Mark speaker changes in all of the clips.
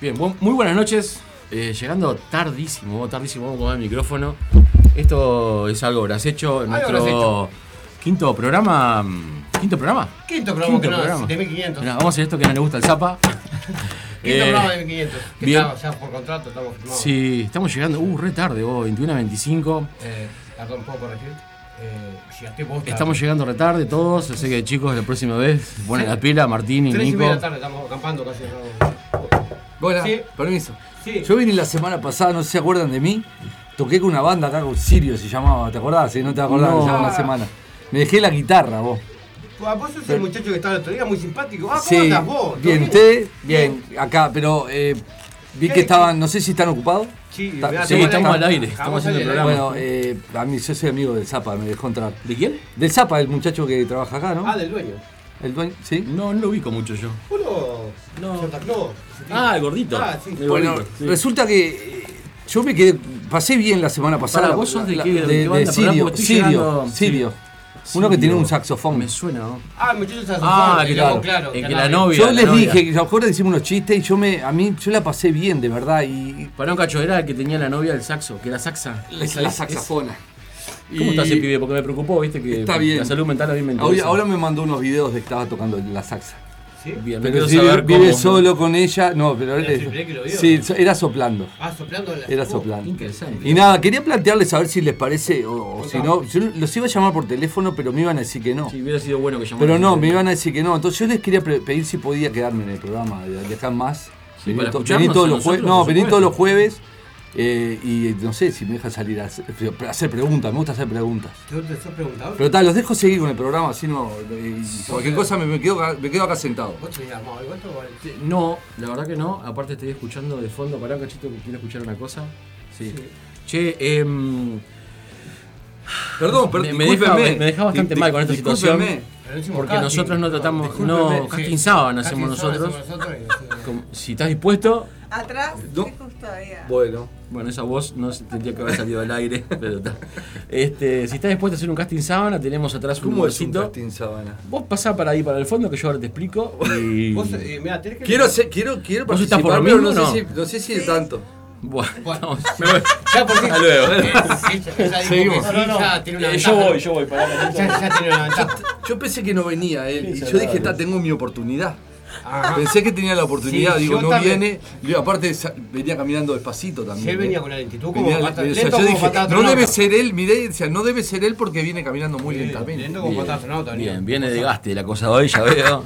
Speaker 1: Bien, bu- muy buenas noches. Eh, llegando tardísimo, tardísimo, vamos a poner el micrófono. Esto es algo habrás hecho en
Speaker 2: Algo
Speaker 1: nuestro
Speaker 2: habrás
Speaker 1: quinto programa. mm, ¿Quinto programa?
Speaker 2: Quinto programa
Speaker 1: Quinto
Speaker 2: que no,
Speaker 1: programa.
Speaker 2: de 1500.
Speaker 1: Mirá, vamos a hacer esto que no le gusta el Zapa.
Speaker 2: Quinto
Speaker 1: Eh,
Speaker 2: programa de 1500. Que
Speaker 1: bien.
Speaker 2: está, o sea, por contrato estamos firmados.
Speaker 1: Sí, estamos llegando, uh, re tarde, vos, 21 a 25.
Speaker 2: Eh, perdón, ¿puedo corregir? Eh, llegaste vos tarde.
Speaker 1: Estamos llegando re tarde todos, así que chicos, la próxima vez ponen la pila, Martín y
Speaker 2: Tres y
Speaker 1: Nico.
Speaker 2: media de la tarde, estamos acampando casi. ¿no?
Speaker 3: Hola,
Speaker 2: Sí.
Speaker 3: permiso.
Speaker 2: Sí.
Speaker 3: Yo vine la semana pasada, no sé si se acuerdan de mí. Toqué con una banda acá con Sirio, se llamaba, ¿te acordás? Si no te acordás,
Speaker 1: No.
Speaker 3: se llamaba la semana. Me dejé la guitarra, vos.
Speaker 2: Pues, vos sos el muchacho que estaba el otro día, muy simpático. Ah, ¿cómo
Speaker 3: Sí,
Speaker 2: andás vos?
Speaker 3: Bien,
Speaker 2: ¿Todo
Speaker 3: usted, bien, acá, pero eh, vi
Speaker 2: ¿Qué-
Speaker 3: que estaban, no sé si están ocupados.
Speaker 2: Sí,
Speaker 3: Está-
Speaker 2: mirá,
Speaker 1: sí, estamos al aire, estamos haciendo
Speaker 2: Estamos al
Speaker 1: el
Speaker 2: aire.
Speaker 1: programa.
Speaker 3: Bueno, eh, a mí yo soy amigo del Zapa, me dejó entrar.
Speaker 1: ¿De quién?
Speaker 3: Del Zapa, el muchacho que trabaja acá, ¿no?
Speaker 2: Ah, del dueño.
Speaker 3: El dueño, sí.
Speaker 1: No, no lo ubico mucho yo.
Speaker 2: Uno.
Speaker 1: No.
Speaker 2: Santa Claus.
Speaker 1: Ah, el gordito.
Speaker 2: Ah, sí.
Speaker 1: El
Speaker 3: Bueno,
Speaker 1: gordito, sí.
Speaker 3: resulta que eh, yo me quedé, pasé bien la semana pasada.
Speaker 1: Pará, ¿vos sos de
Speaker 3: La-
Speaker 1: qué- de qué banda? Pará,
Speaker 3: Sirio,
Speaker 1: porque estoy
Speaker 3: Sirio,
Speaker 1: llegando-
Speaker 3: Sirio.
Speaker 1: Sí,
Speaker 3: Uno que tiene
Speaker 1: digo,
Speaker 3: un saxofón.
Speaker 1: Me suena, ¿no?
Speaker 2: Ah, el muchacho está
Speaker 1: Ah, claro.
Speaker 2: claro.
Speaker 1: Eh, que
Speaker 2: la
Speaker 1: la
Speaker 2: novia.
Speaker 1: novia.
Speaker 3: Yo les
Speaker 1: la novia.
Speaker 3: dije, que a lo mejor decimos unos chistes y yo me, a mí, yo la pasé bien, de verdad, y...
Speaker 1: Para un cacho, era el que tenía la novia del saxo, que era saxa.
Speaker 3: La saxafona.
Speaker 1: ¿Cómo está ese pibe? Porque me preocupó, viste, que
Speaker 3: Está bien.
Speaker 1: la salud mental a mí me
Speaker 3: Ahora,
Speaker 1: interesa.
Speaker 3: ahora me mandó unos videos de que estaba tocando la saxa.
Speaker 2: ¿Sí?
Speaker 1: Bien, no
Speaker 3: Pero
Speaker 1: quiero
Speaker 3: sí,
Speaker 1: saber
Speaker 3: vive
Speaker 1: cómo.
Speaker 3: solo con ella, no, pero...
Speaker 2: Era el triple que lo vio.
Speaker 3: sí, so- era soplando.
Speaker 2: Ah, soplando la.
Speaker 3: Era soplando.
Speaker 1: Interesante.
Speaker 3: Y nada, quería plantearles a ver si les parece o, o si no. Yo los iba a llamar por teléfono, pero me iban a decir que no.
Speaker 1: Sí, hubiera sido bueno que llamara.
Speaker 3: Pero no, me iban a decir que no. Entonces yo les quería pre- pedir si podía quedarme en el programa, de- dejar más.
Speaker 1: Sí,
Speaker 3: Venir
Speaker 1: para
Speaker 3: to-
Speaker 1: escucharnos
Speaker 3: venir todos
Speaker 1: a
Speaker 3: los jueves.
Speaker 1: nosotros,
Speaker 3: No,
Speaker 1: por
Speaker 3: venir
Speaker 1: supuesto.
Speaker 3: todos los jueves. eh, y eh, no sé si me dejan salir a hacer, a hacer preguntas. Me gusta hacer preguntas.
Speaker 2: ¿Tú te sos preguntado?
Speaker 3: Pero tal, los dejo seguir con el programa, así no. eh, y cualquier cosa me, me quedo, acá- me quedo acá sentado.
Speaker 2: ¿Vos te llamado algo esto? o algo?
Speaker 1: Sí, No, la verdad que no. Aparte estoy escuchando de fondo. Pará, cachito, que quiero escuchar una cosa. Sí. Che, em,
Speaker 3: Perdón,
Speaker 1: Me- me deja-
Speaker 3: discúlpenme.
Speaker 1: me deja bastante
Speaker 3: Di-
Speaker 1: mal con esta
Speaker 3: discúlpenme.
Speaker 1: situación.
Speaker 2: Pero no hicimos
Speaker 1: porque
Speaker 2: casting.
Speaker 1: nosotros no tratamos.
Speaker 3: Discúlpeme,
Speaker 1: No,
Speaker 3: sí.
Speaker 1: casting sábana
Speaker 2: Casi
Speaker 1: hacemos
Speaker 2: sábado
Speaker 1: nosotros.
Speaker 2: hacemos nosotros y-
Speaker 1: Como- Si estás dispuesto.
Speaker 4: Atrás
Speaker 3: No.
Speaker 4: es justo ahí. ah.
Speaker 3: Bueno.
Speaker 1: Bueno, esa voz no se tendría que haber salido al aire, pero está. Este, si estás dispuesto a hacer un casting sábana, tenemos atrás un
Speaker 3: ¿Cómo es un
Speaker 1: bolsito.
Speaker 3: casting sábana?
Speaker 1: Vos pasá para ahí, para el fondo, que yo ahora te explico. Y...
Speaker 2: Vos, eh, mirá, tenés que.
Speaker 3: Quiero, ser- quiero, quiero
Speaker 1: ¿Vos estás
Speaker 3: participar,
Speaker 1: por lo
Speaker 3: pero
Speaker 1: mismo
Speaker 3: no,
Speaker 1: o
Speaker 3: sé
Speaker 1: no?
Speaker 3: si, no sé si es tanto.
Speaker 1: Bueno,
Speaker 2: Bueno.
Speaker 1: vamos, me voy.
Speaker 2: Ya por Hasta
Speaker 1: luego.
Speaker 3: Seguimos.
Speaker 2: Seguimos. Ya tiene una
Speaker 1: Eh,
Speaker 2: ventaja.
Speaker 1: yo voy, yo voy, pará. pará.
Speaker 2: Ya, ya tiene una ventaja.
Speaker 3: Yo pensé que no venía él. Y
Speaker 1: Sí,
Speaker 3: yo dije,
Speaker 1: saludables.
Speaker 3: está, tengo mi oportunidad.
Speaker 2: Ajá.
Speaker 3: Pensé que tenía la oportunidad,
Speaker 2: Sí,
Speaker 3: digo,
Speaker 2: yo
Speaker 3: no
Speaker 2: también.
Speaker 3: viene. Digo, aparte, sa- venía caminando despacito también.
Speaker 2: Si él venía
Speaker 3: ¿no?
Speaker 2: con la lentitud, como
Speaker 3: Venía-
Speaker 2: pata-
Speaker 3: o sea,
Speaker 2: lento
Speaker 3: yo
Speaker 2: como
Speaker 3: dije,
Speaker 2: patada
Speaker 3: no debe
Speaker 2: astronauta.
Speaker 3: ser él, miré, o sea, no debe ser él porque viene caminando muy
Speaker 2: Sí,
Speaker 3: lentamente.
Speaker 2: Lento como patada astronauta,
Speaker 1: Bien,
Speaker 2: venía.
Speaker 1: bien, viene de gaste la cosa hoy, ya veo.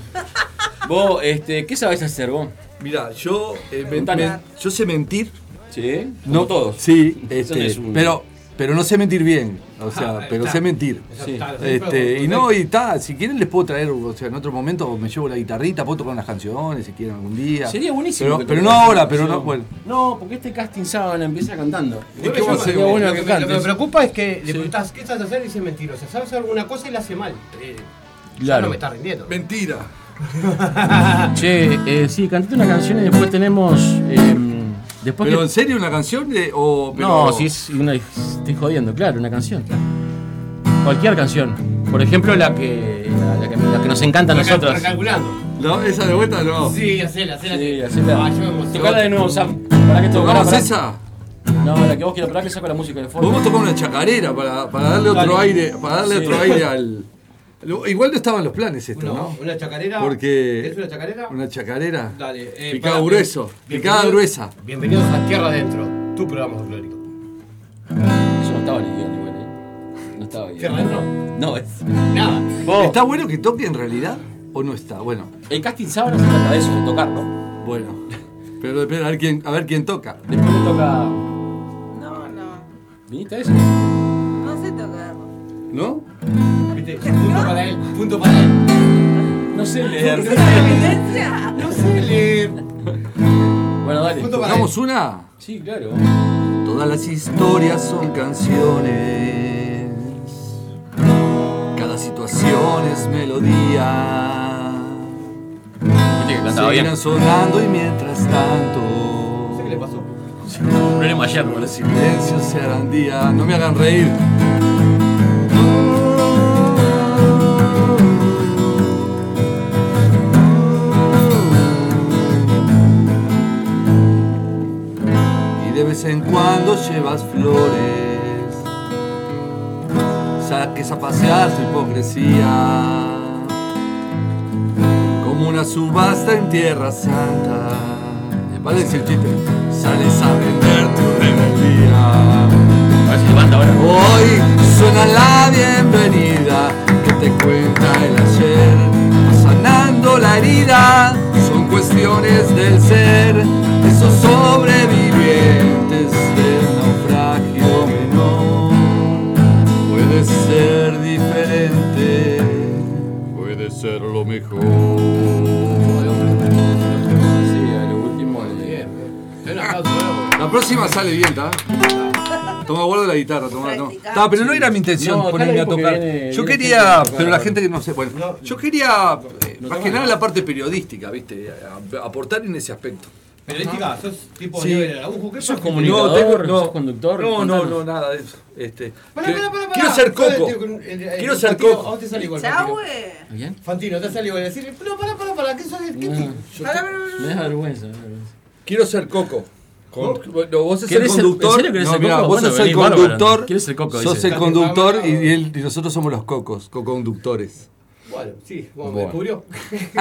Speaker 1: vos, este, ¿qué sabés hacer vos?
Speaker 3: Mira, yo, eh, me-
Speaker 1: Contame.
Speaker 3: me- yo sé mentir.
Speaker 1: Sí,
Speaker 3: No todos. Sí, este,
Speaker 1: es un-
Speaker 3: pero, pero no sé mentir bien. O sea,
Speaker 2: Ah,
Speaker 3: pero
Speaker 2: está.
Speaker 3: sé mentir.
Speaker 2: Eso está, siempre
Speaker 3: Este,
Speaker 2: con-
Speaker 3: y no, y tal, si quieren les puedo traer, o sea, en otro momento me llevo la guitarrita, puedo tocar unas canciones si quieren algún día.
Speaker 1: Sería buenísimo.
Speaker 3: Pero,
Speaker 1: que
Speaker 3: pero no
Speaker 1: toques
Speaker 3: ahora,
Speaker 1: una
Speaker 3: pero no,
Speaker 1: canción.
Speaker 3: bueno.
Speaker 1: No, porque este casting sábana empieza cantando.
Speaker 3: ¿Y qué vos
Speaker 1: Sería
Speaker 3: hacés?
Speaker 1: bueno
Speaker 2: Lo
Speaker 1: que
Speaker 2: que me- lo que me
Speaker 1: cantes.
Speaker 2: preocupa es que
Speaker 1: Sí.
Speaker 2: le preguntás qué estás haciendo y dice mentirosa. Sabes alguna cosa y la hace mal. Eh, ya
Speaker 1: Claro.
Speaker 2: no me está rindiendo.
Speaker 3: Mentira.
Speaker 1: Che, eh, sí, cantate una canción y después tenemos. em, después
Speaker 3: ¿Pero
Speaker 1: que-
Speaker 3: en serio una canción? de- o, pero-
Speaker 1: No, si es una. Estoy jodiendo, claro, una canción. Cualquier canción. Por ejemplo, la que. La, la que, la que nos encanta a
Speaker 2: Recal-
Speaker 1: nosotros.
Speaker 2: Recalculando.
Speaker 3: No, esa de vuelta no.
Speaker 2: Sí, hacela, hacela.
Speaker 1: Sí, hacela.
Speaker 2: Ah, yo me emociono.
Speaker 1: Tocala de nuevo, Sam. Para que toque.
Speaker 3: ¿Tocamos esa?
Speaker 1: No, la que vos quieras, para que saco la música de fondo.
Speaker 3: Podemos tocar una chacarera para, para darle otro
Speaker 1: Dale.
Speaker 3: aire, para darle
Speaker 1: Sí.
Speaker 3: otro aire al. lo- Igual no estaban los planes esto,
Speaker 2: Una,
Speaker 3: ¿no?
Speaker 2: una chacarera.
Speaker 3: Porque-
Speaker 2: ¿Es una chacarera?
Speaker 3: Una chacarera.
Speaker 2: Dale, eh,
Speaker 3: picada
Speaker 2: para-
Speaker 3: grueso.
Speaker 2: bienvenido-
Speaker 3: Picada gruesa.
Speaker 2: Bienvenidos a Tierra Adentro, tu programa folclórico.
Speaker 1: Eso no estaba en el guión igual, ¿eh? No estaba
Speaker 2: ¿Tierra
Speaker 1: bien.
Speaker 2: Adentro?
Speaker 1: No, es.
Speaker 2: Nada.
Speaker 3: ¿Está bueno que toque en realidad o no está? Bueno,
Speaker 1: El casting sábana se trata de eso, de tocarlo.
Speaker 3: bueno. Pero depende a ver quién, a ver quién toca.
Speaker 1: Después le toca.
Speaker 4: No, no.
Speaker 1: ¿Viniste a eso?
Speaker 4: No sé tocar.
Speaker 3: ¿No?
Speaker 2: Viste, Punto para él, punto para él.
Speaker 1: No sé leer.
Speaker 4: ¿Evidencia?
Speaker 2: No sé leer.
Speaker 1: Bueno, dale.
Speaker 2: Punto para
Speaker 3: ¿Tocamos una?
Speaker 1: Sí, claro.
Speaker 3: Todas las historias son canciones. Cada situación es melodía.
Speaker 1: Viste que cantaba
Speaker 3: Seguirán
Speaker 1: bien.
Speaker 3: sonando y mientras
Speaker 2: No sé
Speaker 3: tanto.
Speaker 2: qué le pasó.
Speaker 1: Problema ayer, me parece.
Speaker 3: Silencio se harán día. No me hagan reír. vez en cuando llevas flores, saques a pasear tu hipocresía, como una subasta en Tierra Santa. Me parece el chiste, sales a vender tu rebeldía.
Speaker 1: Parece que banda ahora.
Speaker 3: Hoy suena la bienvenida que te cuenta el ayer, sanando la herida. Son cuestiones del ser, esos sobrevivientes del naufragio menor. Puede ser diferente, puede ser lo mejor.
Speaker 1: Sí, a lo último. eh,
Speaker 3: La próxima sale bien, ¿tá? Toma, guarda la guitarra, toma, toma. Tá, pero no era mi intención
Speaker 1: No, acá
Speaker 3: ponerme
Speaker 1: la
Speaker 3: a
Speaker 1: dijo que
Speaker 3: tocar.
Speaker 1: viene-
Speaker 3: yo
Speaker 1: viene
Speaker 3: quería,
Speaker 1: gente a tocar
Speaker 3: pero la
Speaker 1: ahora.
Speaker 3: gente que no sé, bueno,
Speaker 2: No.
Speaker 3: yo quería, eh, más
Speaker 1: toma
Speaker 3: que nada
Speaker 1: nada.
Speaker 3: la parte periodística, ¿viste? A- a- aportar en ese aspecto.
Speaker 2: Periodística, sos tipo
Speaker 3: Sí.
Speaker 2: nivel Araujo, ¿qué
Speaker 1: Sos
Speaker 2: pasa?
Speaker 1: comunicador, sos conductor.
Speaker 3: No, no,
Speaker 1: contanos.
Speaker 3: no, nada de eso. Este,
Speaker 2: Pará,
Speaker 3: quiero-
Speaker 2: pará, pará, pará.
Speaker 3: Quiero ser
Speaker 2: Joder,
Speaker 3: coco.
Speaker 2: tío, con- el- eh, el-
Speaker 3: Quiero ser
Speaker 2: Fantino,
Speaker 3: coco.
Speaker 2: A vos te sale igual. Fantino.
Speaker 4: Chahue.
Speaker 1: ¿Bien?
Speaker 2: Fantino, eh. te sale igual. Decirle, no, pará, pará, pará, ¿qué sos? ¿Qué
Speaker 1: No,
Speaker 2: te-
Speaker 3: Yo
Speaker 4: Pará, pará,
Speaker 3: te-
Speaker 4: pará.
Speaker 1: Mm. me da vergüenza, me da vergüenza.
Speaker 3: Quiero ser coco. Con- bueno, vos sos el
Speaker 1: ¿Querés ser-
Speaker 3: conductor.
Speaker 1: en serio querés ser
Speaker 3: mirá,
Speaker 1: coco?
Speaker 3: vos
Speaker 1: Bueno,
Speaker 3: sos el
Speaker 1: venís bárbaro.
Speaker 3: conductor.
Speaker 1: ¿Quieres ser coco?
Speaker 3: Sos
Speaker 1: Dice.
Speaker 3: el conductor y, él- y nosotros somos los cocos, co-conductores.
Speaker 2: Bueno, sí, bueno, me
Speaker 1: Bueno.
Speaker 2: descubrió.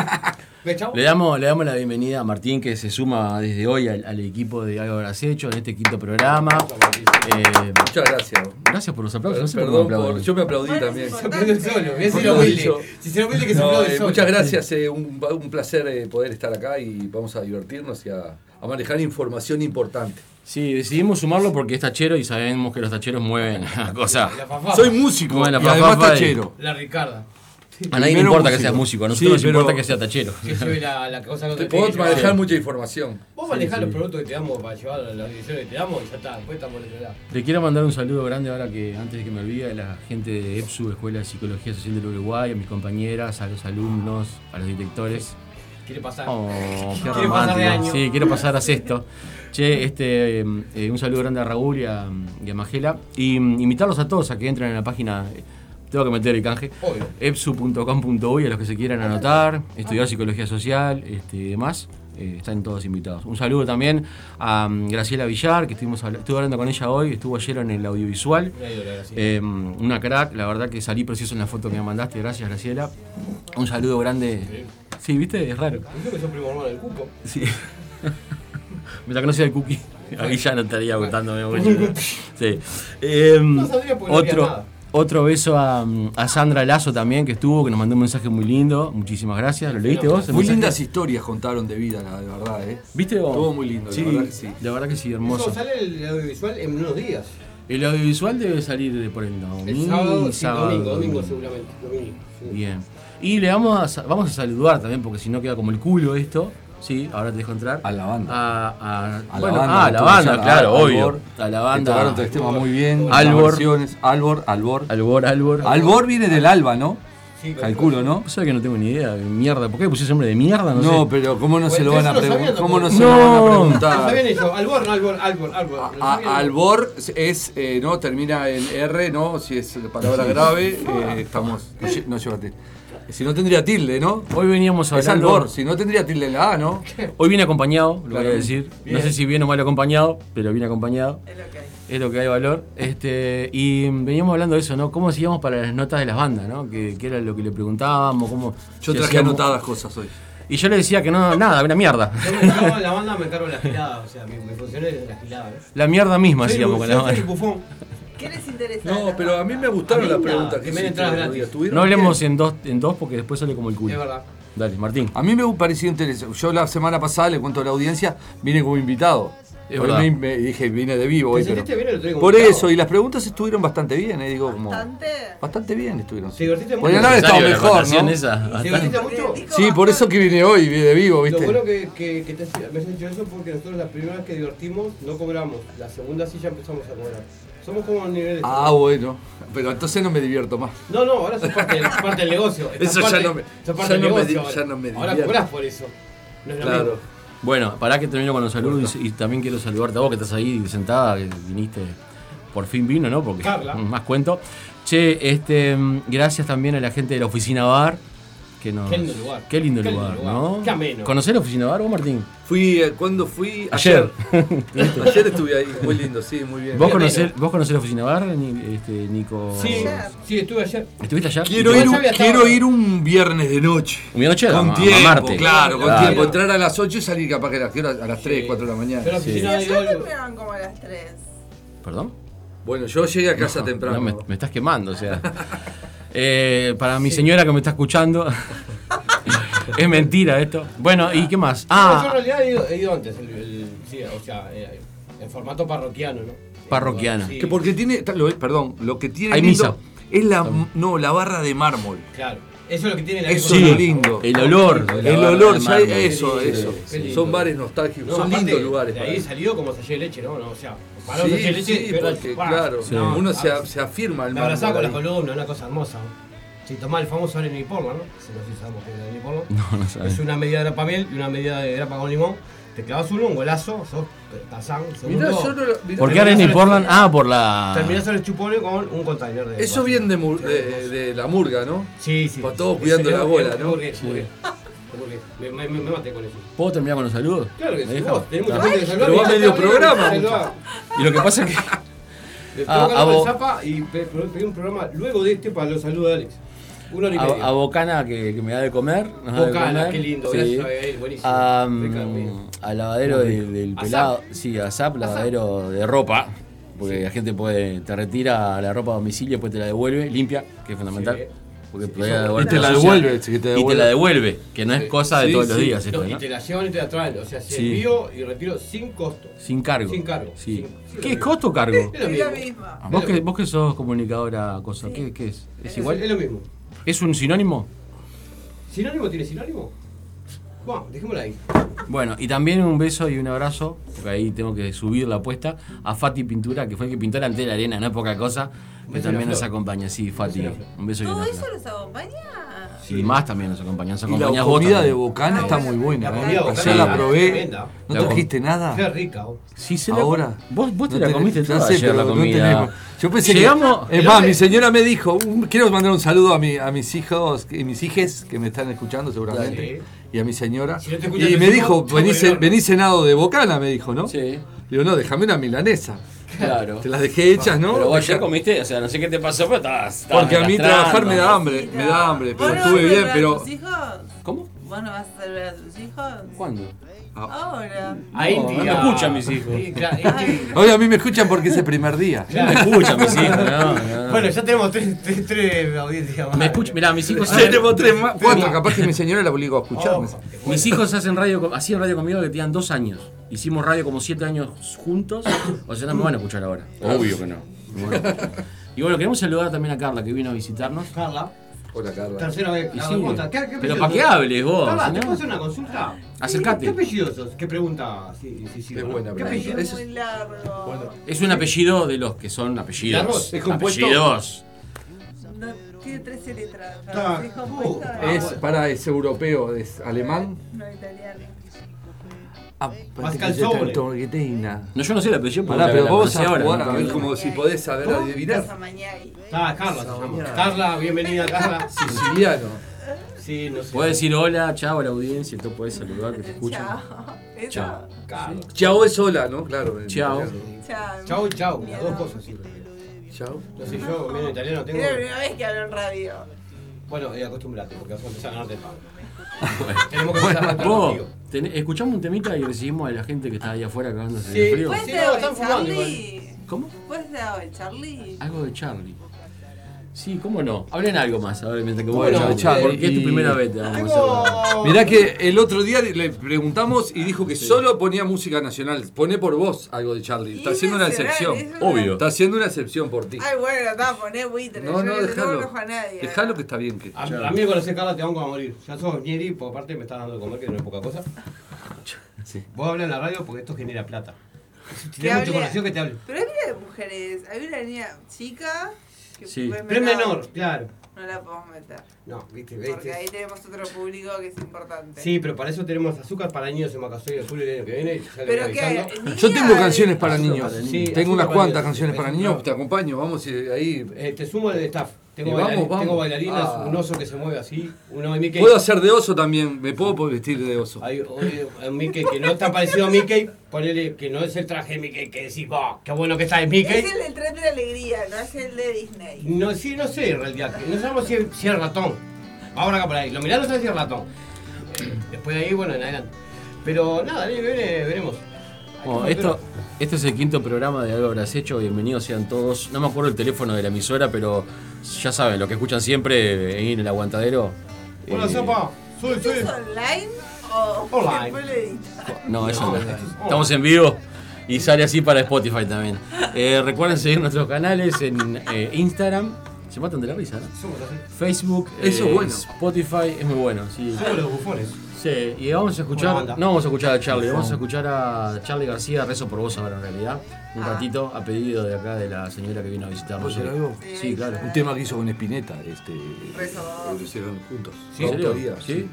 Speaker 2: ¿Ves, chavo?
Speaker 1: Le damos, le damos la bienvenida a Martín que se suma desde hoy al, al equipo de Algo Habrás Hecho en este quinto programa. Eh,
Speaker 3: Muchas gracias.
Speaker 1: gracias por los aplausos. No sé por qué
Speaker 3: Perdón
Speaker 1: me aplauden.
Speaker 3: por- yo me aplaudí
Speaker 4: Bueno,
Speaker 3: también.
Speaker 4: sí,
Speaker 2: Se aplaude solo, voy a decir a
Speaker 3: Por
Speaker 2: Willy.
Speaker 3: dicho.
Speaker 2: Si se lo pide que se
Speaker 3: No,
Speaker 2: aplaude
Speaker 3: eh,
Speaker 2: solo.
Speaker 3: muchas gracias, eh, un, un placer eh, poder estar acá y vamos a divertirnos y a, a manejar información importante.
Speaker 1: Sí, decidimos sumarlo porque es tachero y sabemos que los tacheros mueven la cosa.
Speaker 2: La fafafa,
Speaker 3: Soy músico
Speaker 1: Bueno,
Speaker 3: y
Speaker 1: papá,
Speaker 3: además
Speaker 1: papá,
Speaker 3: tachero.
Speaker 2: La Ricarda.
Speaker 1: A nadie le
Speaker 3: Primero
Speaker 1: importa
Speaker 3: músico.
Speaker 1: que seas músico, a nosotros
Speaker 3: Sí,
Speaker 1: nos importa
Speaker 3: pero-
Speaker 1: que sea tachero.
Speaker 2: Que lleve la, la cosa que
Speaker 3: Te
Speaker 2: te
Speaker 3: puedo
Speaker 2: tiene que llevar.
Speaker 3: manejar mucha información.
Speaker 2: Vos manejás los productos que te damos para llevar a las ediciones que te damos y ya está, después estamos en otro lado.
Speaker 1: Le quiero mandar un saludo grande ahora que antes de que me olvide a la gente de EPSU, Escuela de Psicología Social del Uruguay, a mis compañeras, a los alumnos, a los directores.
Speaker 2: Quiere pasar.
Speaker 1: Oh, qué
Speaker 2: Quiero pasar de
Speaker 1: romántico.
Speaker 2: año.
Speaker 1: Sí, quiero pasar a sexto. Che, este, eh, un saludo grande a Raúl y a, y a Magela. Y mm, invitarlos a todos a que entren en la página. eh, Tengo que meter el canje.
Speaker 2: Obvio. Ah.
Speaker 1: epsu.com.uy a los que se quieran anotar, estudiar psicología social este, y demás. eh, están todos invitados. Un saludo también a mm, Graciela Villar, que estuvimos habla- estuve hablando con ella hoy, estuvo ayer en el audiovisual.
Speaker 2: Una ídola, gracias.
Speaker 1: Eh, una crack, la verdad que salí precioso en la foto que me mandaste, gracias Graciela. Un saludo grande. Sí, viste, es raro.
Speaker 2: Yo que sos primo hermano del cuco.
Speaker 1: Sí. Me la conocía el cookie. Ahí ya no estaría aguantándome mucho. Sí. Em,
Speaker 2: No sabría porque no haría
Speaker 1: otro,
Speaker 2: nada.
Speaker 1: otro beso a, a Sandra Lazo también, que estuvo, que nos mandó un mensaje muy lindo. Muchísimas gracias. ¿Lo leíste vos? el
Speaker 3: Muy
Speaker 1: mensaje?
Speaker 3: lindas historias contaron de vida, la de verdad, ¿eh?
Speaker 1: ¿Viste vos?
Speaker 3: Estuvo muy lindo, la
Speaker 1: sí,
Speaker 3: verdad que sí.
Speaker 1: La verdad que sí,
Speaker 2: Eso
Speaker 1: hermoso.
Speaker 2: sale el audiovisual en unos días.
Speaker 1: El audiovisual debe salir de por el domingo.
Speaker 2: El
Speaker 3: Mm,
Speaker 2: sábado, sí,
Speaker 1: sábado,
Speaker 2: domingo, domingo
Speaker 1: domingo.
Speaker 2: seguramente. Domingo. sí.
Speaker 1: Bien. Y le vamos a, sa- vamos a saludar también, porque si no queda como el culo esto. Sí, ahora te dejo entrar.
Speaker 3: A la banda.
Speaker 1: A, a-
Speaker 3: A
Speaker 1: bueno,
Speaker 3: la banda,
Speaker 1: ah, a la
Speaker 3: estuvo
Speaker 1: banda,
Speaker 3: allá,
Speaker 1: claro,
Speaker 3: a-
Speaker 1: obvio.
Speaker 3: Albor,
Speaker 1: A la
Speaker 3: que Tocaron tres
Speaker 1: banda.
Speaker 3: temas muy bien. las
Speaker 1: Albor.
Speaker 3: versiones, Albor, Albor.
Speaker 1: Albor, Albor.
Speaker 3: Albor viene del Alba, ¿no?
Speaker 2: Sí,
Speaker 3: Calculo, ¿no?
Speaker 1: Vos sabés que no tengo ni idea, de mierda. ¿Por qué le pusiste nombre de mierda? No,
Speaker 3: No,
Speaker 1: sé.
Speaker 3: pero ¿cómo no se
Speaker 2: Pues
Speaker 3: lo van
Speaker 2: eso
Speaker 3: a
Speaker 2: lo sabían,
Speaker 3: preguntar?
Speaker 2: ¿no?
Speaker 3: ¿Cómo no se lo
Speaker 1: No.
Speaker 3: van a
Speaker 2: Ah,
Speaker 3: preguntar?
Speaker 2: sabían ellos. Albor, no, Albor, Albor, Albor.
Speaker 3: A-
Speaker 2: ¿Lo sabían?
Speaker 3: a- albor es, eh, ¿no? Termina en R, ¿no? Si es palabra grave, eh, estamos. No, lle- no lleva tilde. Si no tendría tilde, ¿no?
Speaker 1: Hoy veníamos
Speaker 3: Es
Speaker 1: hablando.
Speaker 3: albor, si no tendría tilde en la A, ¿no?
Speaker 1: Hoy viene acompañado, lo voy
Speaker 3: Claro.
Speaker 1: a decir.
Speaker 2: Bien.
Speaker 1: No sé si bien o mal acompañado, pero viene acompañado.
Speaker 4: Es lo que hay.
Speaker 1: Es lo que hay valor. Este, y veníamos hablando de eso, ¿no? ¿Cómo hacíamos para las notas de las bandas, ¿no? Que, que era lo que le preguntábamos, cómo.
Speaker 3: Yo
Speaker 1: si
Speaker 3: traje
Speaker 1: hacíamos-
Speaker 3: anotadas cosas hoy.
Speaker 1: Y yo le decía que no, nada, una mierda.
Speaker 2: Yo me encargo de la banda, me encargo de la gilada. O sea, mi, mi función es la gilada. ¿no?
Speaker 1: La mierda misma
Speaker 2: Soy
Speaker 1: hacíamos
Speaker 2: bu-
Speaker 1: con la
Speaker 2: soy
Speaker 1: banda.
Speaker 2: el bufón.
Speaker 4: ¿Qué les interesa? de
Speaker 3: No,
Speaker 4: las
Speaker 3: pero a mí
Speaker 4: bandas?
Speaker 3: me gustaron
Speaker 2: A mí
Speaker 3: las
Speaker 2: nada,
Speaker 3: preguntas que
Speaker 2: que me
Speaker 3: hiciste
Speaker 2: entradas
Speaker 3: el otro día.
Speaker 2: gratis.
Speaker 3: ¿Estuvieron
Speaker 1: No hablemos
Speaker 3: bien?
Speaker 1: en dos, en dos porque después sale como el culo.
Speaker 2: Es verdad.
Speaker 1: Dale, Martín.
Speaker 3: A mí me pareció interesante. Yo la semana pasada, le cuento a la audiencia, vine como invitado.
Speaker 1: Es
Speaker 3: Hoy
Speaker 1: verdad.
Speaker 3: me, me dije, vine de vivo.
Speaker 2: ¿Te
Speaker 3: Hoy,
Speaker 2: sentiste
Speaker 3: pero-
Speaker 2: bien el otro día
Speaker 3: Por
Speaker 2: comunicado?
Speaker 3: eso, y las preguntas estuvieron bastante bien, eh, digo, como.
Speaker 4: Bastante.
Speaker 3: Bastante bien estuvieron.
Speaker 2: ¿Te divertiste mucho?
Speaker 3: Podrían haber estado
Speaker 1: Necesario la
Speaker 3: mejor,
Speaker 1: acotación
Speaker 3: ¿no?
Speaker 1: esa. Bastante.
Speaker 2: ¿Te divertiste mucho?
Speaker 3: Sí, por eso que vine hoy, vi- de vivo,
Speaker 2: Lo
Speaker 3: ¿viste?
Speaker 2: bueno que, que, que te, me has dicho eso porque nosotros la primera vez que divertimos no cobramos, la segunda sí ya empezamos a cobrar. Somos como niveles.
Speaker 3: Ah, bueno. Pero entonces no me divierto más.
Speaker 2: No, no, ahora sos parte, del- parte del negocio. Estás
Speaker 3: Eso ya
Speaker 2: parte-
Speaker 3: no me-
Speaker 2: sos parte
Speaker 3: ya
Speaker 2: del
Speaker 3: no me
Speaker 2: negocio
Speaker 3: di-
Speaker 2: ahora.
Speaker 3: ya no me
Speaker 2: Ahora
Speaker 3: divierto.
Speaker 2: cobrás por eso. No es lo mismo.
Speaker 1: Bueno, pará que termino con los saludos y, y también quiero saludarte a vos que estás ahí sentada, que viniste, por fin vino, ¿no? Porque
Speaker 2: Carla.
Speaker 1: más cuento. Che, este, mm, gracias también a la gente de la oficina bar, que nos-
Speaker 2: Qué lindo lugar.
Speaker 1: Qué lindo
Speaker 2: Qué lindo
Speaker 1: lugar,
Speaker 2: lugar.
Speaker 1: ¿no?
Speaker 2: Qué ameno.
Speaker 1: ¿Conocés la oficina bar vos, Martín?
Speaker 3: Fui, eh, ¿cuándo fui?
Speaker 1: Ayer.
Speaker 3: Ayer, Ayer estuve ahí, muy lindo, sí, muy bien.
Speaker 1: ¿Vos
Speaker 2: Qué ameno.
Speaker 1: conocés, ¿Vos conocés la oficina bar, Ni- este, Nico?
Speaker 2: Sí, sí, estuve ayer.
Speaker 1: ¿Estuviste allá?
Speaker 3: Quiero
Speaker 2: Yo
Speaker 3: ir, un-
Speaker 2: sabía todo.
Speaker 3: quiero ir un viernes de noche.
Speaker 1: ¿Mi noche? Ah,
Speaker 3: Con
Speaker 1: a,
Speaker 3: tiempo,
Speaker 1: a Marte.
Speaker 3: claro, con
Speaker 2: Claro.
Speaker 3: tiempo. Entrar a las 8 y salir capaz que a las, ¿qué hora? a las 3,
Speaker 2: Sí.
Speaker 3: 4 de la
Speaker 2: Yo en la
Speaker 3: mañana.
Speaker 1: Sí.
Speaker 2: oficina
Speaker 4: Y
Speaker 2: de
Speaker 4: ayer
Speaker 2: oro.
Speaker 4: terminaron como a las 3.
Speaker 1: ¿Perdón?
Speaker 3: Bueno, yo llegué a casa
Speaker 1: No,
Speaker 3: temprano.
Speaker 1: no, me, me estás quemando, o sea. Eh, para mi señora que me está escuchando, es mentira esto. Bueno, ¿y qué más?
Speaker 2: Yo en
Speaker 1: Ah,
Speaker 2: realidad he ido, he ido antes, el, el- sí, o sea, eh, en formato parroquiano, ¿no?
Speaker 1: Parroquiano.
Speaker 2: Sí,
Speaker 3: Que porque tiene, ta- lo- perdón, lo que tiene
Speaker 1: Hay
Speaker 3: lindo
Speaker 1: misa.
Speaker 3: es la, no, la barra de mármol.
Speaker 2: Claro, eso es lo que tiene la
Speaker 3: Eso
Speaker 1: Sí.
Speaker 3: es lo lindo.
Speaker 1: el olor. de la
Speaker 3: El
Speaker 1: barra
Speaker 3: olor,
Speaker 1: de
Speaker 3: ya
Speaker 1: mármol.
Speaker 3: eso,
Speaker 2: Sí,
Speaker 3: eso.
Speaker 2: sí, sí.
Speaker 3: Son bares nostálgicos,
Speaker 2: No,
Speaker 3: son
Speaker 2: aparte,
Speaker 3: lindos lugares.
Speaker 2: De
Speaker 3: para
Speaker 2: ahí
Speaker 3: ir.
Speaker 2: salió como sallé de leche, ¿no? no o sea, para
Speaker 3: Sí,
Speaker 2: sallé de leche,
Speaker 3: sí,
Speaker 2: pero,
Speaker 3: porque,
Speaker 2: ¡guau!
Speaker 3: claro,
Speaker 2: No,
Speaker 3: uno
Speaker 2: a
Speaker 3: se, a-
Speaker 2: ver,
Speaker 3: se afirma el
Speaker 2: Me abrazaba con la
Speaker 3: mármol ahí.
Speaker 2: columna, una cosa hermosa. Si tomás el famoso Areny Portland, ¿no? Si no sé si sabemos qué es Areny Portland.
Speaker 1: No, no sabes.
Speaker 2: Es una medida de grapa miel y una medida de grapa con limón. Te clavas uno, un golazo, sos tazán.
Speaker 3: Mirá,
Speaker 2: Segundo,
Speaker 3: yo no lo- mirá,
Speaker 1: ¿Por qué
Speaker 2: Terminás
Speaker 1: Arena y
Speaker 2: en el-
Speaker 1: Portland? Ah, por la.
Speaker 2: Terminás en el chupone con un container de.
Speaker 3: Eso viene de, mur- de- de la murga, ¿no?
Speaker 2: Sí, sí.
Speaker 3: Para todos cuidando
Speaker 2: Es-
Speaker 3: la
Speaker 2: es-
Speaker 3: bola,
Speaker 2: es
Speaker 3: ¿no?
Speaker 2: burgués, burgués. Es burgués. Me, me, me maté con eso.
Speaker 1: ¿Puedo terminar con los saludos?
Speaker 2: Claro que
Speaker 1: ¿Me
Speaker 2: sí.
Speaker 1: deja?
Speaker 2: Vos, tenés mucha
Speaker 1: Ah.
Speaker 2: gente que saludar.
Speaker 3: Pero va
Speaker 2: Mirá,
Speaker 3: medio
Speaker 2: está bien,
Speaker 3: programa,
Speaker 2: saludá.
Speaker 1: Y lo que pasa es que. Ah,
Speaker 2: Le
Speaker 1: A-
Speaker 2: tengo que
Speaker 1: a
Speaker 2: hablar
Speaker 1: vos.
Speaker 2: de Zapa y pe- pe- pedí un programa luego de este para los saludos de Alex. Una hora y
Speaker 1: A, a
Speaker 2: media.
Speaker 1: Bocana que, que me da de comer. nos da de
Speaker 2: Bocana,
Speaker 1: comer.
Speaker 2: qué lindo,
Speaker 1: Sí.
Speaker 2: gracias a él, buenísimo.
Speaker 1: A,
Speaker 2: Ricardo.
Speaker 1: mm, al lavadero del, del
Speaker 2: A
Speaker 1: pelado. Sí, a SAP,
Speaker 2: A Zap.
Speaker 1: lavadero de ropa. Porque la gente puede, te retira la ropa a domicilio, después te la devuelve, limpia, que es fundamental.
Speaker 2: Sí.
Speaker 1: Porque
Speaker 2: Sí,
Speaker 1: podría
Speaker 2: eso-
Speaker 1: devolverte
Speaker 3: Y te la
Speaker 1: sucia.
Speaker 3: devuelve, sí, que te
Speaker 1: Y te
Speaker 3: devuelve.
Speaker 1: la devuelve, que no es cosa de
Speaker 3: Sí,
Speaker 1: todos los
Speaker 3: sí.
Speaker 1: días. esto,
Speaker 2: No, y
Speaker 1: ¿no?
Speaker 2: te la llevan y te la traen. O sea, se
Speaker 1: Sí.
Speaker 2: envío y retiro sin costo.
Speaker 1: Sin cargo.
Speaker 2: Sin cargo.
Speaker 1: Sí.
Speaker 2: Sin- sin
Speaker 1: ¿Qué
Speaker 2: cargo.
Speaker 1: es costo o cargo?
Speaker 2: Es lo
Speaker 4: Es lo
Speaker 2: mismo.
Speaker 4: mismo.
Speaker 1: Vos que, vos que sos comunicadora, cosa,
Speaker 4: Sí.
Speaker 1: ¿qué, qué es? ¿Es
Speaker 2: Es
Speaker 1: igual?
Speaker 2: Es lo mismo.
Speaker 1: ¿Es un sinónimo?
Speaker 2: ¿Sinónimo tiene sinónimo? Bueno, dejémoslo ahí.
Speaker 1: Bueno, y también un beso y un abrazo, porque ahí tengo que subir la apuesta, a Fati Pintura, que fue el que pintó la ante la arena, no es poca cosa, que
Speaker 2: beso y
Speaker 1: también
Speaker 2: una
Speaker 1: nos
Speaker 2: flor.
Speaker 1: acompaña, sí, Fati.
Speaker 2: beso y una flor.
Speaker 1: Un beso y una
Speaker 4: ¿Todo eso
Speaker 1: flor.
Speaker 4: los acompaña?
Speaker 1: Y más también nos acompaña, nos
Speaker 3: Y la
Speaker 1: acompañás vos
Speaker 3: comida
Speaker 1: también.
Speaker 3: de Bocana
Speaker 4: Ah,
Speaker 3: está
Speaker 4: bueno,
Speaker 3: muy buena.
Speaker 2: la
Speaker 3: ¿eh?
Speaker 2: comida de Bocana
Speaker 3: Ayer la
Speaker 1: es
Speaker 3: probé.
Speaker 2: tremenda.
Speaker 3: ¿No
Speaker 1: La com-
Speaker 3: trajiste
Speaker 2: Qué
Speaker 3: nada?
Speaker 2: rica. vos.
Speaker 1: Sí, se la-
Speaker 3: Ahora.
Speaker 1: Vos, vos
Speaker 3: No
Speaker 1: te la comiste
Speaker 3: ya
Speaker 1: toda
Speaker 3: sé,
Speaker 1: ayer,
Speaker 3: pero
Speaker 1: la
Speaker 3: no
Speaker 1: comida.
Speaker 3: tenemos. Yo pensé
Speaker 1: Llegamos-
Speaker 3: que. Es más, mi señora me dijo, "Um, quiero mandar un saludo a, mi- a mis hijos y mis hijes que me están escuchando seguramente. Y a mi señora.
Speaker 2: Si no te escuchan
Speaker 3: y
Speaker 2: tus
Speaker 3: me
Speaker 2: hijos,
Speaker 3: dijo,
Speaker 2: chau,
Speaker 3: venís,
Speaker 2: Belgrano".
Speaker 3: venís cenado de bocana, me dijo, ¿no?
Speaker 1: Sí,
Speaker 3: Digo, no, déjame una milanesa.
Speaker 1: claro.
Speaker 3: Te las dejé hechas, ¿no?
Speaker 1: Pero vos ayer
Speaker 3: Dejá-
Speaker 1: comiste, o sea, no sé qué te pasó, pero estabas... estabas
Speaker 3: Porque a mí
Speaker 1: arrastrando.
Speaker 3: trabajar me da hambre, me da hambre, pero
Speaker 4: ¿Vos no vas
Speaker 3: estuve
Speaker 4: a
Speaker 3: bien,
Speaker 4: saludar a
Speaker 3: pero.
Speaker 4: tus hijos?
Speaker 1: ¿Cómo?
Speaker 4: ¿Vos no vas a saludar a tus hijos?
Speaker 1: ¿Cuándo?
Speaker 3: Ah.
Speaker 4: Ahora.
Speaker 2: Ahí
Speaker 1: No, no
Speaker 2: tira.
Speaker 1: me escuchan mis hijos.
Speaker 2: Sí, claro, ahí tira.
Speaker 3: Hoy a mí me escuchan porque es el primer día.
Speaker 1: No me escuchan mis hijos, no, no.
Speaker 2: Bueno, ya tenemos tres, tres, tres audiencias más.
Speaker 1: Me escuchan, mirá, mis hijos...
Speaker 3: Tenemos tres más, cuatro, capaz que mi señora la obligó a escucharme.
Speaker 2: Ojo, que
Speaker 1: Oh, Mis hijos hacen radio, con- hacían radio conmigo que tenían dos años. Hicimos radio como siete años juntos. O sea, no me van a escuchar ahora. Obvio que no. Y bueno, queremos saludar también a Carla que vino a visitarnos.
Speaker 2: Carla,
Speaker 3: Hola, Carla.
Speaker 2: tercera vez.
Speaker 1: Y
Speaker 2: la
Speaker 1: sí,
Speaker 2: pregunta, ¿qué- qué
Speaker 1: pero
Speaker 2: apellido
Speaker 1: para qué
Speaker 2: sos?
Speaker 1: hables vos.
Speaker 2: Carla,
Speaker 1: si
Speaker 2: ¿te
Speaker 1: no?
Speaker 2: puedo hacer una consulta?
Speaker 1: Acercate.
Speaker 2: ¿Qué apellido sos? ¿Qué pregunta? Sí, sí, sí.
Speaker 3: Es buena
Speaker 2: ¿Qué
Speaker 3: pregunta.
Speaker 4: Ay,
Speaker 2: apellido?
Speaker 4: es
Speaker 3: Eso
Speaker 4: muy
Speaker 3: es-
Speaker 4: largo.
Speaker 1: Es un apellido de los que son apellidos.
Speaker 2: Largos, es
Speaker 3: compuesto.
Speaker 1: Apellidos.
Speaker 4: No, tiene 13 letras.
Speaker 2: Está-
Speaker 4: Los hijos pues,
Speaker 2: Uh,
Speaker 4: puestos, ¿no?
Speaker 3: Es, para, es europeo, es alemán.
Speaker 4: No, italiano.
Speaker 3: Ah,
Speaker 2: Pascal Sobre.
Speaker 3: Pará,
Speaker 1: No, yo no sé el apellido. porque la-
Speaker 3: pero
Speaker 1: la
Speaker 3: vos
Speaker 1: conocí
Speaker 3: a jugar
Speaker 1: ¿no?
Speaker 3: a ver como si podés saber adivinar.
Speaker 4: Casamañay.
Speaker 2: Ah, Carla se llama. Carla, bienvenida, Carla.
Speaker 3: Siciliano.
Speaker 2: Sí, no sé.
Speaker 1: Podés decir hola, chao a la audiencia, tú podés saludar que te escuchan.
Speaker 4: Chao. Eso.
Speaker 1: Chao.
Speaker 2: Carla.
Speaker 3: Chao es hola, ¿no? Claro. en
Speaker 1: Chao.
Speaker 3: italiano.
Speaker 4: Chao.
Speaker 2: Chau, chau, las dos cosas sirven. ¿eh?
Speaker 3: Chao.
Speaker 2: No sé, yo medio italiano tengo.
Speaker 4: Es la primera vez que hablo en radio.
Speaker 2: Bueno, eh, acostumbrate, porque vas a empezar a ganarte el pago. Tenemos que empezar
Speaker 1: Bueno,
Speaker 2: a ganar
Speaker 1: vos,
Speaker 2: contigo.
Speaker 1: tenés- escuchamos un temita y recibimos a la gente que está ahí afuera cagándose de
Speaker 2: Sí.
Speaker 1: frío.
Speaker 4: ¿Puedes
Speaker 2: Sí,
Speaker 4: ser
Speaker 2: no,
Speaker 4: hoy,
Speaker 2: están fumando
Speaker 4: Charlie?
Speaker 1: ¿Cómo?
Speaker 4: ¿Puedes ser hoy, Charlie?
Speaker 1: Algo de Charlie. Sí, cómo no. Hablen algo más, a ver, mientras que vos
Speaker 2: Bueno,
Speaker 1: hablas de Charlie.
Speaker 3: eh,
Speaker 1: Porque es tu
Speaker 3: y-
Speaker 1: primera vez, te vamos a hacer.
Speaker 2: Tengo-
Speaker 3: Mirá que el otro día le preguntamos y dijo que solo ponía música nacional. Pone por vos algo de Charlie. Está haciendo una excepción.
Speaker 1: Obvio.
Speaker 3: Está haciendo una excepción por ti.
Speaker 4: Ay, bueno, estaba poner buitre.
Speaker 3: No,
Speaker 4: yo
Speaker 3: no,
Speaker 4: le No
Speaker 3: déjalo.
Speaker 4: conozco a nadie.
Speaker 3: Déjalo que está bien. que-
Speaker 2: A, a mí me conoces Carla, te vamos a morir. Ya sos ñeri, porque aparte me estás dando de comer, que no es poca cosa.
Speaker 3: Sí.
Speaker 2: Vos hablas en la radio porque esto genera plata. Si
Speaker 4: Que
Speaker 2: tenés
Speaker 4: hable-
Speaker 2: mucho conocido que te hable.
Speaker 4: Pero había de mujeres. Había una niña chica. Que
Speaker 1: Sí.
Speaker 4: fue
Speaker 2: Pero es menor, claro.
Speaker 4: No la podemos meter.
Speaker 2: No, viste,
Speaker 4: Porque ahí
Speaker 2: viste.
Speaker 4: tenemos otro público que es importante.
Speaker 2: Sí, pero para eso tenemos azúcar para niños en Macasoy en julio del año que viene. Ya lo
Speaker 4: Pero
Speaker 2: voy
Speaker 4: que
Speaker 2: avisando.
Speaker 3: Yo tengo canciones para
Speaker 2: Azúcar
Speaker 3: niños.
Speaker 2: para niños. Sí,
Speaker 3: Tengo
Speaker 2: azúcar
Speaker 3: unas
Speaker 2: para
Speaker 3: cuantas
Speaker 2: niños.
Speaker 3: canciones para
Speaker 2: Es un
Speaker 3: niños.
Speaker 2: trabajo.
Speaker 3: Te acompaño. Vamos eh, ahí.
Speaker 2: Eh, te sumo el staff. Tengo,
Speaker 3: Y vamos,
Speaker 2: bailari-
Speaker 3: vamos.
Speaker 2: tengo bailarinas,
Speaker 3: Ah.
Speaker 2: un oso que se mueve así, uno de Mickey.
Speaker 3: Puedo hacer de oso también, me puedo vestir de oso.
Speaker 2: Hay un- un Mickey que no está parecido a Mickey, ponele que no es el traje de Mickey que decís, "Bah, qué bueno que está de Mickey.
Speaker 4: Es el del tren de la alegría, no es el de Disney.
Speaker 2: No, sí, no sé en realidad, que no sabemos si es, si es ratón. Ahora acá por ahí, lo mirá, no sabes si es ratón. Después de ahí, bueno, en adelante. Pero nada, el año que viene veremos.
Speaker 1: Bueno,
Speaker 2: Ay,
Speaker 1: esto, este es el quinto programa de Algo Habrás Hecho. Bienvenidos sean todos. No me acuerdo el teléfono de la emisora, pero ya saben, lo que escuchan siempre ahí en el aguantadero.
Speaker 2: Hola,
Speaker 1: Eh,
Speaker 2: Zapa. Soy,
Speaker 4: ¿Esto
Speaker 2: soy.
Speaker 4: es online o
Speaker 2: Online.
Speaker 4: después lo edita?
Speaker 1: No, eso no. Estamos en vivo y sale así para Spotify también. Eh, recuerden seguir nuestros canales en eh, Instagram. Se matan de la risa, ¿no?
Speaker 2: Somos así.
Speaker 1: Facebook, eh,
Speaker 3: Eso es bueno.
Speaker 1: Spotify, es muy bueno, sí.
Speaker 2: Somos los bufones.
Speaker 1: Sí, y vamos a
Speaker 2: Buena
Speaker 1: escuchar,
Speaker 2: banda.
Speaker 1: no vamos a escuchar a Charlie, vamos a escuchar a Charlie García, rezo por vos ahora en realidad, un
Speaker 4: Ah.
Speaker 1: ratito, a pedido de acá de la señora que vino a visitarnos.
Speaker 3: ¿Puedo hacer algo?
Speaker 1: Sí, claro.
Speaker 3: Un tema que hizo con Espineta, este.
Speaker 4: Rezo.
Speaker 3: Lo hicieron juntos.
Speaker 1: ¿En
Speaker 3: La
Speaker 1: serio?
Speaker 3: autoría,
Speaker 1: ¿Sí?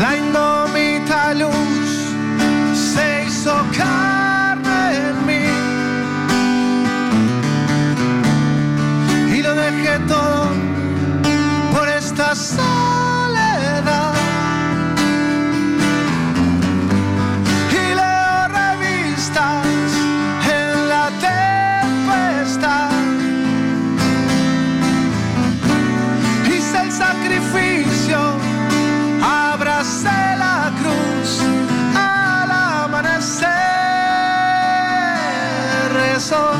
Speaker 5: La indómita luz se hizo carne en mí y lo dejé todo por esta soledad y leo revistas en la tempestad hice el sacrificio, abracé la cruz al amanecer. Rezo,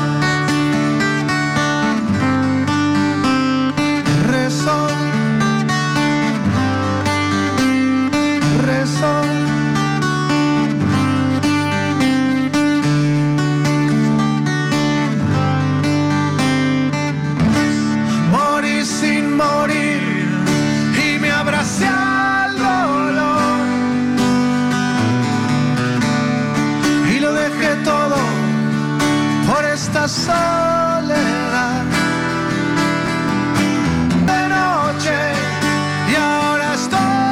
Speaker 5: rezo, rezo. morir sin morir y me abracé al dolor y lo dejé todo por esta soledad de noche y ahora estoy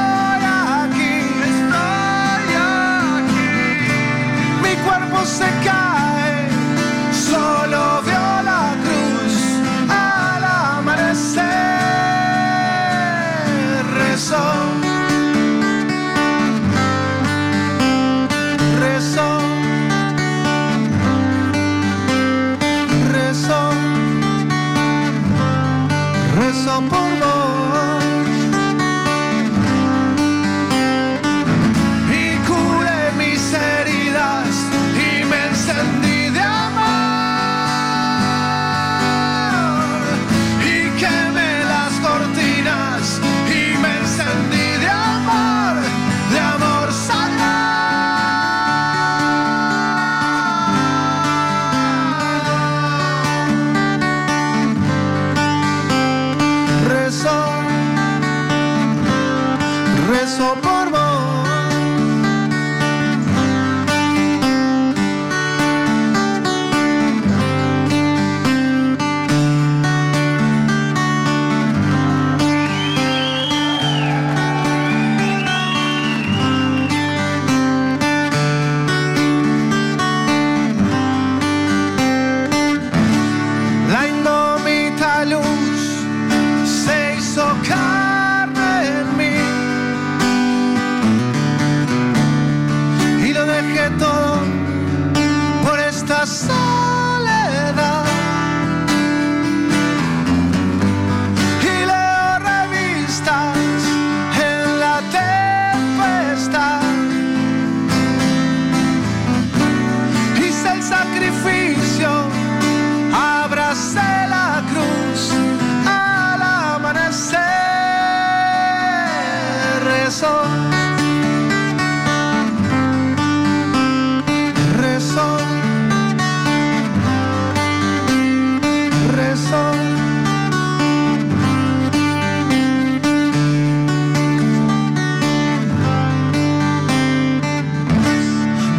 Speaker 5: aquí estoy aquí mi cuerpo se cae solo veo la cruz al amanecer rezo rezo rezo rezo por vos y curé mis heridas y me encendí de amor y quemé las cortinas y me encendí de amor, de amor sagrado. Rezo, rezo por vos. La indómita luz se hizo carne en mí y lo dejé todo por esta soledad y leo revistas en la tempestad hice el sacrificio, abracé la cruz al amanecer. Rezo, rezo, rezo.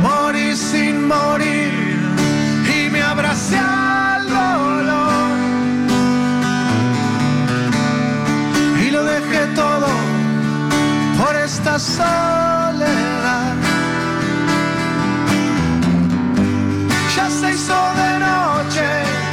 Speaker 5: morir sin morir y me abracé al dolor y lo dejé todo por esta soledad ya se hizo de noche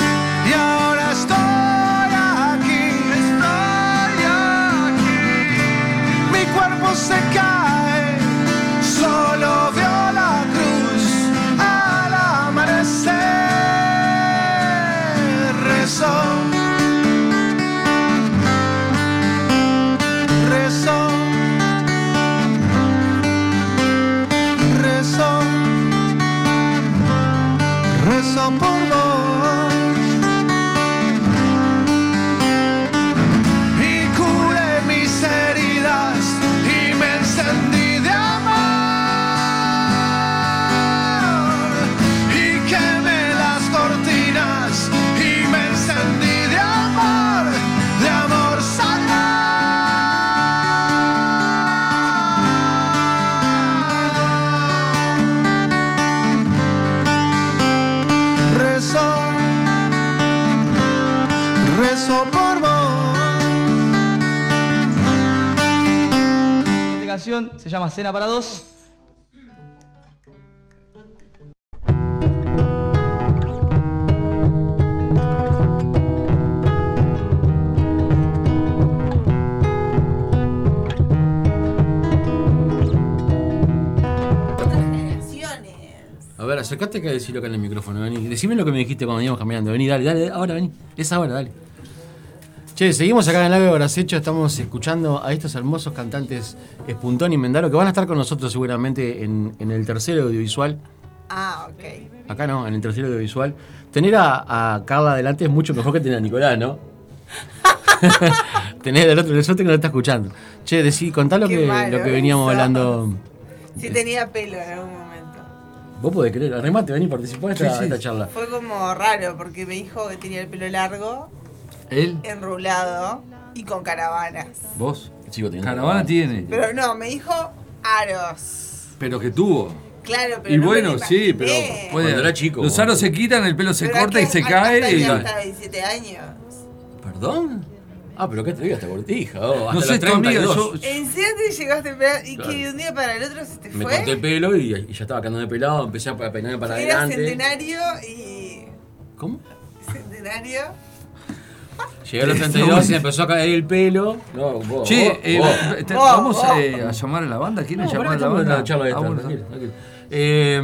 Speaker 6: canción se llama Cena para dos.
Speaker 4: Generaciones.
Speaker 1: A ver, acercate que decirlo acá en el micrófono, vení. Decime lo que me dijiste cuando veníamos caminando. Vení, dale, dale, ahora vení. Es ahora, dale. Che, seguimos acá en Live Horas Hecho, estamos escuchando a estos hermosos cantantes Espuntón y Mendaro, que van a estar con nosotros seguramente en, en el tercer audiovisual.
Speaker 4: Ah, ok.
Speaker 1: Acá no, en el tercer audiovisual. Tener a, a Carla adelante es mucho mejor que tener a Nicolás, ¿no? tener al otro del que no está escuchando. Che, decí, contá lo
Speaker 4: Qué
Speaker 1: que,
Speaker 4: malo,
Speaker 1: lo que veníamos
Speaker 4: sos.
Speaker 1: hablando.
Speaker 4: Sí tenía pelo en algún momento.
Speaker 1: Vos podés creer, arremate, vení, participá de esta,
Speaker 3: Sí, sí.
Speaker 1: esta charla.
Speaker 4: Fue como raro porque me dijo que tenía el pelo largo,
Speaker 3: ¿Él?
Speaker 4: enrulado y con caravanas.
Speaker 3: ¿Vos?
Speaker 1: Sigo teniendo
Speaker 3: Caravana tiene.
Speaker 4: Pero no, me dijo aros.
Speaker 3: Pero que tuvo.
Speaker 4: Claro, pero
Speaker 3: Y
Speaker 4: no Eh. me
Speaker 3: bueno,
Speaker 4: lo
Speaker 3: sí, pero
Speaker 4: imaginé.
Speaker 3: puede.
Speaker 1: Cuando era chico,
Speaker 3: Los
Speaker 1: vos.
Speaker 3: aros se quitan, el pelo se
Speaker 4: Pero
Speaker 3: corta y
Speaker 4: aquí
Speaker 3: se
Speaker 4: hasta-
Speaker 3: cae. y-
Speaker 4: Hasta, hasta 17 años.
Speaker 1: ¿Perdón? Ah, pero qué atrevido esta cortija. Oh,
Speaker 3: No
Speaker 1: hasta
Speaker 3: sé,
Speaker 1: los
Speaker 3: tu amiga,
Speaker 1: 32.
Speaker 3: yo,
Speaker 4: En 7 llegaste a ver y
Speaker 1: Claro.
Speaker 4: que de un día para el otro se te
Speaker 1: Me
Speaker 4: fue.
Speaker 1: corté el pelo y, y ya estaba quedando de pelado, empecé a peinarme para
Speaker 4: Era
Speaker 1: adelante.
Speaker 4: centenario y.
Speaker 1: ¿Cómo?
Speaker 4: Centenario.
Speaker 1: Llegué a los 32 y me empezó a caer el pelo. No, vos,
Speaker 3: Che,
Speaker 1: vos,
Speaker 3: eh,
Speaker 1: vos.
Speaker 3: te-
Speaker 4: Vos,
Speaker 3: vamos
Speaker 4: vos.
Speaker 3: eh, a llamar a la banda. ¿Quieren
Speaker 1: No,
Speaker 3: llamar a
Speaker 1: pará,
Speaker 3: la
Speaker 1: estamos en
Speaker 3: banda?
Speaker 1: la charla de
Speaker 3: Ah,
Speaker 1: esta,
Speaker 3: bueno,
Speaker 1: tranquilo, tranquilo. Eh,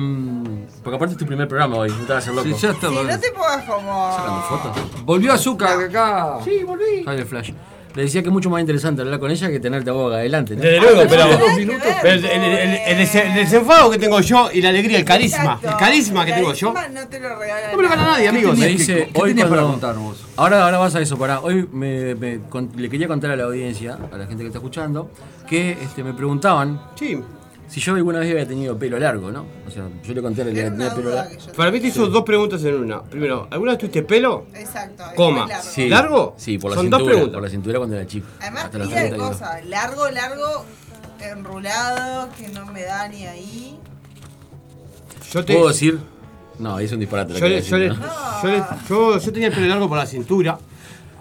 Speaker 1: porque aparte es tu primer programa hoy, no te vas a hacer loco.
Speaker 3: Sí, ya está.
Speaker 4: Sí, no te pongas como.
Speaker 1: Sacando fotos.
Speaker 3: Volvió Azúcar acá.
Speaker 1: Sí, volví. Sale el flash. Le decía que es mucho más interesante hablar con ella que tenerte a vos adelante. ¿no?
Speaker 2: Desde luego, pero,
Speaker 4: Nada que ver,
Speaker 2: pero el, el- el- el des- el desenfado que tengo yo y la alegría, el carisma,
Speaker 4: Exacto.
Speaker 2: el carisma que tengo yo,
Speaker 4: Carisma no te lo regala.
Speaker 2: no me lo gana nadie, amigos. eh,
Speaker 1: Me
Speaker 3: ¿Qué-
Speaker 1: dice,
Speaker 3: qué
Speaker 1: hoy
Speaker 3: tenías para
Speaker 1: cuando-
Speaker 3: contar vos?
Speaker 1: Ahora, ahora vas a eso, pará. Hoy me- me con- le quería contar a la audiencia, a la gente que está escuchando, que este, me preguntaban
Speaker 2: Sí,
Speaker 1: si yo alguna vez había tenido pelo largo, ¿no? O sea, yo le conté a la que
Speaker 4: Era una
Speaker 1: tenía pelo
Speaker 4: duda
Speaker 1: largo.
Speaker 4: que yo
Speaker 2: para mí te hizo dos preguntas en una. Primero, ¿alguna vez tuviste pelo?
Speaker 4: Exacto. es
Speaker 2: Coma.
Speaker 4: muy largo.
Speaker 2: Sí. ¿Largo?
Speaker 1: Sí, por la
Speaker 2: Son dos
Speaker 1: cintura.
Speaker 2: preguntas.
Speaker 1: Por la cintura cuando era chico.
Speaker 4: Además,
Speaker 1: Hasta los
Speaker 4: pila de
Speaker 1: 32.
Speaker 4: cosas. Largo, largo, enrulado, que no me da ni ahí.
Speaker 2: Yo te.
Speaker 1: ¿Puedo decir? No, es un disparate. lo
Speaker 2: Yo,
Speaker 1: que
Speaker 2: le-
Speaker 1: voy a
Speaker 2: yo, le-
Speaker 1: decir, ¿no?
Speaker 2: yo, le- yo- yo tenía el pelo largo por la cintura.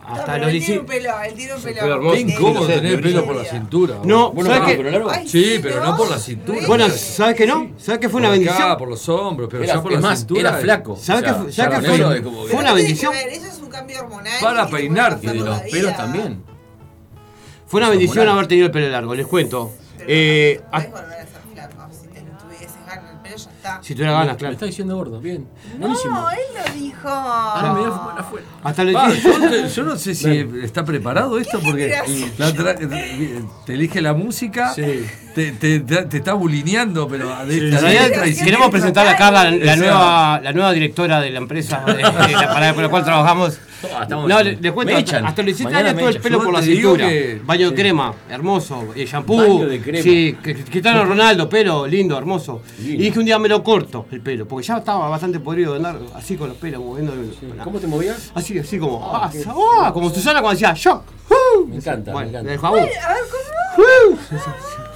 Speaker 2: Hasta
Speaker 4: no, pero
Speaker 2: los
Speaker 4: él tiene
Speaker 2: 17.
Speaker 4: un pelo, él tiene un pelo.
Speaker 2: pelo hermoso.
Speaker 3: Qué incómodo
Speaker 2: Sí,
Speaker 3: tener el pelo por la
Speaker 4: Florida.
Speaker 3: cintura. vos.
Speaker 2: No,
Speaker 1: ¿Vos no
Speaker 2: ¿sabes
Speaker 1: tenés
Speaker 2: qué?
Speaker 1: pelo largo?
Speaker 4: Ay,
Speaker 3: Sí, pero no por la
Speaker 4: ¿no?
Speaker 3: cintura.
Speaker 2: Bueno, ¿sabes qué no? ¿Sabes qué fue una
Speaker 3: Por acá,
Speaker 2: bendición?
Speaker 3: por los hombros, pero
Speaker 1: Era,
Speaker 3: ya por
Speaker 1: es
Speaker 3: la
Speaker 1: más,
Speaker 3: cintura.
Speaker 1: era flaco.
Speaker 2: ¿Sabes qué fue- sabes qué
Speaker 1: Charlotte
Speaker 2: fue?
Speaker 1: es como que-
Speaker 2: Fue una
Speaker 4: Pero tiene que
Speaker 2: bendición.
Speaker 4: ver, Eso es un cambio hormonal.
Speaker 3: Para
Speaker 4: que te puede
Speaker 3: peinarte.
Speaker 1: Y
Speaker 4: pasar
Speaker 1: de
Speaker 4: toda
Speaker 1: los
Speaker 4: la
Speaker 1: pelos
Speaker 4: vida.
Speaker 1: también.
Speaker 2: Fue una bendición
Speaker 1: Moral.
Speaker 2: haber tenido el pelo largo, les cuento.
Speaker 4: Pero
Speaker 2: Eh,
Speaker 4: no, no
Speaker 2: ah,
Speaker 4: podés volver a ser flaco si te tuvieses ganas. El pelo ya está.
Speaker 2: si tuviera ganas,
Speaker 1: Me
Speaker 2: claro.
Speaker 1: está diciendo gordo, bien. Buenísimo.
Speaker 4: No, él lo dijo.
Speaker 1: Ahora me voy a fumar afuera.
Speaker 2: Hasta los
Speaker 1: Ah,
Speaker 3: Va,
Speaker 2: 17.
Speaker 3: Ah, yo, te- yo no sé si está preparado esto porque
Speaker 4: gracia.
Speaker 3: la otra- te elige la música,
Speaker 1: Sí.
Speaker 3: te, te, te- te está bulineando, pero de
Speaker 2: En realidad,
Speaker 4: Pero es que
Speaker 2: queremos
Speaker 4: es
Speaker 2: presentar a
Speaker 4: total.
Speaker 2: Carla, la
Speaker 3: Esa-
Speaker 2: nueva, la nueva directora de la empresa eh, la- para, por la cual trabajamos.
Speaker 1: Ah, estamos-
Speaker 2: No, le, le cuento,
Speaker 1: Me
Speaker 2: hasta,
Speaker 1: echan.
Speaker 2: hasta los 17
Speaker 1: Mañana
Speaker 2: años
Speaker 1: me
Speaker 2: todo el
Speaker 1: echan.
Speaker 2: pelo
Speaker 3: Yo
Speaker 2: por la
Speaker 3: te digo
Speaker 2: cintura.
Speaker 3: que-
Speaker 2: Baño de crema, hermoso. Y shampoo.
Speaker 1: Baño de crema.
Speaker 2: Sí, que- Cristiano Ronaldo, pelo, lindo, hermoso.
Speaker 1: Lindo.
Speaker 2: Y dije un día me lo corto el pelo, porque ya estaba bastante podrido de andar así con los pelos, moviendo.
Speaker 1: ¿Cómo te movías?
Speaker 2: Así, así como. ah, ah, como Susana cuando decía, shock. Uh,
Speaker 1: Me encanta, me
Speaker 2: bueno,
Speaker 1: encanta.
Speaker 2: me dejó a vos.
Speaker 4: A ver, ¿cómo?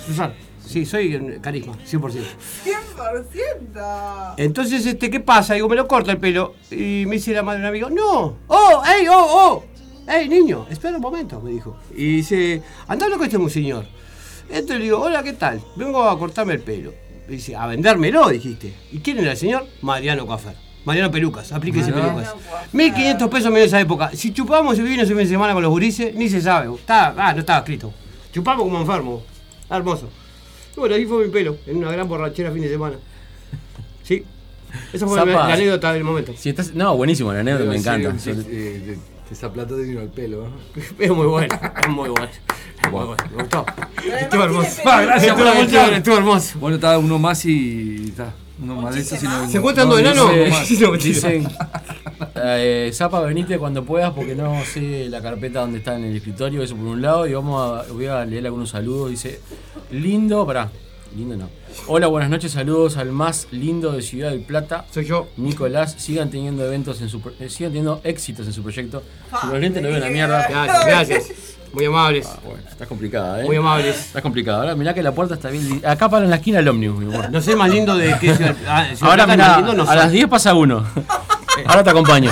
Speaker 2: Susana, sí, soy eh, carisma, 100%.
Speaker 4: 100%.
Speaker 2: Entonces, este, ¿qué pasa? Digo, me lo corta el pelo. Y me dice la madre de un amigo, no, oh, hey, oh, oh, hey, niño, espera un momento, me dijo. Y dice, andá con este señor. Entonces le digo, hola, ¿qué tal? Vengo a cortarme el pelo. Me dice, a vendérmelo, dijiste. ¿Y quién era el señor? Mariano Coafer. Mariano Pelucas, aplíquese
Speaker 3: Mariano
Speaker 2: pelucas.
Speaker 4: Coafer.
Speaker 2: 1500 pesos me dio esa época. Si chupamos y vino ese fin de semana con los gurises, ni se sabe. Está, ah, no estaba escrito. Chupamos como enfermo. Ah, Hermoso. Y bueno, ahí fue mi pelo, en una gran borrachera fin de semana. Sí. Esa fue la,
Speaker 1: Zapa.
Speaker 2: la anécdota del momento.
Speaker 1: Si estás, no, buenísimo, la anécdota, me encanta.
Speaker 3: esa plata te vino al pelo.
Speaker 2: Es muy bueno, es muy bueno. Es muy bueno, me gustó.
Speaker 4: Pero
Speaker 2: Estuvo
Speaker 4: además
Speaker 2: hermoso.
Speaker 4: tiene
Speaker 2: Ah, gracias
Speaker 4: pelo.
Speaker 2: por la mención, estuvo hermoso.
Speaker 3: Bueno, está uno más y está. Uno más de esos y no-
Speaker 2: ¿Se encuentran dos
Speaker 3: no,
Speaker 2: enanos?
Speaker 3: no sé más.
Speaker 2: Sí, no, mentira.
Speaker 1: Dicen, eh, Zapa, venite cuando puedas porque no sé la carpeta donde está en el escritorio, eso por un lado, y vamos a, voy a leer algunos saludos. Dice, lindo, pará, lindo no. Hola, buenas noches, saludos al más lindo de Ciudad del Plata.
Speaker 2: Soy yo.
Speaker 1: Nicolás, sigan teniendo eventos en su pro- eh, sigan teniendo éxitos en su proyecto. Si
Speaker 4: Ah,
Speaker 1: los lentes no ven la
Speaker 4: me
Speaker 1: mierda. Ah,
Speaker 4: quedé.
Speaker 2: Gracias, gracias. Muy amables.
Speaker 1: Bueno, estás complicada, eh.
Speaker 2: Muy amables.
Speaker 1: Estás complicada. Ahora mirá que la puerta está bien. li- Acá para en la esquina el ómnibus, mi amor.
Speaker 2: No soy más lindo de que Ciudad- ah, Ciudad
Speaker 1: Ahora
Speaker 2: Plata es
Speaker 1: mirá,
Speaker 2: más lindo, no
Speaker 1: a
Speaker 2: soy.
Speaker 1: las 10 pasa uno. Ahora te acompaño.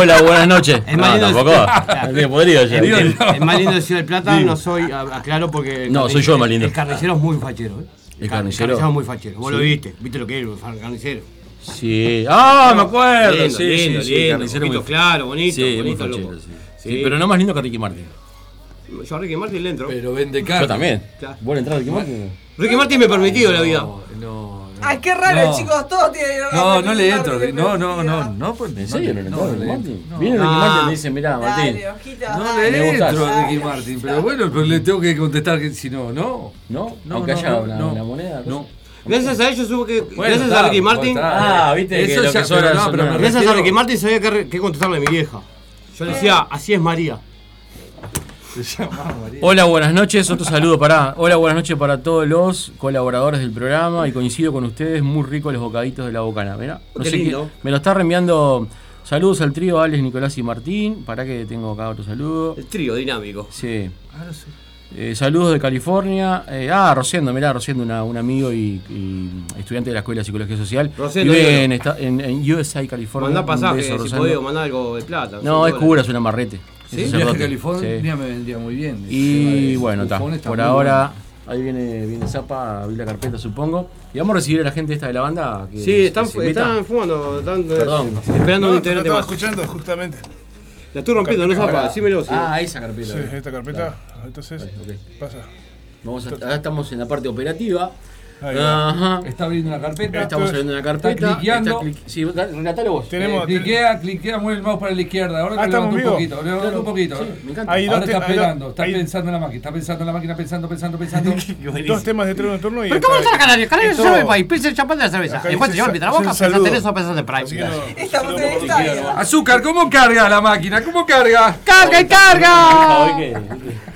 Speaker 1: Hola, buenas noches.
Speaker 2: Es más
Speaker 1: no,
Speaker 2: lindo-
Speaker 1: tampoco.
Speaker 2: Claro.
Speaker 1: Bien, podría yo.
Speaker 2: El, el- el más lindo de Ciudad del Plata no soy, a- aclaro porque. el
Speaker 1: No,
Speaker 2: carni-
Speaker 1: soy yo el más lindo.
Speaker 2: El carnicero es muy fachero, ¿eh?
Speaker 1: ¿El carnicero?
Speaker 2: es muy fachero. Vos lo
Speaker 1: Sí.
Speaker 2: viste, viste lo que es el carnicero.
Speaker 1: Sí. Ah, me acuerdo.
Speaker 2: Lindo,
Speaker 1: sí,
Speaker 2: lindo,
Speaker 1: sí, sí,
Speaker 2: lindo,
Speaker 1: carnicero
Speaker 2: ojito
Speaker 1: muy-
Speaker 2: claro, bonito,
Speaker 1: Sí, muy
Speaker 2: bonito,
Speaker 1: fachero,
Speaker 2: loco.
Speaker 1: sí.
Speaker 2: Sí.
Speaker 1: Sí, Pero no más lindo que Ricky Martin.
Speaker 2: Yo a Ricky Martin le entro.
Speaker 3: Pero vende carne.
Speaker 1: Yo también.
Speaker 2: Claro.
Speaker 1: Buena entrada Ricky Martin.
Speaker 2: Ricky Martin me ha permitido la vida.
Speaker 3: No, no. no.
Speaker 4: Ay, qué raro,
Speaker 3: No.
Speaker 4: chicos, todos tienen
Speaker 3: No, no le entro. No, no, no. No, pues,
Speaker 1: ¿En serio?
Speaker 3: no,
Speaker 1: ¿No le
Speaker 3: no,
Speaker 1: entró Ricky
Speaker 3: le
Speaker 1: Martin?
Speaker 3: entro.
Speaker 1: Viene Ricky
Speaker 2: Ah.
Speaker 1: Martin y me dice, mirá, Martín.
Speaker 4: Dale, ojito,
Speaker 3: No
Speaker 4: dale.
Speaker 3: le
Speaker 1: gustás.
Speaker 3: entro a Ricky Martin, pero bueno, pues le tengo que contestar que si no, no.
Speaker 1: ¿No?
Speaker 3: No,
Speaker 1: Aunque
Speaker 3: no,
Speaker 1: haya
Speaker 3: no,
Speaker 1: una,
Speaker 3: no.
Speaker 1: una moneda. cosa.
Speaker 3: No.
Speaker 2: Gracias a ellos supo que.
Speaker 3: Bueno,
Speaker 2: gracias
Speaker 3: está,
Speaker 2: a Ricky Martin.
Speaker 3: está.
Speaker 1: Ah, viste que
Speaker 3: Eso
Speaker 1: lo
Speaker 3: ya,
Speaker 1: que sobra
Speaker 3: pero no,
Speaker 1: son
Speaker 3: pero me
Speaker 1: una-
Speaker 3: refiero-
Speaker 2: Gracias a Ricky Martin sabía que, que contestarle a mi vieja. Yo le decía, así es María.
Speaker 3: Se llama María.
Speaker 1: Hola, buenas noches. Otro saludo para. Hola, buenas noches para todos los colaboradores del programa. Y coincido con ustedes, muy ricos los bocaditos de la bocana. Mirá, no
Speaker 2: Oh, Qué
Speaker 1: sé
Speaker 2: lindo.
Speaker 1: quién- me lo está reenviando. Saludos al trío Alex, Nicolás y Martín. Para que tengo acá otro saludo.
Speaker 2: El trío dinámico.
Speaker 1: Sí. Eh, saludos de California. Eh, ah, Rosendo, mirá, Rosendo, una- un amigo y, y estudiante de la Escuela de Psicología Social.
Speaker 2: Rosendo,
Speaker 1: Vive
Speaker 2: ídolo.
Speaker 1: en, esta- en- en USA, California.
Speaker 2: Mandá
Speaker 1: Un
Speaker 2: pasaje,
Speaker 1: beso,
Speaker 2: si
Speaker 1: Rosendo.
Speaker 2: podés, mandá algo de plata.
Speaker 1: No,
Speaker 2: sí,
Speaker 1: es
Speaker 2: dólares.
Speaker 1: cura, es un amarrete.
Speaker 3: Sí,
Speaker 1: Es
Speaker 3: el viaje a
Speaker 1: sacerdote.
Speaker 3: California
Speaker 1: Sí.
Speaker 3: me vendría muy bien. El tema
Speaker 1: Y
Speaker 3: de
Speaker 1: bueno, está.
Speaker 3: bufones
Speaker 1: Por
Speaker 3: muy
Speaker 1: ahora, ahí viene, viene Zapa, abrir la carpeta, supongo. Y vamos a recibir a la gente esta de la banda. que
Speaker 2: Sí,
Speaker 1: se-
Speaker 2: están,
Speaker 1: se invita.
Speaker 2: están fumando, están eh,
Speaker 1: Perdón.
Speaker 2: esperando
Speaker 6: No,
Speaker 2: un
Speaker 6: te lo
Speaker 2: integrante
Speaker 6: estaba
Speaker 2: más.
Speaker 6: escuchando justamente.
Speaker 2: La estoy rompiendo, no zapa, decímelo. sí.
Speaker 1: Ah, esa carpeta.
Speaker 6: Sí, esta carpeta. Entonces,
Speaker 1: Vale,
Speaker 6: pasa.
Speaker 1: Vamos a- ahora estamos en la parte operativa.
Speaker 6: Ahí va.
Speaker 1: Ajá.
Speaker 3: bueno. Está abriendo una carpeta.
Speaker 1: Estamos
Speaker 6: Esto es-
Speaker 1: abriendo una carpeta.
Speaker 3: está cliqueando.
Speaker 1: Está clic- sí, da- relatalo vos. Eh,
Speaker 6: Tenemos-
Speaker 3: Eh, Cliquea, cliquea, mueve el mouse para la izquierda. Ahora
Speaker 6: Ah,
Speaker 3: que levantó
Speaker 6: estamos
Speaker 3: un
Speaker 6: vivos.
Speaker 3: poquito, levantó un poquito.
Speaker 1: Me encanta.
Speaker 6: Hay dos,
Speaker 3: Ahora
Speaker 6: te-
Speaker 3: está
Speaker 6: hay dos-
Speaker 3: esperando, está
Speaker 6: hay
Speaker 3: pensando en la máquina, está pensando en la máquina, pensando, pensando, pensando.
Speaker 6: dos temas de turno en turno y.
Speaker 2: ¿Pero cómo
Speaker 6: está-
Speaker 2: está la canaria? Canaria
Speaker 6: esto-
Speaker 2: se llama el país, piensa el champán de la cerveza.
Speaker 6: Acá
Speaker 2: Y Después
Speaker 6: dice
Speaker 2: te llevan
Speaker 6: sa-
Speaker 2: piedra boca,
Speaker 6: es un saludo.
Speaker 2: pensate en eso, pensate en
Speaker 6: Así que
Speaker 2: Prime.
Speaker 6: no-
Speaker 4: Estamos en
Speaker 6: no-
Speaker 4: esta.
Speaker 3: Azúcar, ¿cómo carga la máquina? ¿Cómo carga?
Speaker 2: ¡Carga y carga!
Speaker 1: Hoy que-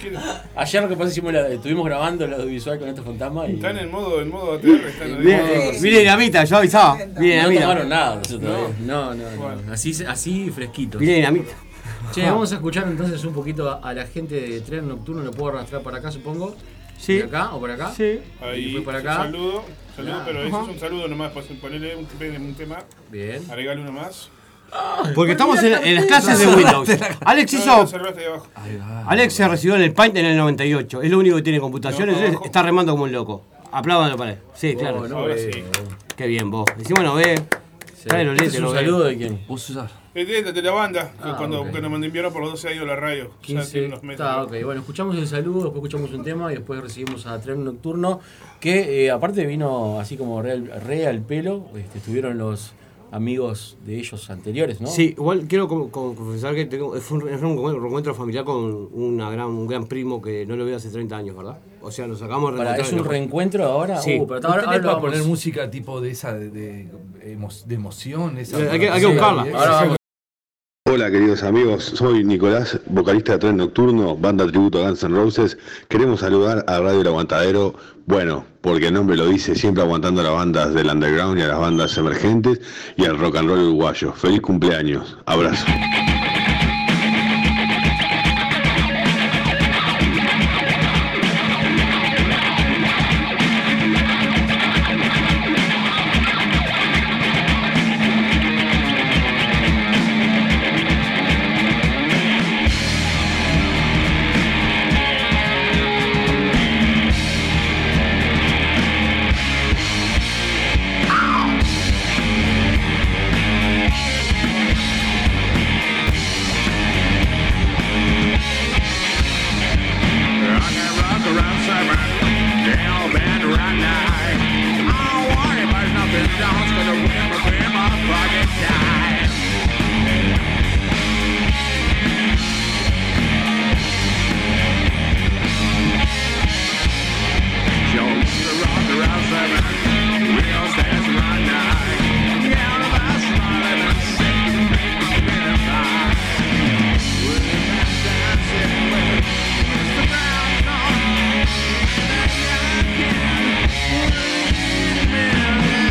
Speaker 1: Ayer lo que pasa hicimos la- estuvimos grabando el audiovisual con estos fantasmas y
Speaker 6: Están en modo, en modo ATR, están ahí.
Speaker 2: Bien, Viene dinamita, yo avisaba. Viene
Speaker 1: no
Speaker 2: dinamita.
Speaker 1: tomaron nada nosotros. No, no, no. Así, así fresquitos.
Speaker 2: Viene dinamita.
Speaker 1: Che, vamos a escuchar entonces un poquito a, a la gente de Tren Nocturno. Lo puedo arrastrar para acá, supongo.
Speaker 2: Sí.
Speaker 1: ¿Por acá o por acá?
Speaker 2: Sí.
Speaker 1: Y
Speaker 6: Ahí,
Speaker 1: fue para
Speaker 6: un
Speaker 1: acá. Ah.
Speaker 6: saludo, saludo, pero eso es un saludo nomás, pues, ponele un, un tema,
Speaker 1: Bien.
Speaker 6: agregale uno más.
Speaker 2: Porque estamos en, en las clases de Windows. Alex
Speaker 6: No, no,
Speaker 2: hizo.
Speaker 6: cerraste ahí abajo.
Speaker 2: Alex se recibió en el Paint en el 98. Es lo único que tiene computaciones.
Speaker 6: No, abajo.
Speaker 2: está remando como un loco. Apláudalo para él. Sí, claro.
Speaker 1: no,
Speaker 6: Ahora
Speaker 1: eh,
Speaker 6: sí.
Speaker 2: Qué bien vos. Decimos no ve. Trae los
Speaker 1: ¿Este
Speaker 2: lentes,
Speaker 1: es un
Speaker 2: lo ve.
Speaker 1: saludo de quién?
Speaker 3: Vos usás.
Speaker 6: Entiéndete de la banda, que
Speaker 1: Ah,
Speaker 6: cuando,
Speaker 1: ok.
Speaker 6: cuando me enviaron por los 12 años la radio. Ya
Speaker 1: 15.
Speaker 6: tiene unos meses.
Speaker 1: Está, ok. Bueno, escuchamos el saludo, después escuchamos un tema y después recibimos a Tren Nocturno, que eh, aparte vino así como re, al- re al pelo, este, estuvieron los amigos de ellos anteriores, ¿no?
Speaker 2: Sí, igual quiero co- co- confesar que tengo, fue un, fue un reencuentro- reencuentro familiar con una gran, un gran primo que no lo veo hace 30 años, ¿verdad? O sea, nos sacamos de
Speaker 1: Para, ¿Es un
Speaker 2: reencontrar y nos-
Speaker 1: reencuentro ahora?
Speaker 2: Sí.
Speaker 1: Uh, pero ahora-
Speaker 3: Ahora,
Speaker 1: ahora
Speaker 3: le va a
Speaker 1: vamos-
Speaker 3: poner música tipo de esa, de, de, emo- de emoción. Esa,
Speaker 2: Hay que- hay que buscarla.
Speaker 3: ¿eh?
Speaker 1: Ahora vamos.
Speaker 7: Hola queridos amigos, soy Nicolás, vocalista de Tren Nocturno, banda tributo a Guns N' Roses. Queremos saludar a Radio El Aguantadero, bueno, porque el nombre lo dice, siempre aguantando a las bandas del underground y a las bandas emergentes y al rock and roll uruguayo. Feliz cumpleaños, abrazo.
Speaker 8: rock and rock around summer. Jail band right now. I don't worry about nothing else, cause the women will my fucking die. Jones the rock around summer. Wheels dance right now. Yeah, I'm about smiling and sitting, making me fine. We're dancing with Thank you.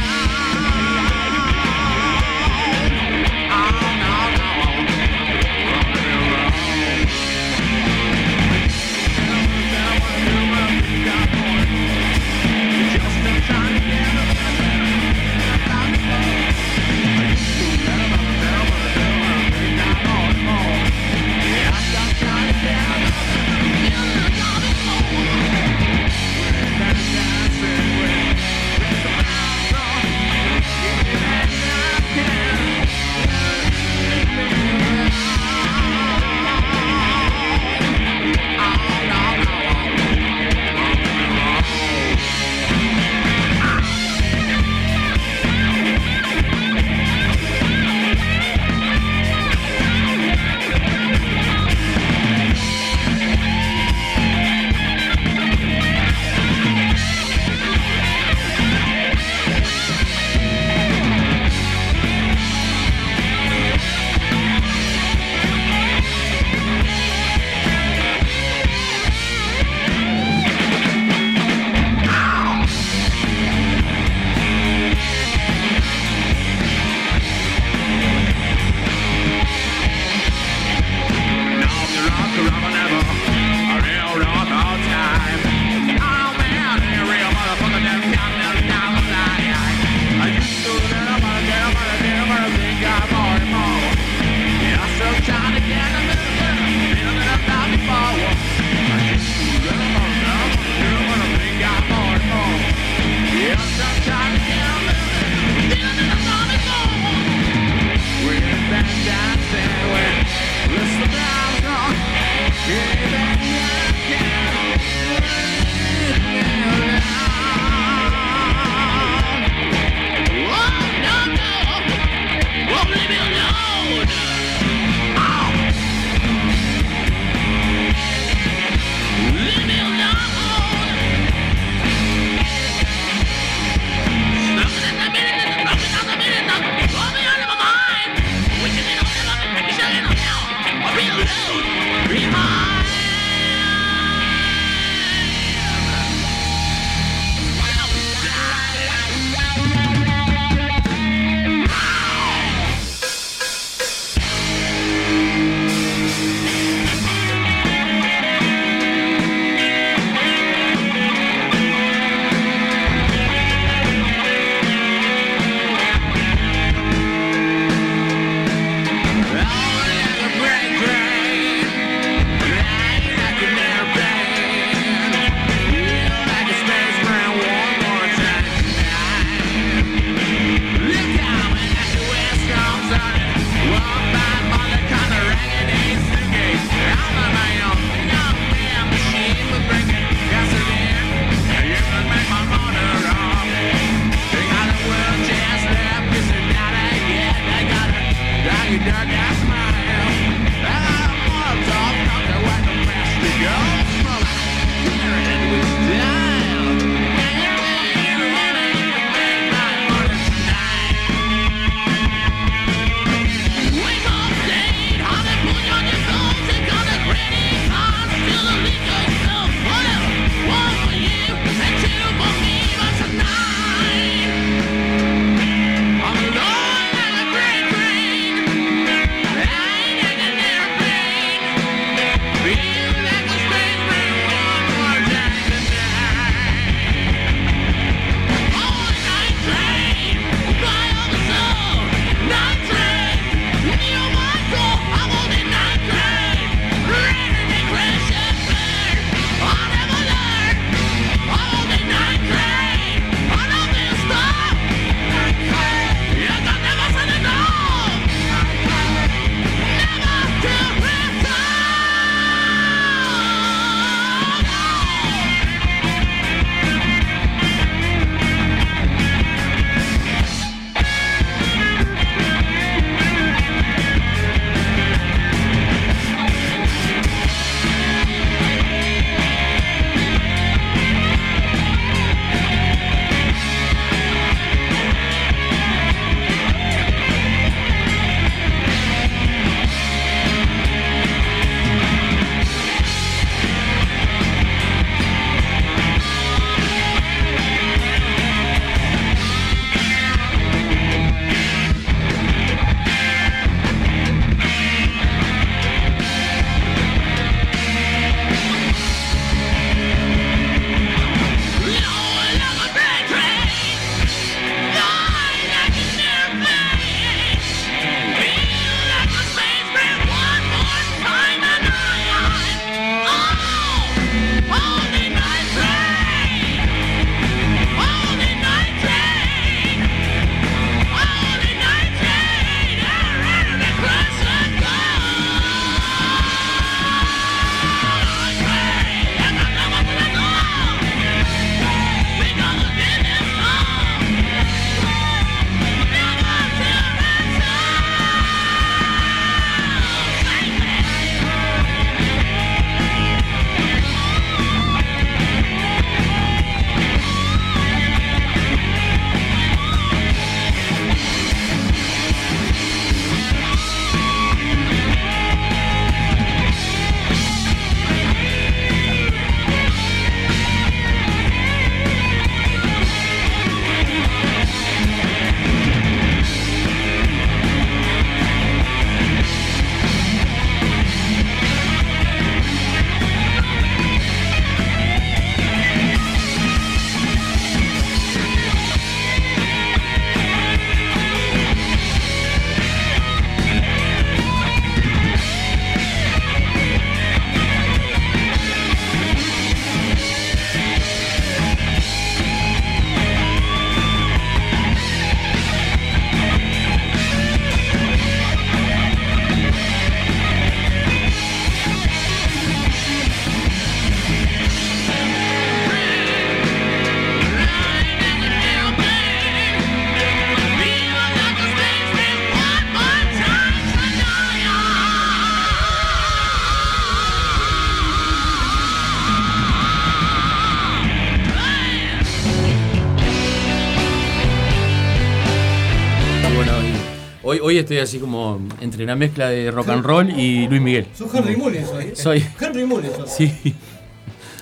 Speaker 1: Bueno, y hoy, hoy estoy así como entre una mezcla de rock and roll y Luis Miguel.
Speaker 2: Sos Henry Mullins hoy.
Speaker 1: Soy.
Speaker 2: Henry Mullins sos.
Speaker 1: Sí.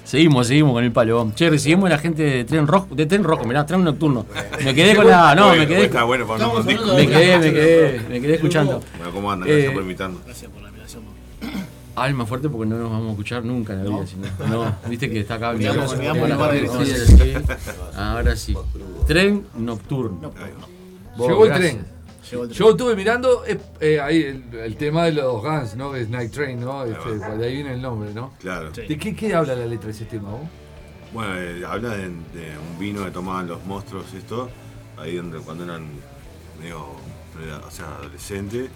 Speaker 1: Seguimos, seguimos con el palo. Che, recibimos a la gente de Tren Rojo, de Tren Rojo, mirá, Tren Nocturno. Me quedé con la... No, me quedé...
Speaker 9: Está bueno para
Speaker 2: Estamos
Speaker 9: un disco.
Speaker 2: hablando
Speaker 1: Me quedé, me quedé, me quedé escuchando.
Speaker 9: Bueno, ¿cómo andan? Gracias
Speaker 1: Eh,
Speaker 9: por invitarnos.
Speaker 1: Ay, más fuerte porque no nos vamos a escuchar nunca en la vida. si No, no, viste que está acá. el
Speaker 10: Miramos,
Speaker 1: micrófono.
Speaker 10: miramos el barrio.
Speaker 1: Ahora sí, Ahora sí. Tren nocturno. Vos,
Speaker 3: Llegó el
Speaker 1: gracias.
Speaker 3: tren.
Speaker 10: Llegó el
Speaker 3: Yo estuve mirando eh, eh, ahí el, el tema de los Guns, ¿no? Es Night Train, ¿no? Este, de ahí viene el nombre, ¿no?
Speaker 9: Claro.
Speaker 10: Sí.
Speaker 3: ¿De qué, qué habla la letra de ese tema, vos?
Speaker 9: Bueno, eh, habla de, de un vino que tomaban los monstruos, esto, ahí donde, cuando eran medio, era- o sea, adolescentes,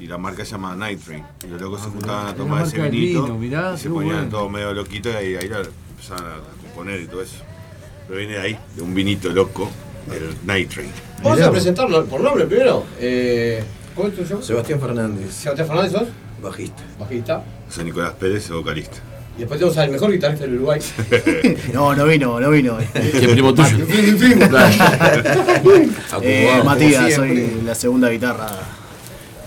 Speaker 9: y la marca se llama Night Train. Y los
Speaker 3: Ah,
Speaker 9: locos se juntaban a
Speaker 3: era
Speaker 9: tomar
Speaker 3: marca
Speaker 9: ese
Speaker 3: del
Speaker 9: vinito
Speaker 3: vino, mirá,
Speaker 9: y
Speaker 3: qué
Speaker 9: se ponían
Speaker 3: bueno.
Speaker 9: todos medio loquitos y ahí, ahí la empezaban a, a componer y todo eso. Pero viene de ahí, de un vinito loco, del Night Train.
Speaker 2: Vamos
Speaker 10: Mirá.
Speaker 2: a presentarlo por nombre primero. Eh, ¿Cómo es tu nombre?
Speaker 11: Sebastián Fernández,
Speaker 2: Sebastián Fernández, sos
Speaker 11: bajista.
Speaker 2: bajista.
Speaker 9: San Nicolás Pérez, vocalista.
Speaker 2: Y después tenemos al mejor guitarrista del Uruguay.
Speaker 10: No, no vino, no vino.
Speaker 2: Que primo tuyo.
Speaker 10: Mati- Eh,
Speaker 3: Acomodado.
Speaker 10: Matías,
Speaker 3: Como siempre.
Speaker 10: soy la segunda guitarra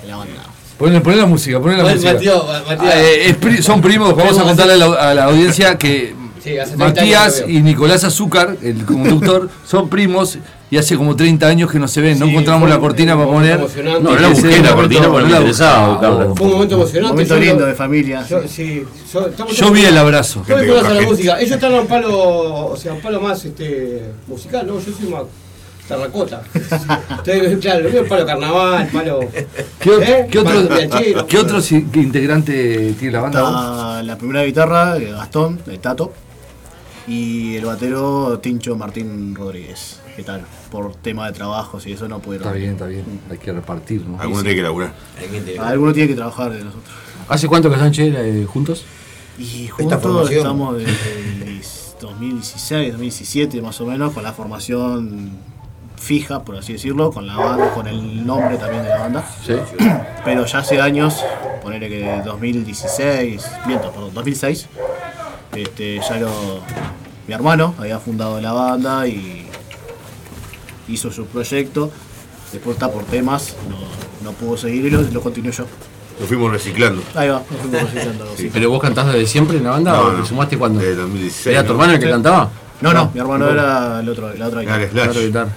Speaker 10: de la banda.
Speaker 3: Poné, poné la música, poné la
Speaker 10: Oye,
Speaker 3: música.
Speaker 10: Matías, Matías.
Speaker 3: Ah, eh, es pri- son primos, vamos a
Speaker 10: Primos,
Speaker 3: contarle a la, a la audiencia que
Speaker 10: Sí, hace 30 años
Speaker 3: Matías
Speaker 10: que lo
Speaker 3: y Nicolás Azúcar, el conductor, son primos y hace como 30 años que no se ven. no encontramos la cortina para poner.
Speaker 2: emocionante.
Speaker 11: No, no la
Speaker 3: Ese
Speaker 11: busqué, la
Speaker 3: momento,
Speaker 11: cortina, porque
Speaker 3: no
Speaker 11: me
Speaker 3: la
Speaker 11: interesaba
Speaker 3: buscaba.
Speaker 11: buscarla.
Speaker 2: Fue un momento emocionante.
Speaker 10: Momento
Speaker 2: yo lo-
Speaker 10: lindo de familia.
Speaker 2: Yo, sí, yo, estamos
Speaker 3: Yo
Speaker 2: todos-
Speaker 3: vi el abrazo.
Speaker 2: Yo me
Speaker 3: Gente
Speaker 2: conozco
Speaker 3: con
Speaker 2: la
Speaker 3: gente.
Speaker 2: música. Ellos están a un palo, o sea, un palo más este, musical, ¿no? Yo soy más terracota. Entonces, claro, lo mío es palo carnaval, palo.
Speaker 3: ¿Qué,
Speaker 2: ¿eh?
Speaker 3: qué
Speaker 2: Palo
Speaker 3: otro-
Speaker 2: piachero.
Speaker 3: qué otros in- integrante tiene la banda? vos?
Speaker 10: Está la primera guitarra, eh, Gastón, de Tato. Y el batero, Tincho Martín Rodríguez. ¿Qué tal? Por tema de trabajos y eso no pudieron.
Speaker 3: Está bien, está bien. Hay que repartir, ¿no?
Speaker 10: Alguno
Speaker 3: Sí,
Speaker 10: tiene
Speaker 3: sí.
Speaker 10: que laburar. Alguno tiene que trabajar de nosotros.
Speaker 1: ¿Hace cuánto que están che, eh, juntos?
Speaker 10: Y
Speaker 1: Esta
Speaker 10: juntos
Speaker 1: formación.
Speaker 10: estamos desde el 2016, 2017 más o menos, con la formación fija, por así decirlo, con la banda, con el nombre también de la banda.
Speaker 3: Sí.
Speaker 10: Pero ya hace años, ponerle que 2016, miento, perdón, 2006, este, ya lo, mi hermano había fundado la banda y hizo su proyecto. Después está por temas, no, no pudo seguir y lo, lo continué yo.
Speaker 9: Lo fuimos reciclando.
Speaker 10: Ahí va, nos fuimos reciclando. sí.
Speaker 1: ¿Pero vos cantás desde siempre en la banda
Speaker 9: No,
Speaker 1: o
Speaker 9: no.
Speaker 1: te sumaste cuando?
Speaker 9: Desde 2016.
Speaker 1: ¿Era tu hermano el que
Speaker 10: Sí.
Speaker 1: cantaba?
Speaker 10: No, no, mi hermano era el otro, la
Speaker 3: Ah,
Speaker 10: otra guitarra.
Speaker 1: La otra guitarra.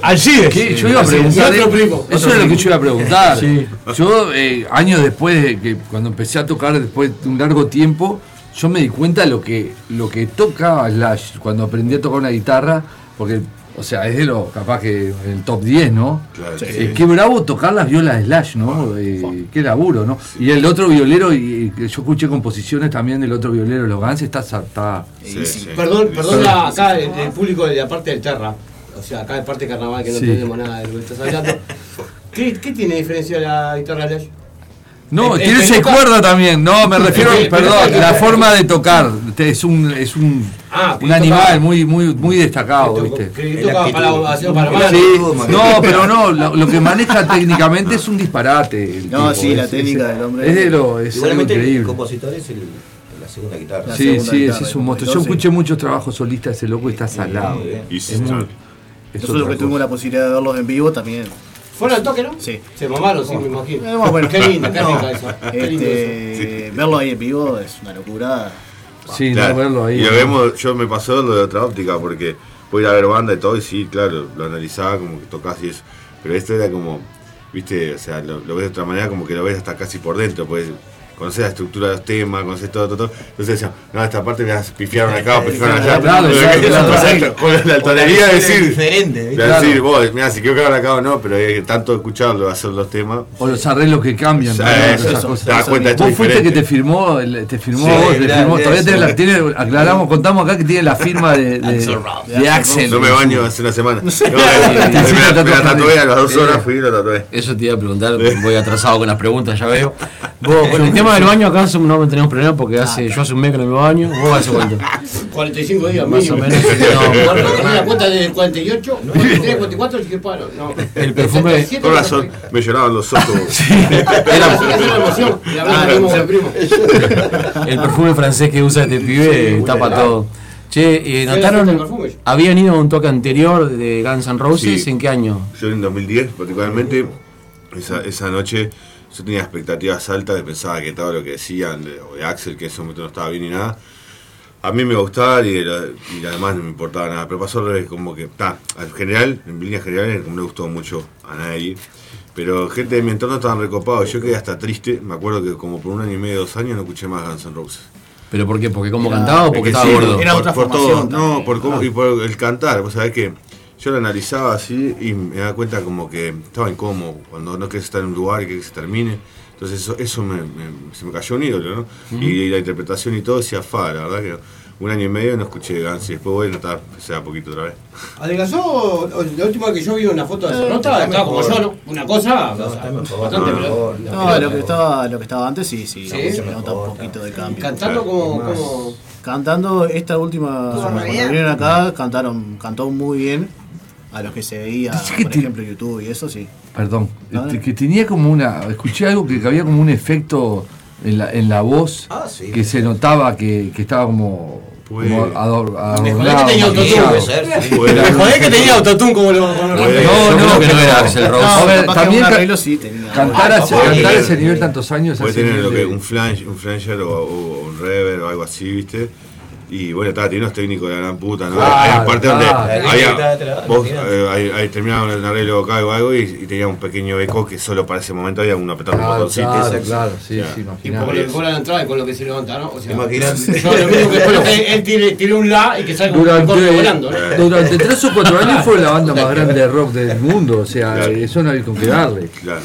Speaker 10: Alcides.
Speaker 3: ¿Qué? Yo iba a
Speaker 10: Sí,
Speaker 3: preguntar.
Speaker 10: otro
Speaker 3: eh,
Speaker 10: primo.
Speaker 3: Eso
Speaker 10: Otro
Speaker 3: era lo que
Speaker 10: primo.
Speaker 3: yo iba a preguntar.
Speaker 10: Sí.
Speaker 3: Yo, eh, años después de que cuando empecé a tocar, después de un largo tiempo, yo me di cuenta lo que, lo que tocaba Slash cuando aprendí a tocar una guitarra, porque, o sea, es de los capaz que el top 10, ¿no?
Speaker 9: Claro,
Speaker 3: Eh,
Speaker 9: sí.
Speaker 3: Qué bravo tocar las violas de Slash, ¿no? Eh, Qué laburo, ¿no? Y el otro violero, y, y yo escuché composiciones también del otro violero, los Gans, está. está
Speaker 2: Sí, Perdón, perdón la- acá el, el público de la parte del Terra. O sea, acá de parte de carnaval que no
Speaker 3: Sí.
Speaker 2: tenemos nada de lo que estás hablando. ¿Qué, qué tiene de diferencia la guitarra Lash?
Speaker 3: No,
Speaker 2: El- el
Speaker 3: tiene seis
Speaker 2: peluca-
Speaker 3: cuerdas también. No, me refiero,
Speaker 2: El peluca-
Speaker 3: perdón, la forma de tocar. Te- Es un, es un,
Speaker 2: Ah,
Speaker 3: un animal muy, muy, muy destacado, ¿viste?
Speaker 2: Que toca para, haciendo para
Speaker 3: Sí, no, pero no, lo, lo que maneja técnicamente es un disparate. el
Speaker 10: No,
Speaker 3: tipo,
Speaker 10: sí, la
Speaker 3: es-
Speaker 10: técnica
Speaker 3: es-
Speaker 10: del hombre.
Speaker 3: Es de lo, es algo
Speaker 11: Igualmente el
Speaker 3: increíble.
Speaker 11: compositor es el, la segunda guitarra.
Speaker 3: Sí, sí, ese es un monstruo. Yo escuché muchos trabajos solistas de ese loco y está salado. ¿eh? Es muy- es
Speaker 10: eh. Nosotros
Speaker 3: otra
Speaker 10: que tuvimos
Speaker 3: cosa.
Speaker 10: la posibilidad de verlos en vivo también.
Speaker 2: Fueron al toque, ¿no?
Speaker 10: Sí.
Speaker 2: Se mamaron, sí, me imagino.
Speaker 10: Eh, más o menos.
Speaker 2: Qué lindo, qué
Speaker 10: No,
Speaker 2: rica esa. Qué lindo
Speaker 10: este,
Speaker 2: eso.
Speaker 10: Verlo ahí en vivo es una locura.
Speaker 3: Sí,
Speaker 9: Claro.
Speaker 3: no verlo ahí.
Speaker 9: Y lo
Speaker 3: ¿no?
Speaker 9: vemos, yo me pasó lo de otra óptica, porque voy a ver banda y todo, y sí, claro, lo analizaba como que tocas y eso. Pero esto era como, viste, o sea, lo, lo ves de otra manera, como que lo ves hasta casi por dentro, pues conoces la estructura de los temas, conoces todo, todo, todo. Entonces decían, no, esta parte me las pifiaron acá o pifiaron allá.
Speaker 3: Claro, claro, claro.
Speaker 9: Exacto. Con la altanería de
Speaker 11: Porque
Speaker 9: decir.
Speaker 11: es diferente,
Speaker 9: de
Speaker 11: ¿viste?
Speaker 9: decir,
Speaker 11: Claro.
Speaker 9: vos, mira, si quiero cagar acá o no, pero eh, tanto escucharlo, hacer los temas.
Speaker 3: O los arreglos que cambian.
Speaker 9: Sí,
Speaker 3: ¿no?
Speaker 9: eso,
Speaker 3: Esas
Speaker 9: eso,
Speaker 3: cosas.
Speaker 9: te das cuenta, esto
Speaker 3: Vos
Speaker 9: es
Speaker 3: fuiste que
Speaker 9: diferente.
Speaker 3: te firmó, el- te firmó
Speaker 9: Sí,
Speaker 3: vos, te
Speaker 9: mirá,
Speaker 3: firmó.
Speaker 9: mirá
Speaker 3: Todavía
Speaker 9: eso.
Speaker 3: tiene la- tiene, aclaramos, contamos acá que tiene la firma de, de, de Axel.
Speaker 9: No me baño hace una semana. No,
Speaker 3: Sí.
Speaker 9: me la-
Speaker 3: Te hiciste
Speaker 9: me la
Speaker 3: tatuaje.
Speaker 9: tatué a las dos horas,
Speaker 1: Eh,
Speaker 9: fui y la tatué.
Speaker 1: Eso te iba a preguntar, voy atrasado con las preguntas, ya veo. Vos, con el tema del baño acá no tenemos problema porque hace, yo hace un mes que no me baño. ¿Vos hace cuánto?
Speaker 2: 45 días,
Speaker 1: Más
Speaker 2: mínimo.
Speaker 1: o menos.
Speaker 2: No,
Speaker 1: No,
Speaker 2: bueno, tomé la cuenta del 48, 43, 44, dije, paro. No.
Speaker 1: El perfume.
Speaker 9: Con razón, me lloraban los ojos.
Speaker 2: Así que es una emoción. La verdad,
Speaker 1: Claro.
Speaker 2: tenemos el primo.
Speaker 1: El perfume francés que usa este pibe
Speaker 2: Sí,
Speaker 1: tapa
Speaker 2: bueno,
Speaker 1: todo. Che, eh,
Speaker 2: Yo le
Speaker 1: ¿notaron?
Speaker 2: falta el perfume.
Speaker 1: ¿Habían ido a un toque anterior de Guns N' Roses?
Speaker 9: Sí.
Speaker 1: ¿En qué año?
Speaker 9: Yo en 2010, particularmente, esa, esa noche, yo tenía expectativas altas, pensaba que todo lo que decían de, o de Axel, que en ese momento no estaba bien ni nada, a mí me gustaba y, lo- y además no me importaba nada. Pero pasó al revés, como que, está, en general, en líneas generales, no le gustó mucho a nadie. Pero gente de mi entorno estaban recopados, yo quedé hasta triste, me acuerdo que como por un año y medio, dos años no escuché más Guns N' Roses.
Speaker 1: ¿Pero por qué? ¿Porque cómo cantaba o porque estaba gordo?
Speaker 9: Era
Speaker 10: otra
Speaker 9: por, por todo.
Speaker 10: formación Ah.
Speaker 9: No, por cómo, y por el cantar. Vos sabés que yo lo analizaba así y me daba cuenta como que estaba incómodo. Cuando no querés estar en un lugar y querés que se termine. Entonces eso, eso me, me- se me cayó un ídolo, ¿no?
Speaker 1: Ujú.
Speaker 9: y, la interpretación y todo decía fa, la verdad que un año y medio no escuché Guns y después voy a notar, sea poquito otra vez.
Speaker 2: Adelgazó, o- la última que yo vi una foto de
Speaker 10: Eh,
Speaker 2: Cerrota,
Speaker 10: está
Speaker 2: estaba como
Speaker 10: mejor.
Speaker 2: yo, ¿no? Una cosa, o sea, bastante, pero...
Speaker 10: No, lo que estaba, lo que estaba antes sí, sí,
Speaker 2: Sí.
Speaker 10: se nota un poquito de cambio.
Speaker 2: Cantando como-
Speaker 10: Más.
Speaker 2: como-
Speaker 10: Cantando esta última,
Speaker 2: Estuvo
Speaker 10: cuando
Speaker 2: re bien.
Speaker 10: vinieron acá, cantaron, cantó muy bien a los que se veía,
Speaker 3: que
Speaker 10: por
Speaker 3: te-
Speaker 10: ejemplo, YouTube y eso sí.
Speaker 3: Perdón,
Speaker 10: Dale.
Speaker 3: este, que tenía como una. Escuché algo que había como un efecto en la, en la voz,
Speaker 11: Ah, sí.
Speaker 3: que se notaba que, que estaba como,
Speaker 11: Puede.
Speaker 3: como ador-
Speaker 11: Me jodé
Speaker 3: adornado,
Speaker 11: que tenía autotune,
Speaker 3: maquillado.
Speaker 11: puede ser, sí.
Speaker 3: Puede.
Speaker 11: Me jodé
Speaker 2: que tenía autotune como lo- como lo-
Speaker 3: Puede.
Speaker 2: Yo
Speaker 3: No,
Speaker 2: creo
Speaker 3: no,
Speaker 2: que no
Speaker 3: pero-
Speaker 2: era Axl Rose.
Speaker 3: No, a ver,
Speaker 2: Capaz que
Speaker 3: también
Speaker 2: un
Speaker 3: ca-
Speaker 2: arreglo sí tenía.
Speaker 3: cantar, a-
Speaker 9: Ah, puede
Speaker 3: cantar a
Speaker 9: tener-
Speaker 3: ese nivel tantos años.
Speaker 9: Puede
Speaker 3: ese
Speaker 9: tener
Speaker 3: nivel
Speaker 9: lo que
Speaker 3: de-
Speaker 9: un flange, un flanger o, o un reverb o algo así, ¿viste? Y bueno, estaba tiene unos técnicos de la gran puta, ¿no?
Speaker 11: Claro,
Speaker 9: hay una parte
Speaker 11: claro.
Speaker 9: donde
Speaker 11: La
Speaker 9: había-
Speaker 11: lista te la-
Speaker 9: vos
Speaker 11: la
Speaker 9: eh, ahí- ahí terminaba un arreglo vocal o algo y, y tenía un pequeño eco que solo para ese momento había uno apretando
Speaker 3: Claro,
Speaker 9: un botoncito.
Speaker 3: claro, claro, sí,
Speaker 9: O sea,
Speaker 3: sí,
Speaker 2: Y con
Speaker 3: imaginaba.
Speaker 2: lo que cobra la entrada y con lo que se levanta, ¿no? O sea,
Speaker 3: Imagínate.
Speaker 2: no, lo mismo que fue lo que él tire, tire un la y que salga un corte volando, ¿no?
Speaker 3: Durante, durante tres o cuatro años fue la banda más grande de rock del mundo, o sea, eso no hay con qué darle.
Speaker 9: Claro.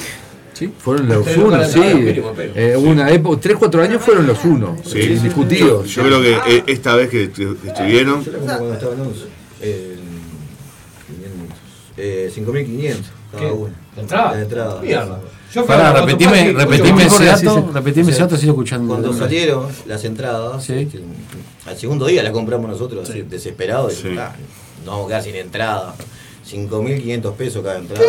Speaker 3: Sí, fueron los
Speaker 9: Ustedes
Speaker 3: uno,
Speaker 9: nunca
Speaker 3: sí.
Speaker 9: ganaron, mínimo, pero-
Speaker 3: Eh, hubo una época, tres, cuatro años fueron los uno,
Speaker 9: Sí.
Speaker 3: eh,
Speaker 9: Yo,
Speaker 3: indiscutidos.
Speaker 9: yo creo que eh, esta vez que estu- estuvieron,
Speaker 11: Yo la compré cuando estaba en Lanús. Eh, 500, eh, 5.500 cada
Speaker 2: ¿Qué?
Speaker 11: una.
Speaker 2: ¿La entrada?
Speaker 11: La entrada.
Speaker 2: Mierda. Yo fui
Speaker 1: Pará,
Speaker 2: a la
Speaker 1: repetime,
Speaker 2: Motoparty,
Speaker 1: repetime
Speaker 2: ocho
Speaker 1: ese
Speaker 2: mejores
Speaker 1: dato,
Speaker 2: haces-
Speaker 1: repetime ese dato, sigo escuchando.
Speaker 11: Cuando salieron las entradas, este, al segundo día las compramos nosotros, así, desesperados. y, "Ah, nos vamos a quedar sin entrada. 5.500 pesos cada entrada.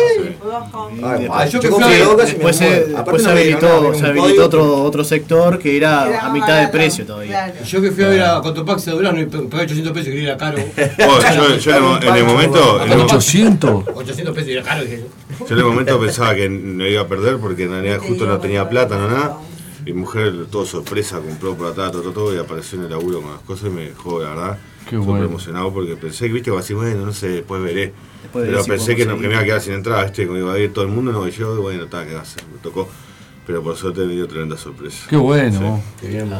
Speaker 11: Ah,
Speaker 10: Después-
Speaker 11: yo que
Speaker 10: después-
Speaker 11: fui a Boca, si me
Speaker 10: después se,
Speaker 11: muero.
Speaker 10: después
Speaker 11: Aparte
Speaker 10: se
Speaker 11: no me dieron nada,
Speaker 10: habilitó,
Speaker 11: era
Speaker 10: se
Speaker 11: un
Speaker 10: habilitó
Speaker 11: código.
Speaker 10: otro, otro sector que era a mitad de precio todavía.
Speaker 2: Yo que fui a ver a Cotopaxi de Durano y pe- pagué 800 pesos y quería ir a caro.
Speaker 9: Oh, yo- yo en el mo- en el momento- en el mo-
Speaker 3: 800.
Speaker 2: 800 pesos y era caro, dije yo.
Speaker 9: Yo en el momento pensaba que no iba a perder porque en realidad justo no tenía plata, no nada. Mi mujer, todo sorpresa, compró por atrás, todo, todo, todo, y apareció en el laburo con las cosas y me dejó, la verdad,
Speaker 3: Qué
Speaker 9: súper
Speaker 3: bueno.
Speaker 9: emocionado porque pensé que, viste, así, bueno, no sé, después veré.
Speaker 10: Después veré
Speaker 9: Pero pensé
Speaker 10: si podemos
Speaker 9: que, no,
Speaker 10: seguir.
Speaker 9: que me iba a quedar sin entrada, viste, como iba a ir todo el mundo, no, y yo, bueno, está, qué va a hacer, me tocó. Pero por suerte me dio tremenda sorpresa.
Speaker 1: Qué bueno.
Speaker 9: Sí. Buenísimo.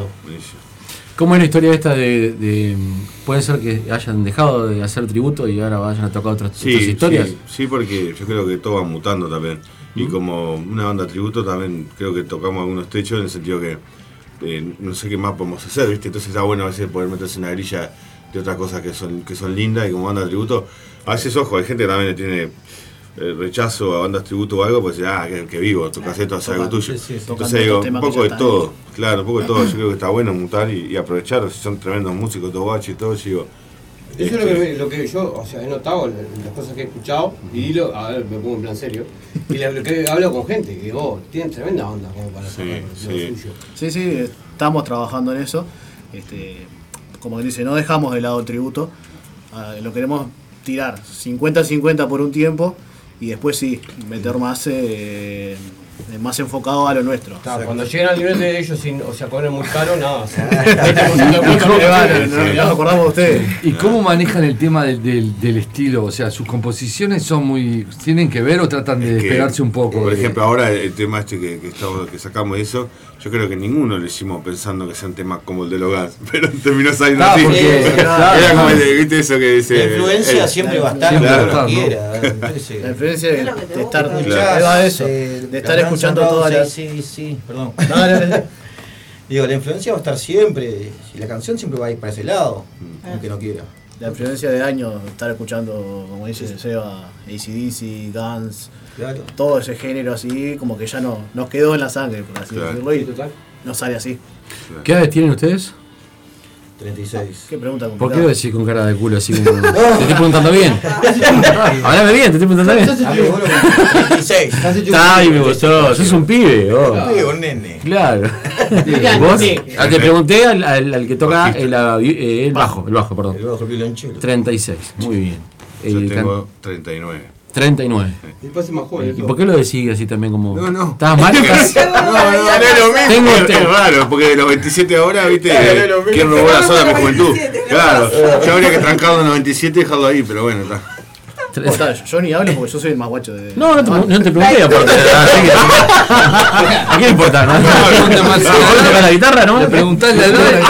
Speaker 1: ¿Cómo es la historia esta de, de, mm, Puede ser que hayan dejado de hacer tributo y ahora vayan a tocar otras, otras
Speaker 9: Sí,
Speaker 1: historias?
Speaker 9: sí, sí, porque yo creo que todo va mutando también. Y como una banda tributo también creo que tocamos algunos techos en el sentido que eh, no sé qué más podemos hacer, ¿viste? Entonces está bueno a veces poder meterse en la grilla de otras cosas que son, que son lindas y como banda tributo. A veces, ojo, hay gente que también le tiene eh, rechazo a bandas tributo o algo, pues ah, que, que vivo, tocas esto, haces algo
Speaker 10: Tocan,
Speaker 9: tuyo.
Speaker 10: sí, sí, sí.
Speaker 9: Entonces digo,
Speaker 10: Tocan otro
Speaker 9: un
Speaker 10: tema que
Speaker 9: poco
Speaker 10: ya Ah.
Speaker 9: de
Speaker 10: está
Speaker 9: todo, claro, un poco de todo. Yo creo que está bueno mutar y, y aprovechar, son tremendos músicos, todos baches, todos, digo.
Speaker 2: Eso es
Speaker 9: este,
Speaker 2: lo que, lo que yo, o sea, he notado, la- las cosas que he escuchado, y lo, a ver, me pongo en plan serio, y la- lo que hablo con gente, y digo, oh, tienen tremenda onda como para sacar lo suyo.
Speaker 10: Sí, sí, estamos trabajando en eso. Este, como que dice, no dejamos de lado el tributo. Ah, lo queremos tirar 50-50 por un tiempo y después sí, meter más, eh, más enfocado a lo nuestro.
Speaker 2: Está, cuando llegan al nivel de ellos, sin, o sea, cobran muy caro, nada, o sea,
Speaker 3: ¿Y cómo manejan el tema del, del- del estilo? O sea, sus composiciones son muy. ¿Tienen que ver o tratan de
Speaker 9: que,
Speaker 3: despegarse un poco?
Speaker 9: Por
Speaker 3: de-
Speaker 9: ejemplo, ahora el tema este que, que, estamos- que sacamos y eso, yo creo que ninguno lo hicimos pensando que sea un tema como el de Logas, pero terminó saliendo
Speaker 11: Ah,
Speaker 9: así.
Speaker 11: porque-
Speaker 9: Era
Speaker 11: claro.
Speaker 9: como el de- viste eso que dice.
Speaker 11: La influencia
Speaker 9: el-
Speaker 11: siempre
Speaker 9: el-
Speaker 11: va a estar,
Speaker 9: Claro.
Speaker 11: como lo quiera.
Speaker 10: La diferencia de, de estar,
Speaker 11: Claro.
Speaker 10: ahí va eso,
Speaker 11: Eh,
Speaker 10: de estar
Speaker 11: Guns N'
Speaker 10: escuchando
Speaker 11: Roses,
Speaker 10: toda la...
Speaker 11: Sí, sí, perdón.
Speaker 10: No, no, no.
Speaker 11: Digo, la influencia va a estar siempre. Y la canción siempre va a ir para ese lado,
Speaker 12: Mm.
Speaker 11: mm, aunque no quiera.
Speaker 10: La influencia de años, estar escuchando, como dice Seba, ACDC, Guns, todo ese género así, como que ya no nos quedó en la sangre, por así
Speaker 1: Claro.
Speaker 10: decirlo, y no sale así.
Speaker 1: ¿Qué edades tienen ustedes?
Speaker 11: 36.
Speaker 10: ¿Qué pregunta
Speaker 1: ¿Por qué lo decís con cara de culo así como.? te estoy preguntando bien. Hablame bien, te estoy preguntando
Speaker 12: Ah.
Speaker 1: bien. Está ahí, me gustó. Sos un pibe, vos.
Speaker 11: Pibe, un nene.
Speaker 1: Claro.
Speaker 11: Mirá,
Speaker 1: Vos,
Speaker 11: nene.
Speaker 1: ah, te pregunté al, al- al que toca el, eh, el bajo, el bajo, perdón.
Speaker 11: El bajo violonchelo.
Speaker 1: 36, muy bien. El
Speaker 9: Yo
Speaker 1: can-
Speaker 9: tengo 39.
Speaker 1: 39.
Speaker 2: Y pasa más joven.
Speaker 1: ¿Y por qué lo decís así también como.?
Speaker 9: No, no.
Speaker 1: ¿Estabas mal?
Speaker 9: No, no, no es lo mismo.
Speaker 1: Tengo-
Speaker 9: es,
Speaker 1: tengo-
Speaker 9: es raro, porque de los 27 ahora, viste,
Speaker 1: Claro, no es lo
Speaker 9: eh,
Speaker 1: mismo.
Speaker 9: ¿quién robó la soda de mi
Speaker 1: Los
Speaker 9: juventud?
Speaker 1: 27, no
Speaker 9: Claro,
Speaker 1: pasa.
Speaker 9: yo habría que trancarlo en los 27 y dejarlo ahí, pero bueno, está.
Speaker 10: O sea, yo ni hablo porque yo soy el más guacho de.
Speaker 1: No, no te, no te pregunté aparte. así que- ¿A qué le importa? No,
Speaker 3: más.
Speaker 1: ¿Vos tocás la guitarra, no?
Speaker 3: Le preguntás la edad y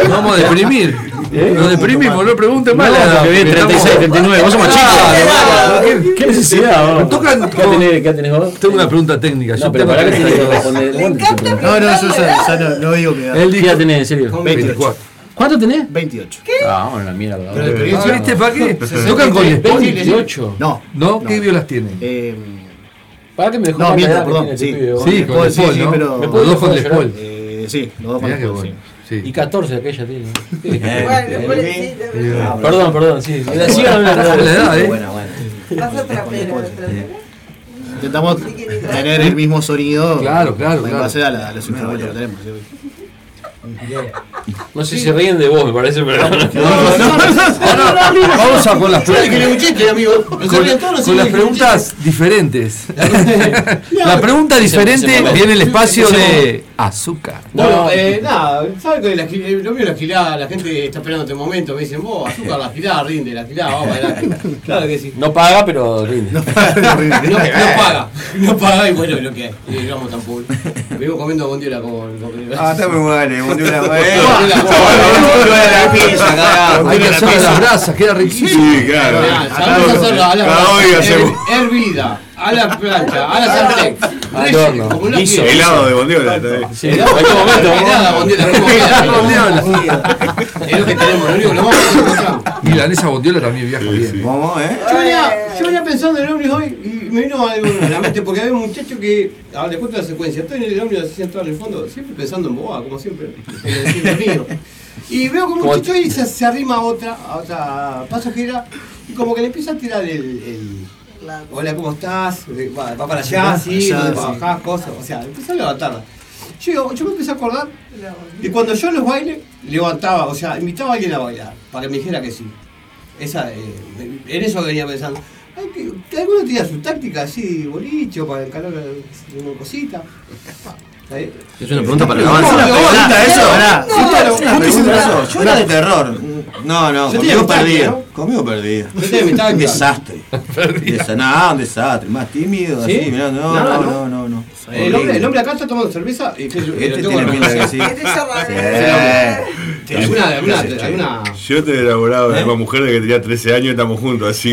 Speaker 3: nos vamos a deprimir. Nos deprimimos, no pregunten más.
Speaker 1: ¿Eh? No,
Speaker 3: la edad,
Speaker 1: porque viene
Speaker 3: porque
Speaker 1: 36, 39, vos somos chicos.
Speaker 3: Claro,
Speaker 1: ¿Qué, qué necesidad? vos? ¿Qué tenés, qué tenés vos?
Speaker 3: Tengo una pregunta técnica.
Speaker 1: No, pero pará que tenés que responder. vos que te preguntás.
Speaker 10: No, no, yo ya, ya no, no digo que.
Speaker 1: Él dijo, ¿qué tenés, en serio?
Speaker 10: 24.
Speaker 1: ¿Cuánto tenés?
Speaker 10: 28.
Speaker 1: Ah, bueno, la mierda.
Speaker 10: Pero la experiencia-
Speaker 1: Ah, ¿viste? ¿Para qué?
Speaker 10: No.
Speaker 1: ¿Tocan con el
Speaker 10: 28?
Speaker 1: 28?
Speaker 10: No.
Speaker 3: ¿No? ¿Qué violas tienen?
Speaker 10: Eh,
Speaker 1: ¿Para que me dejó
Speaker 10: no,
Speaker 1: mal
Speaker 10: miento,
Speaker 1: quedar que
Speaker 10: perdón.
Speaker 1: tiene
Speaker 10: Sí,
Speaker 1: este pibe, vos?
Speaker 10: Me puedo decir, sí, pero-
Speaker 1: Me puedo dejar de llorar.
Speaker 10: Eh, sí, los dos con
Speaker 1: Mirá
Speaker 10: el
Speaker 1: qué
Speaker 10: Paul, sí.
Speaker 1: Y 14 aquella tiene.
Speaker 10: Bueno,
Speaker 1: Ah, Perdón, perdón, sí. sí.
Speaker 10: Buena,
Speaker 1: eh. Sigan hablando.
Speaker 10: buena, buena.
Speaker 8: eh.
Speaker 1: Bueno, bueno.
Speaker 4: Vas a otra pera.
Speaker 10: Intentamos tener el mismo sonido.
Speaker 3: Claro, claro,
Speaker 10: en
Speaker 3: claro.
Speaker 10: base a, la- a los instrumentos que tenemos. ¿sí?
Speaker 13: No sé si se ríen de vos, me parece, pero.
Speaker 3: Vamos a con las
Speaker 11: Dale, que le bucheque, amigo. No se
Speaker 3: Con,
Speaker 11: rían todos, no se
Speaker 3: con las
Speaker 11: rían.
Speaker 3: preguntas diferentes. La pregunta diferente viene el espacio de azúcar.
Speaker 2: Bueno, eh, nada, ¿sabes que la, gil- eh, lo mío la gilada, la gente está esperando este momento, me dicen, vos, azúcar, la gilada, rinde, la gilada, vamos adelante. Claro que sí.
Speaker 13: No paga, pero rinde. No
Speaker 2: No, no paga, no paga y bueno, es lo que hay, y vamos tan pobre. Vivo comiendo bondiola como...
Speaker 12: Ah, está muy bueno, bondiola, eh. bueno.
Speaker 2: Bondiola, pizza, carajo.
Speaker 3: Hay que
Speaker 2: Bondiola,
Speaker 3: hacer a
Speaker 2: pizza.
Speaker 3: las brasas, queda riquísimo. Sí,
Speaker 2: Claro, vamos a hacerlo a la her- hervida, a la plancha, a la sartén.
Speaker 3: Al horno. Guiso.
Speaker 9: Helado de bondiola. está bien.
Speaker 2: Sí, no, en este momento. Helada, bondiola, como helada. Es lo que tenemos, lo único que nos vamos a
Speaker 3: Y la Nesa Bondiola también viaja bien.
Speaker 12: ¿Cómo, eh?
Speaker 2: Yo venía, yo venía pensando en el ómnibus hoy y me vino algo a la mente porque había un muchacho que, ahora les cuento la secuencia, estoy en el ómnibus así sentado en el fondo, siempre pensando en boba, como siempre, en el siglo mío. Y veo como un
Speaker 13: Como-
Speaker 2: muchacho y se, se arrima a otra, a otra pasajera y como que le empieza a tirar el... el, Hola, ¿cómo estás? Eh, Va, va para allá, sí,
Speaker 10: Allá,
Speaker 2: va para
Speaker 10: sí.
Speaker 2: acá, cosas. O sea, empezó a levantarla. Yo, digo, yo me empecé a acordar de cuando yo en los bailes levantaba, o sea, invitaba a alguien a bailar, para que me dijera que sí. Esa, eh, en eso venía pensando. Ay, que, que alguno tenía su táctica así, bolicho, para encarar una cosita. Eh,
Speaker 1: Es una pregunta para la
Speaker 12: ¿Cómo
Speaker 1: banda.
Speaker 12: una pregunta eso? Pará.
Speaker 2: no, no,
Speaker 12: Una
Speaker 2: no,
Speaker 12: pregunta
Speaker 2: no,
Speaker 12: eso. Yo era de terror. No, no,
Speaker 2: Yo tenía
Speaker 12: conmigo
Speaker 2: mi táctica,
Speaker 12: perdido.
Speaker 2: ¿no?
Speaker 12: Conmigo perdido.
Speaker 2: Yo tenía mi táctica.
Speaker 12: Un desastre. Desa- No, un desastre. Más tímido,
Speaker 2: ¿Sí?
Speaker 12: así. mirá, No,
Speaker 2: Nada,
Speaker 12: no,
Speaker 2: ¿no?
Speaker 12: no, no. no.
Speaker 2: El hombre, el hombre acá está tomando cerveza y que yo-
Speaker 12: Este
Speaker 2: lo tengo
Speaker 12: tiene
Speaker 2: que
Speaker 12: pinta que sí.
Speaker 2: reconocer.
Speaker 12: Este es cerrado.
Speaker 2: Sí.
Speaker 12: Sí.
Speaker 2: Alguna, alguna,
Speaker 12: Gracias, che.
Speaker 2: alguna.
Speaker 9: Yo te he elaborado con una mujer de que tenía 13 años y estamos juntos, así.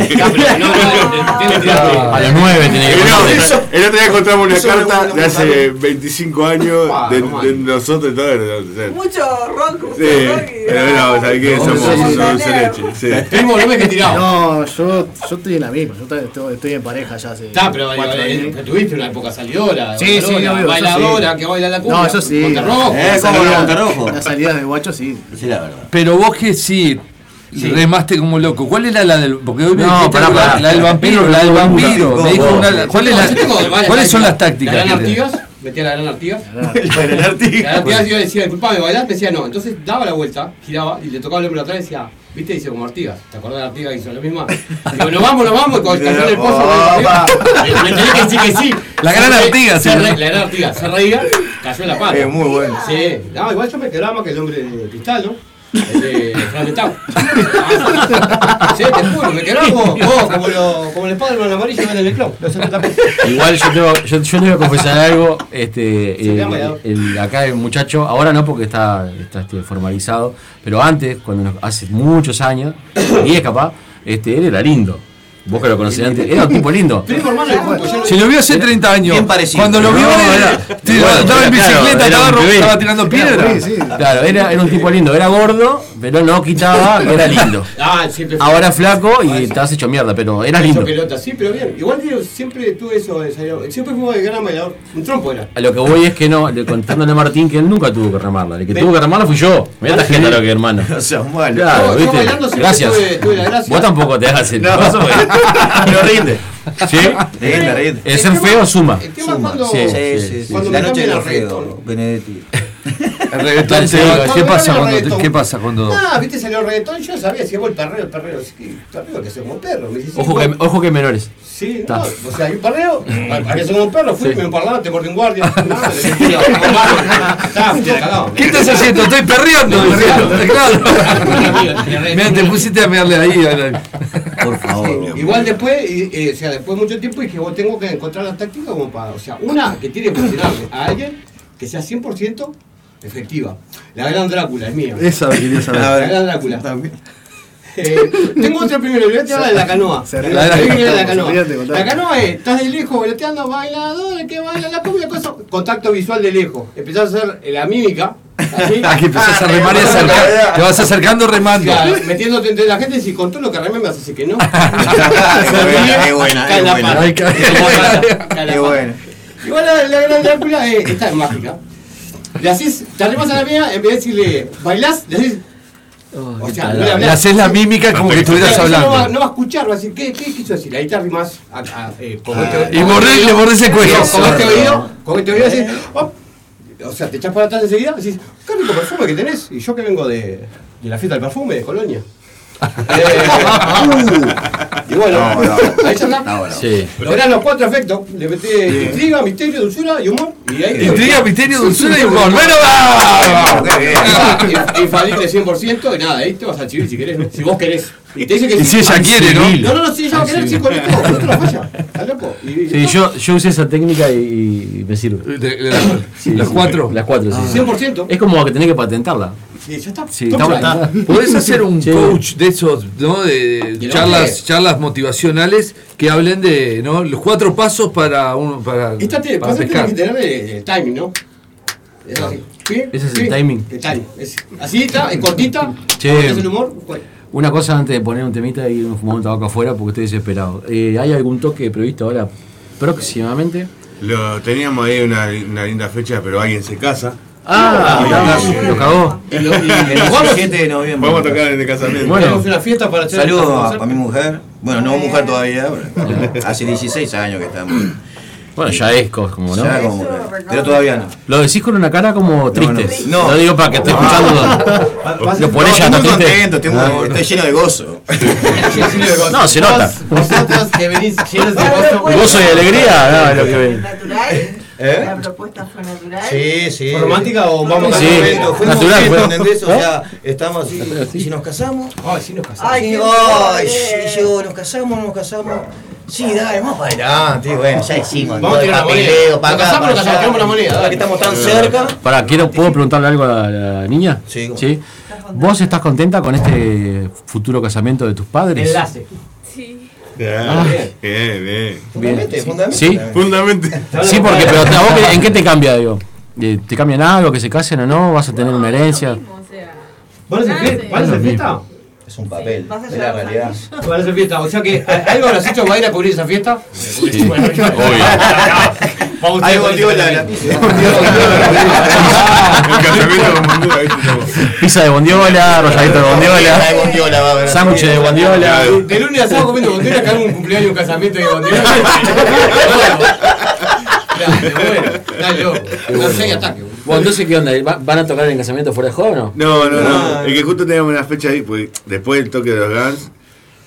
Speaker 1: A los 9 tiene que
Speaker 9: Pero,
Speaker 1: poner.
Speaker 9: eso- El otro día encontramos una
Speaker 1: Eso me
Speaker 9: carta
Speaker 1: gusta
Speaker 9: de hace 25 años
Speaker 1: Pa,
Speaker 9: de,
Speaker 1: no
Speaker 9: de nosotros y todo. era- era-
Speaker 4: Mucho rock, mucho
Speaker 9: Sí,
Speaker 4: rock. y-
Speaker 9: pero no, ¿sabes qué?
Speaker 10: No,
Speaker 9: Somos
Speaker 10: sí, sí.
Speaker 9: somos dulce leche. Sí.
Speaker 2: Primo, no me dejes tirado.
Speaker 10: No, yo, yo estoy en la misma. Yo ta- estoy, estoy en pareja ya hace.
Speaker 2: Está, pero,
Speaker 10: cuatro
Speaker 2: eh,
Speaker 10: años.
Speaker 2: pero tuviste una época salidora,
Speaker 10: Sí, sí,
Speaker 2: bailadora,
Speaker 10: obvio, yo
Speaker 2: bailadora,
Speaker 10: sí.
Speaker 2: que baila la cumbia,
Speaker 10: No, eso sí.
Speaker 2: Monterrojo. Eh, ¿cómo
Speaker 10: Las
Speaker 2: no,
Speaker 10: salidas-
Speaker 2: Monterrojo?
Speaker 10: Las salidas de guacho sí.
Speaker 12: Sí, la verdad.
Speaker 3: Pero vos que sí, remaste como loco. ¿Cuál era la del.? Porque hoy me
Speaker 12: No,
Speaker 3: dijiste
Speaker 12: pará,
Speaker 3: la-
Speaker 12: pará.
Speaker 3: la del vampiro, la del vampiro. Me dijo una-
Speaker 2: No,
Speaker 3: ¿cuál es
Speaker 2: yo
Speaker 3: la-
Speaker 2: tengo varias
Speaker 3: ¿Cuáles son las tácticas?
Speaker 2: La gran
Speaker 3: que tenés?
Speaker 2: Artigas, metía la gran Artigas. La
Speaker 12: gran Artigas.
Speaker 2: La gran Artigas yo le decía, disculpame, bailás, me decía no. Entonces daba la vuelta, giraba y le tocaba el hombro atrás y decía, viste, dice como Artigas. ¿Te acordás de Artigas que hizo lo mismo? Digo, nos vamos, nos vamos, y cuando cayó en el pozo,
Speaker 12: Opa.
Speaker 2: le- le tenía que decir que sí.
Speaker 12: La gran
Speaker 2: Se re-
Speaker 12: Artigas,
Speaker 2: se
Speaker 12: sí.
Speaker 2: re- La gran Artigas, se reía, cayó en la pata.
Speaker 12: Es muy bueno.
Speaker 2: Sí, no, igual yo me quedaba más que el hombre de cristal, ¿no? El de Fran de Tau. Sí, te juro, me quedaba como, como, como, lo, como el Spiderman amarillo en el club. Los 70 pesos.
Speaker 1: Igual yo, tengo, yo, yo les voy a confesar algo. Este,
Speaker 2: Se
Speaker 1: el-
Speaker 2: llama ya.
Speaker 1: el- acá el muchacho, ahora no porque está, está este, formalizado, pero antes, cuando nos- hace muchos años, 10 capaz, este, él era lindo. Vos que lo conocés antes, era un tipo lindo.
Speaker 2: Primo hermano del grupo, yo no-
Speaker 3: Se lo vio hace 30 años. Cuando lo vio,
Speaker 1: No,
Speaker 3: era-
Speaker 1: era-
Speaker 3: te-
Speaker 1: bueno,
Speaker 3: estaba en
Speaker 1: era- claro,
Speaker 3: bicicleta,
Speaker 1: era
Speaker 3: estaba,
Speaker 1: un
Speaker 3: ro-
Speaker 1: bebé.
Speaker 3: estaba tirando piedra.
Speaker 1: Claro, era, era un tipo lindo, era gordo, pero no quitaba que era lindo.
Speaker 2: Ah, siempre fui-
Speaker 1: Ahora flaco y te has hecho mierda, pero era
Speaker 2: Hizo
Speaker 1: lindo.
Speaker 2: pelota, sí, pero bien. Igual digo, siempre tuve eso. de salir- Siempre fui el gran bailador. Un trompo era.
Speaker 1: A lo que voy es que no, le contándole a Martín que él nunca tuvo que remarla. El que tuvo que remarla fui yo. Mirá esta gente lo que hermano.
Speaker 2: Yo-
Speaker 1: Claro,
Speaker 2: yo
Speaker 1: viste.
Speaker 2: bailando siempre
Speaker 1: Gracias.
Speaker 2: tuve- tuve la gracia.
Speaker 1: Vos tampoco te hagas el
Speaker 2: No.
Speaker 1: paso, güey. No rinde. ¿Sí?
Speaker 12: Rinde, rinde.
Speaker 1: El ser feo suma.
Speaker 2: El tema es Eh, cuando.
Speaker 1: Sí,
Speaker 12: Sí, sí, sí.
Speaker 2: Cuando
Speaker 12: La
Speaker 2: me
Speaker 12: noche de
Speaker 2: cambian
Speaker 12: los
Speaker 2: el
Speaker 12: reos, Benedetti.
Speaker 3: El reggaetón se va. ¿Qué pasa cuando.? ¿Qué pasa cuando.?
Speaker 2: Ah, viste, salió el reggaetón. Yo sabía, si hago el perreo, el perreo. Sí, el perreo que se como perro. Me dice, sí,
Speaker 1: Ojo
Speaker 2: vos-
Speaker 1: que, ojo que menores.
Speaker 2: Sí, no,
Speaker 1: Ta. Mm.
Speaker 2: o sea, hay un perreo, había sido un perro, fui, me emparlaron, te mordí un guardia. Nada, le metí la- Estaba medio cagado.
Speaker 3: ¿Qué estás haciendo? Estoy perreando. perreando, claro. Mira, te pusiste a mearle ahí.
Speaker 12: Por favor.
Speaker 2: Igual después, y- eh, o sea, después de mucho tiempo dije, vos tengo que encontrar la táctica como para, o sea, una que tiene que funcionarle a alguien que sea 100% efectiva. La gran Drácula es mía.
Speaker 3: Esa quería saber.
Speaker 2: La gran Drácula. Eh, tengo otra primero, voy a hablar de la canoa.
Speaker 3: Se
Speaker 2: La,
Speaker 3: ríe, se ríe,
Speaker 2: primera de la
Speaker 3: se
Speaker 2: canoa.
Speaker 3: ríe, te contamos.
Speaker 2: La canoa es, estás de lejos boleteando, bailadora, que baila la cumbia, cosa. Contacto visual de lejos. Empezás a hacer eh, la mímica. así.
Speaker 3: Ah, que empezás a remar y acercar. Te vas acercando remando.
Speaker 2: Claro, metiéndote entre la gente y si con todo lo que remé me haces así que no.
Speaker 12: es buena,
Speaker 2: Cae
Speaker 12: es
Speaker 2: la
Speaker 12: buena.
Speaker 2: pata.
Speaker 12: Ay, cae-
Speaker 2: Cae la pata, cae la
Speaker 12: Qué
Speaker 2: pata.
Speaker 12: bueno.
Speaker 2: Igual la, la gran Drácula eh, esta es mágica. Le haces, te arrimas a la mía, en vez de decirle, bailás, le haces.
Speaker 8: Oh,
Speaker 2: O sea,
Speaker 3: Le-
Speaker 2: no
Speaker 3: le
Speaker 2: hablas.
Speaker 3: haces la mímica como que estuvieras
Speaker 2: Claro,
Speaker 3: hablando.
Speaker 2: No va, no va a escuchar, va a decir, ¿qué, qué quiso decir? Ahí está rimas. a- a- eh, con este
Speaker 3: Ah, y
Speaker 2: con
Speaker 3: borré-
Speaker 2: este
Speaker 3: le borré ese
Speaker 2: oído,
Speaker 3: cuello.
Speaker 2: Con este oído, con este oído, así, op. O sea, te echas para atrás enseguida y decís, qué rico perfume que tenés. Y yo que vengo de, de la fiesta del perfume, de Colonia. Eh, uh. Y bueno, ahí ya está.
Speaker 13: Sí.
Speaker 2: Lográs los cuatro efectos. Le metés intriga, misterio, dulzura y humor. Y ahí
Speaker 3: Intriga, misterio, dulzura y humor. Bueno, va.
Speaker 2: Y- Infalible 100% y nada, ahí te vas a chivir si querés, ¿no? si vos querés. Y te dice que Ah,
Speaker 3: Y si ella quiere, ¿no? Ah,
Speaker 2: No, no, no, si ella va a querer, sí, con esto, con esto no falla. Está loco. Y-
Speaker 5: Sí, yo, yo usé esa técnica y, y me sirve. Sí,
Speaker 3: las
Speaker 5: sí,
Speaker 3: cuatro?
Speaker 5: Las cuatro, sí, sí.
Speaker 2: 100%.
Speaker 5: Es como que tenés que patentarla.
Speaker 2: Sí, ya está.
Speaker 5: Sí, está bueno.
Speaker 3: Podés hacer un
Speaker 5: Sí.
Speaker 3: coach de esos, ¿no? De
Speaker 5: lo
Speaker 3: charlas,
Speaker 2: que-
Speaker 3: charlas motivacionales que hablen de, ¿no? Los cuatro pasos para uno para,
Speaker 2: Esta tiene,
Speaker 3: para
Speaker 2: pasa pues, que
Speaker 3: pescar.
Speaker 2: tiene que tener eh, el, el timing, ¿no? Es así. Pi,
Speaker 1: Ese es
Speaker 2: pi,
Speaker 1: el timing.
Speaker 2: El timing. es- así está, es cortita,
Speaker 1: Che.
Speaker 2: es el humor. bueno.
Speaker 1: Una cosa antes de poner un temita y irme fumar un tabaco afuera porque estoy desesperado. Eh, ¿Hay algún toque previsto ahora próximamente?
Speaker 9: Lo teníamos ahí una, una linda fecha, pero alguien se casa.
Speaker 1: Ah,
Speaker 9: Y-
Speaker 1: ah,
Speaker 9: y-
Speaker 1: lo cagó.
Speaker 9: Y lo- y-
Speaker 11: El
Speaker 9: vamos-
Speaker 11: 17 de noviembre.
Speaker 9: Vamos a tocar en el casamiento.
Speaker 11: Bueno,
Speaker 2: una fiesta para hacer- para
Speaker 11: saludos
Speaker 2: hacer-
Speaker 11: a, a mi mujer. Bueno, no mujer todavía, pero hace 16 años que estamos.
Speaker 5: Bueno, ya es cos- como, ¿no?
Speaker 11: Ya como- pero todavía no.
Speaker 5: Lo decís con una cara como triste.
Speaker 11: no, no.
Speaker 5: Lo digo para que esté escuchando. Lo ponés ya,
Speaker 11: estoy
Speaker 5: ¿no, Ah,
Speaker 11: muy
Speaker 5: Tite?
Speaker 11: contento, estoy, muy- estoy lleno de gozo.
Speaker 5: No, se nota.
Speaker 2: Vosotros que venís llenos de gozo.
Speaker 5: Gozo y alegría, no, es lo que ven.
Speaker 11: ¿Eh? Sí, sí.
Speaker 2: ¿Fue romántica o vamos
Speaker 11: sí,
Speaker 2: a-
Speaker 11: fuimos
Speaker 2: natural,
Speaker 11: bien,
Speaker 2: fue.
Speaker 11: ¿entendés? O
Speaker 2: ¿Eh?
Speaker 11: sea, estamos así. ¿Y si nos casamos?
Speaker 2: Ay, si nos
Speaker 11: casamos. Ay,
Speaker 4: qué
Speaker 11: ay,
Speaker 4: padre.
Speaker 11: sí, yo, nos casamos, nos casamos. Sí, dale, vamos para adelante. Bueno, ya hicimos todo
Speaker 2: Vamos a
Speaker 11: el
Speaker 2: tirar una
Speaker 11: papeleo,
Speaker 2: moneda.
Speaker 11: para
Speaker 2: Nos
Speaker 11: acá,
Speaker 2: casamos,
Speaker 11: para
Speaker 2: nos casamos,
Speaker 11: allá.
Speaker 2: tiramos una moneda,
Speaker 11: Ahora que estamos tan cerca.
Speaker 5: Eh, Pará, quiero, ¿puedo preguntarle algo a la niña? Sí. ¿Vos estás contenta con este futuro casamiento de tus padres?
Speaker 4: Sí.
Speaker 5: Ah.
Speaker 9: Bien, bien.
Speaker 11: Fundamente, fundamente.
Speaker 5: ¿Sí?
Speaker 9: Fundamente.
Speaker 5: Sí, porque, pero ¿a vos qué- ¿en qué te cambia, digo? Eh, ¿Te cambian algo, que se casen o no? ¿Vas a tener una herencia?
Speaker 2: ¿Van a hacer fie- van a hacer fiesta?
Speaker 11: Es un papel,
Speaker 2: Vas a
Speaker 11: es la
Speaker 2: llevar
Speaker 11: realidad.
Speaker 2: Van a hacer fiesta, o sea que ¿a- algo habrás hecho para ir a cubrir esa fiesta.
Speaker 11: Sí.
Speaker 2: Bueno, yo- Vamos a
Speaker 11: Ahí
Speaker 2: hacer-
Speaker 11: volvió la- la-
Speaker 5: Pizza de bondiola, rosaditos de
Speaker 11: Pizza de bondiola, va a
Speaker 5: bondiola,
Speaker 11: haber.
Speaker 5: sándwiches de bondiola.
Speaker 2: De, de lunes a sábado comiendo bandera, que hago un cumpleaños, un casamiento de bandera. Dale, loco. No sé, ataque.
Speaker 5: Bueno, entonces, ¿qué onda? ¿Va- ¿Van a tocar en el casamiento fuera de juego o no?
Speaker 9: No, no,
Speaker 10: Ah.
Speaker 9: no. Es que justo teníamos una fecha ahí, pues después del toque de los Guns,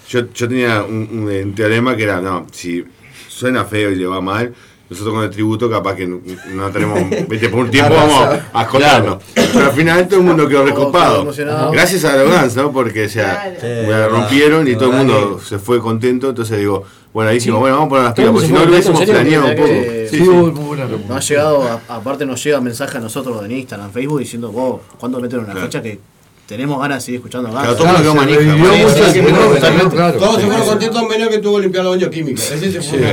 Speaker 9: yo, yo tenía un, un- eh, un teorema que era, no, si suena feo y le va mal, nosotros con el tributo capaz que no, no tenemos, viste, por un tiempo vamos a escondernos. Pero al final todo el mundo quedó
Speaker 10: Oh, quedó
Speaker 9: recopado.
Speaker 10: emocionado.
Speaker 9: Gracias a los Guns, ¿no? Porque, o sea, me la rompieron y
Speaker 10: la
Speaker 9: todo el
Speaker 10: verdad
Speaker 9: mundo se fue contento, enentonces digo, bueno, ahí
Speaker 10: Sí.
Speaker 9: decimos, bueno, vamos a poner las pilas,
Speaker 10: Todo
Speaker 9: porque
Speaker 10: el
Speaker 9: si no
Speaker 10: mundo
Speaker 9: lo
Speaker 10: se fue
Speaker 9: hubiésemos
Speaker 10: contento,
Speaker 9: planeado
Speaker 10: en
Speaker 9: un poco.
Speaker 10: serio, que-
Speaker 9: Sí,
Speaker 10: Sí,
Speaker 9: sí.
Speaker 10: hubo- No ha llegado, a- aparte nos llega mensaje a nosotros en Instagram, Facebook diciendo, vos, ¿cuándo meten una fecha que tenemos ganas de seguir escuchando ganas?
Speaker 9: Claro, todo el mundo quedó manija,
Speaker 10: Sí,
Speaker 9: manija.
Speaker 10: sí, sí,
Speaker 9: Claro,
Speaker 10: sí,
Speaker 9: claro,
Speaker 10: sí.
Speaker 9: claro.
Speaker 2: Todos se fueron contentos menos que tuvo que limpiar los baños químicos. Ese se fue.
Speaker 5: Sí.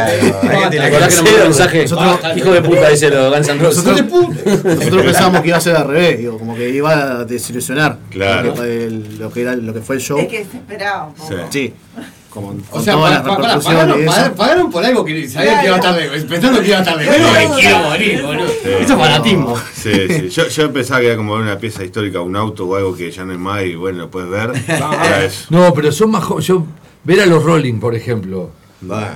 Speaker 2: Basta.
Speaker 5: ¿Te acordás que nos mandó un mensaje?
Speaker 9: Ah,
Speaker 2: Basta.
Speaker 5: Hijo de puta, dice los Guns N' Roses.
Speaker 10: Nosotros, nosotros pensábamos que iba a ser al revés, digo, como que iba a desilusionar
Speaker 9: Claro.
Speaker 10: lo, que, fue el- lo que era, lo que fue el show.
Speaker 4: Es que se esperaba un poco.
Speaker 10: Sí. Como,
Speaker 2: O
Speaker 10: con
Speaker 2: sea,
Speaker 10: todas
Speaker 2: pa-
Speaker 10: las
Speaker 2: pa- pará,
Speaker 10: repercusiones
Speaker 2: pagaron,
Speaker 10: y eso.
Speaker 2: pagaron- pagaron por algo que sabían que iba a estar lejos, pensando que iba a estar lejos.
Speaker 9: Claro.
Speaker 2: Me quiero morir, boludo. Eso es fanatismo.
Speaker 9: Sí, sí. Yo, yo pensaba que era como una pieza histórica, un auto o algo que ya no es más y bueno, lo puedes ver. Era eso.
Speaker 3: No, pero son más jo- yo ver a los Rolling, por ejemplo.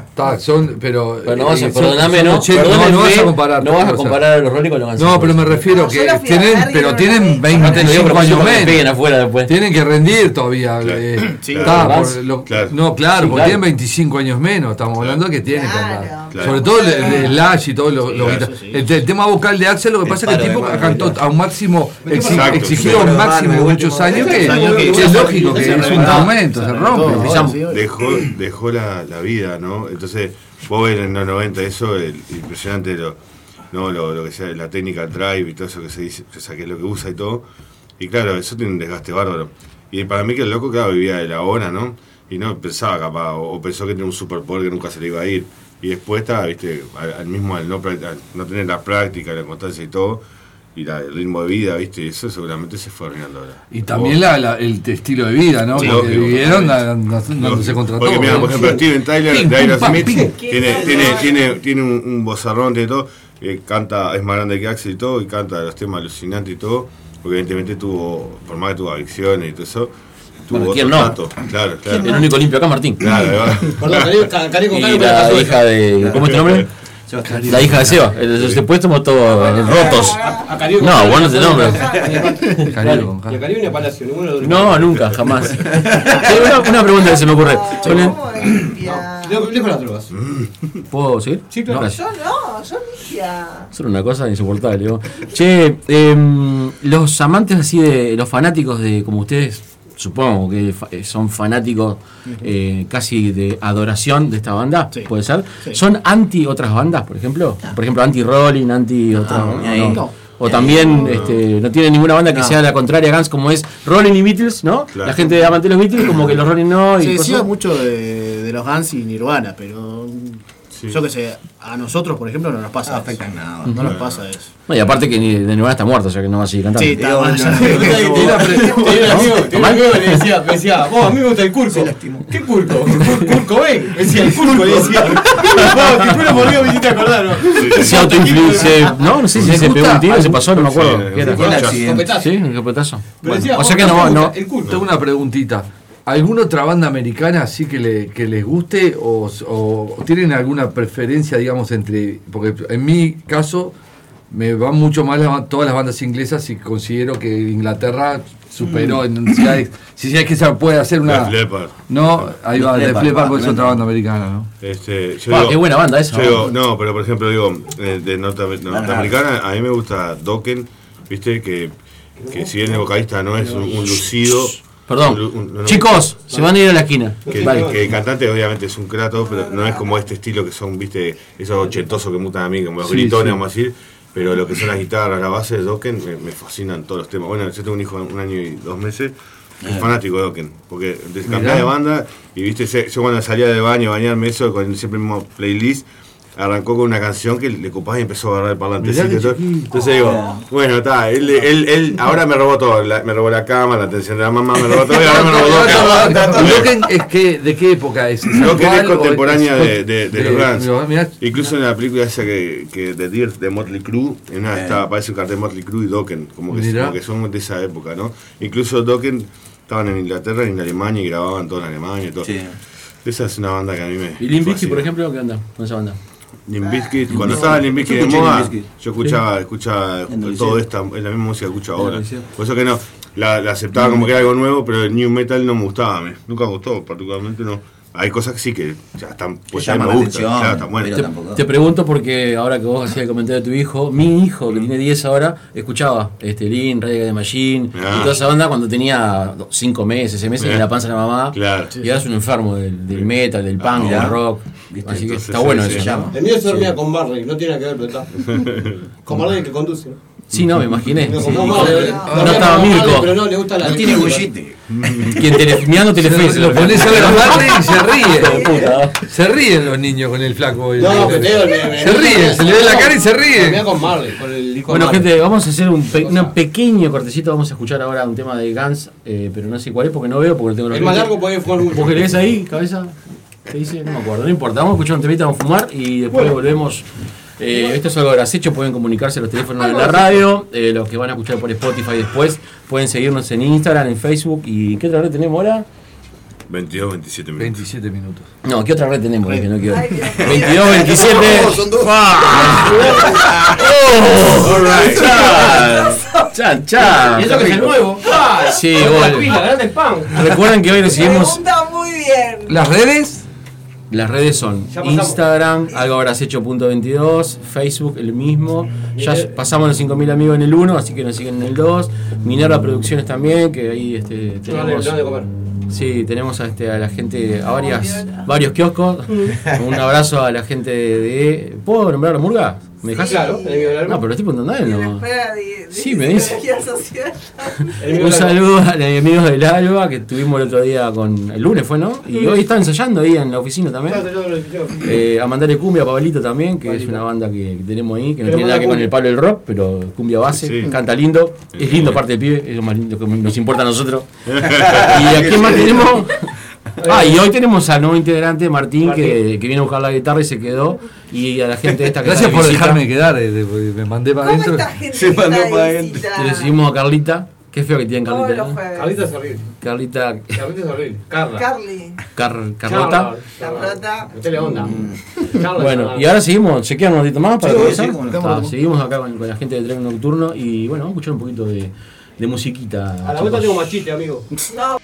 Speaker 3: Está, son, pero,
Speaker 1: Eh,
Speaker 3: eh,
Speaker 5: Pero no vas a-
Speaker 3: son-
Speaker 5: perdóname,
Speaker 3: son
Speaker 5: no,
Speaker 3: 80,
Speaker 5: perdóname,
Speaker 3: no, no vas a
Speaker 5: no
Speaker 3: comparar.
Speaker 5: vas a
Speaker 3: o sea.
Speaker 5: comparar a los Rolling con los Guns N'
Speaker 3: No, pero me
Speaker 5: Roses.
Speaker 3: refiero
Speaker 5: No,
Speaker 3: que
Speaker 5: Ah, yo la fui a
Speaker 3: tienen,
Speaker 5: ver y
Speaker 3: pero
Speaker 5: no
Speaker 3: tienen
Speaker 5: la vi. No te lo digo
Speaker 3: 25
Speaker 5: porque
Speaker 3: años
Speaker 5: me peguen
Speaker 3: menos.
Speaker 5: afuera después.
Speaker 3: Tienen que rendir todavía. eh,
Speaker 5: Sí,
Speaker 3: está,
Speaker 5: claro.
Speaker 3: por lo-
Speaker 5: Claro.
Speaker 3: No, claro,
Speaker 5: Sí,
Speaker 3: porque
Speaker 5: claro.
Speaker 3: tienen 25 años menos. Estamos hablando que tienen. que andar.
Speaker 9: Claro.
Speaker 3: Sobre todo el, el- el Lash y todos los. los
Speaker 9: claro,
Speaker 3: guitar- el, el tema vocal de Axel, lo que pasa es que el
Speaker 9: palo
Speaker 3: tipo
Speaker 9: de mano,
Speaker 3: cantó a un máximo, exi-
Speaker 9: Exacto.
Speaker 3: exigió un
Speaker 9: Pero, Este
Speaker 3: máximo de
Speaker 9: mano,
Speaker 3: muchos años que,
Speaker 9: Años
Speaker 3: que es lógico que
Speaker 9: se
Speaker 3: es un
Speaker 9: arregló.
Speaker 3: tormento, se rompe. pisamos.
Speaker 9: Dejó, dejó la, la vida, ¿no? Entonces, vos ves en los 90 eso, el- impresionante lo, ¿no? lo, lo que sea, la técnica drive y todo eso que se dice, o sea, que es lo que usa y todo. Y claro, eso tiene un desgaste bárbaro. Y para mí que el loco, claro, vivía de la hora, ¿no? Y no pensaba capaz, o, o pensó que tenía un superpoder que nunca se le iba a ir. Y después estaba, viste, al, al mismo al no, prac- al no tener la práctica, la constancia y todo, y la- el ritmo de vida, viste, y eso seguramente se fue arruinando ahora.
Speaker 3: Y también la- la- el estilo de vida, ¿no?
Speaker 9: Sí,
Speaker 3: Porque
Speaker 9: lógico,
Speaker 3: vivieron
Speaker 9: totalmente.
Speaker 3: la- la- donde
Speaker 9: Lógico.
Speaker 3: se contrató.
Speaker 9: Porque mira, por ejemplo, Steven Tyler
Speaker 3: Pim,
Speaker 9: de
Speaker 3: pum, pam,
Speaker 9: Aerosmith
Speaker 3: pim.
Speaker 9: tiene, tiene, tiene, tiene un, un bozarrón, tiene todo, eh, canta, es más grande que Axel y todo, y canta los temas alucinantes y todo. porque evidentemente tuvo, por más que tuvo adicciones y todo eso, tuvo
Speaker 14: Bueno,
Speaker 9: otro
Speaker 14: ¿quién no?
Speaker 9: trato. Claro, claro.
Speaker 14: El único limpio acá, Martín.
Speaker 9: Claro, ahí va.
Speaker 14: Perdón, Cari- Ca- Cari con Cari,
Speaker 1: Y
Speaker 14: pero
Speaker 1: la
Speaker 14: la suya.
Speaker 1: hija de. ¿Cómo es tu nombre?
Speaker 14: Sebastián.
Speaker 1: La hija de Seba. El- el- Después estamos todos rotos. No, vos no te nombres.
Speaker 2: Caribe. Y a Caribe ni a Palacio, ninguno de los
Speaker 1: No, nunca, jamás. Tengo una, una pregunta que se me ocurre. Con el-
Speaker 2: Lejos lejos las drogas.
Speaker 1: ¿Puedo seguir? Sí,
Speaker 4: Yo no, yo limpia.
Speaker 1: Son una cosa insoportable. digo. Che, em, los amantes así de. Los fanáticos de. Como ustedes, supongo que fa- eh, son fanáticos eh, casi de adoración de esta banda, puede ser.
Speaker 14: Sí.
Speaker 1: ¿Son anti otras bandas, por ejemplo? Por ejemplo, anti-Rolling, anti otras.
Speaker 14: ni ahí.
Speaker 1: no.
Speaker 14: No.
Speaker 1: O también este, no tiene ninguna banda que
Speaker 14: No.
Speaker 1: sea la contraria a Guns, como es Rolling y Beatles, ¿no? La gente amante de los Beatles, como que los Rolling no. Y
Speaker 10: Se
Speaker 1: cosas-
Speaker 10: decía mucho de, de los Guns y Nirvana, pero yo que sé, a nosotros, por ejemplo, no nos pasa no afecta nada. No nos
Speaker 1: Ujú.
Speaker 10: pasa eso.
Speaker 1: No, y aparte que ni de Nirvana está muerto, o sea que no va a seguir cantando.
Speaker 10: Sí, está mal, ya.
Speaker 2: Tenía un amigo, tenía un amigo que le decía, me decía, vos a mí me gusta el curco. ¿Qué curco? Curco ven. Me decía, el curco le decía. Vos, que culo por Dios me hiciste acordar, ¿no? "Este
Speaker 1: Se autoinflu- se- No, no sé si
Speaker 2: Me
Speaker 1: se pegó
Speaker 2: gusta
Speaker 1: un tiro, Ah, se pasó, no me
Speaker 3: mucho,
Speaker 1: acuerdo.
Speaker 3: sí,
Speaker 1: ¿Qué
Speaker 3: me
Speaker 1: era?
Speaker 3: gusta.
Speaker 1: Sí,
Speaker 3: Un copetazo.
Speaker 1: un copetazo.
Speaker 3: Bueno,
Speaker 1: Bueno, o sea que no, no.
Speaker 3: Tengo una preguntita. ¿Alguna otra banda americana así que, le, que les guste o, o tienen alguna preferencia, digamos, entre... Porque en mi caso me van mucho más las ban- todas las bandas inglesas y considero que Inglaterra
Speaker 9: Mm.
Speaker 3: superó en... Si hay, si hay que se puede hacer una...
Speaker 9: Def Leppard.
Speaker 3: No, ahí va,
Speaker 9: Def
Speaker 3: Def
Speaker 9: Leppard,
Speaker 3: Leppard es
Speaker 9: tremendo.
Speaker 3: otra banda americana, ¿no?
Speaker 9: Este, yo
Speaker 3: Ah,
Speaker 9: digo-
Speaker 3: qué buena banda esa.
Speaker 9: yo digo, no, pero por ejemplo, digo, eh, de norte- norteamericana, a mí me gusta Dokken, viste, que, que si bien el vocalista no es un, un lucido.
Speaker 1: Perdón.
Speaker 9: un lu- un- no-
Speaker 1: Chicos, se van a ir a la esquina.
Speaker 9: Que,
Speaker 1: Vale.
Speaker 9: que el cantante obviamente es un crato, pero no es como este estilo que son, viste, esos ochentosos que mutan a mí, como los
Speaker 3: Sí,
Speaker 9: gritones,
Speaker 3: sí.
Speaker 9: vamos a decir. Pero lo que son las guitarras, la base de Dokken, me, me fascinan todos los temas. Bueno, yo tengo un hijo de un año y dos meses, es
Speaker 3: Ah.
Speaker 9: fanático de Dokken, porque de-
Speaker 3: Mirá.
Speaker 9: cantaba de banda y, viste, se- yo cuando salía del baño, bañarme eso, con siempre el mismo playlist, arrancó con una canción que le copaba y empezó a agarrar el parlantecito.
Speaker 3: Mirá
Speaker 9: y
Speaker 3: qué
Speaker 9: todo.
Speaker 3: chiquito.
Speaker 9: Entonces digo, bueno, está, él, él, él ahora me robó todo, la- me robó la cama, la atención de la mamá, me robó todo y ahora me robó Dokken.
Speaker 3: Dokken es que, ¿De qué época es?
Speaker 9: Lo que es
Speaker 3: actual o
Speaker 9: contemporánea
Speaker 3: es-
Speaker 9: de, de- de
Speaker 3: de-
Speaker 9: los
Speaker 3: de los- mirá. Eh.
Speaker 9: Guns. Incluso en la película esa que, que de Dirt de Motley Crue, en una estaba, aparece un cartel Motley Crue y Dokken, como que,
Speaker 3: Mirá.
Speaker 9: como que son de esa época, ¿no? Incluso Dokken estaban en Inglaterra y en Alemania y grababan todo en Alemania y todo. Esa es una banda que a mí me.
Speaker 1: ¿Y Limp Bizkit, por ejemplo, qué onda con esa banda?
Speaker 9: Limp Bizkit,
Speaker 3: Eh,
Speaker 1: Limp
Speaker 9: cuando
Speaker 1: Bizkit.
Speaker 9: estaba Limp Bizkit
Speaker 1: Yo
Speaker 9: de
Speaker 1: escuché
Speaker 9: moda,
Speaker 1: Limp Bizkit.
Speaker 9: yo escuchaba,
Speaker 1: Sí.
Speaker 9: escuchaba todo
Speaker 1: Andalucía.
Speaker 9: esta, es la misma música que escucho ahora.
Speaker 1: Andalucía.
Speaker 9: Por eso que no, la, la aceptaba como que era algo nuevo, pero el new metal no me gustaba a mí. Nunca me gustó, particularmente no. Hay cosas que sí que ya están
Speaker 2: Pues
Speaker 9: puestas y
Speaker 1: llaman
Speaker 9: me
Speaker 1: la
Speaker 9: gustan,
Speaker 1: atención,
Speaker 9: claro, están buenas.
Speaker 1: Te, te pregunto porque ahora que vos hacías el comentario de tu hijo, mi hijo,
Speaker 2: Mm.
Speaker 1: que tiene 10 ahora, escuchaba este Lin, Rey de Machine
Speaker 9: Ah.
Speaker 1: y toda esa onda cuando tenía 5 meses, 6 meses
Speaker 2: Eh.
Speaker 9: Mirá.
Speaker 1: en la panza de la mamá.
Speaker 9: Claro.
Speaker 1: Y ahora es un enfermo del, del metal, del punk,
Speaker 2: mirá.
Speaker 1: del rock.
Speaker 2: Viste,
Speaker 1: Así que
Speaker 2: Ah, entonces
Speaker 1: está bueno
Speaker 2: sí,
Speaker 1: eso.
Speaker 2: se
Speaker 1: ¿no?
Speaker 2: llama. El mío se dormía con Barley, no tiene nada que ver, pero está. Con Barley el que conduce.
Speaker 1: Sí, no, me imaginé.
Speaker 2: No,
Speaker 1: Sí.
Speaker 2: con
Speaker 1: No,
Speaker 2: Barley, eh. Dormía
Speaker 1: estaba
Speaker 2: con Barley,
Speaker 1: Mirko.
Speaker 2: Pero no, le gusta la
Speaker 1: Quien tele, mirando Telefe.
Speaker 3: Lo ponés a ver a Barney y se
Speaker 1: Puta.
Speaker 3: ríe. Se ríen los niños con el flaco.
Speaker 2: No, pero te digo, me- me-
Speaker 3: Se ríe, se le ve la cara y se ríe.
Speaker 2: Dormía con Barley, con el hijo de
Speaker 1: Bueno,
Speaker 2: Barley.
Speaker 1: gente, vamos a hacer un, pe- un pequeño cortecito. Vamos a escuchar ahora un tema de Guns, eh, pero no sé cuál es porque no veo, porque no tengo los
Speaker 2: Es más
Speaker 1: lentes.
Speaker 2: largo, podés jugar mucho.
Speaker 1: ¿Vos querés ahí, cabeza? ¿Qué dice? No me acuerdo, no importa. Vamos a escuchar un temita, vamos a fumar y después
Speaker 2: Bueno.
Speaker 1: volvemos. Eh, esto es algo de acecho, pueden comunicarse a los teléfonos de
Speaker 2: Algo
Speaker 1: la
Speaker 2: de
Speaker 1: radio, eh, los que van a escuchar por Spotify después, pueden seguirnos en Instagram, en Facebook y ¿qué otra red tenemos ahora?
Speaker 9: 22, 27 minutos.
Speaker 3: 27 minutos.
Speaker 1: No, ¿qué otra red tenemos? Que no quiero.
Speaker 9: Ay,
Speaker 1: 22, 27. Ah. Oh, Chan, Chan, chan.
Speaker 2: Y eso que es el nuevo.
Speaker 1: Ah, Sí,
Speaker 2: La
Speaker 1: gol.
Speaker 2: pila, grande spam.
Speaker 1: Recuerden que hoy recibimos
Speaker 4: Pregunta muy bien.
Speaker 1: ¿Las redes? Las redes son
Speaker 4: pasamos.
Speaker 1: Instagram, algo habrás hecho punto 22, Facebook el mismo, ya
Speaker 2: Eh,
Speaker 1: pasamos los 5.000 amigos en el 1, así que nos siguen en el 2, Minerva Producciones también, que ahí este, tenemos...
Speaker 2: no, de comer.
Speaker 1: Sí, tenemos a, este, a la gente, a varias, varios kioscos, un abrazo a la gente de... ¿Puedo nombrar a Murga? ¿Me dejas?
Speaker 2: Claro, el amigo Largo.
Speaker 1: No, pero estoy preguntando a él, ¿no?
Speaker 4: Espera, di- di-
Speaker 1: Sí, me dice.
Speaker 4: psicología social.
Speaker 1: Un saludo a los amigos del Alba que estuvimos el otro día con. El lunes fue, ¿no? Y hoy está ensayando ahí en la oficina también. Eh, a mandarle cumbia a Pablito también, que es una banda que, que tenemos ahí, que no
Speaker 2: Que
Speaker 1: tiene
Speaker 2: le
Speaker 1: nada que ver con
Speaker 2: manda
Speaker 1: el palo del rock, pero cumbia base, canta lindo. Es lindo parte del pibe, es lo más lindo que nos importa a nosotros. ¿Y a quién más tenemos? Ah, y hoy tenemos al nuevo integrante, Martín, Que, que viene a buscar la guitarra y se quedó. Y a la gente esta que
Speaker 3: Gracias
Speaker 1: está de
Speaker 3: por
Speaker 1: visita.
Speaker 3: dejarme quedar, eh, de- porque me mandé para adentro.
Speaker 1: Se mandó para adentro.
Speaker 3: visita?
Speaker 1: Le decimos a Carlita. Qué feo que tienen
Speaker 3: Todos
Speaker 1: Carlita.
Speaker 3: los
Speaker 1: ¿no?
Speaker 3: jueves. Carlita es horrible.
Speaker 1: Carlita.
Speaker 3: Carlita es horrible.
Speaker 4: Carly.
Speaker 1: Car- Carlota.
Speaker 4: Carlota.
Speaker 1: Bueno, y ahora seguimos, se queda un ratito más para
Speaker 5: Sí,
Speaker 1: conversar.
Speaker 5: sí, como
Speaker 1: Está,
Speaker 5: estamos.
Speaker 1: seguimos acá con, con la gente de Tren Nocturno y bueno, vamos a escuchar un poquito de, de musiquita.
Speaker 2: A la
Speaker 1: chicos.
Speaker 2: vuelta tengo más chiste, amigo.
Speaker 1: Eh,
Speaker 4: No.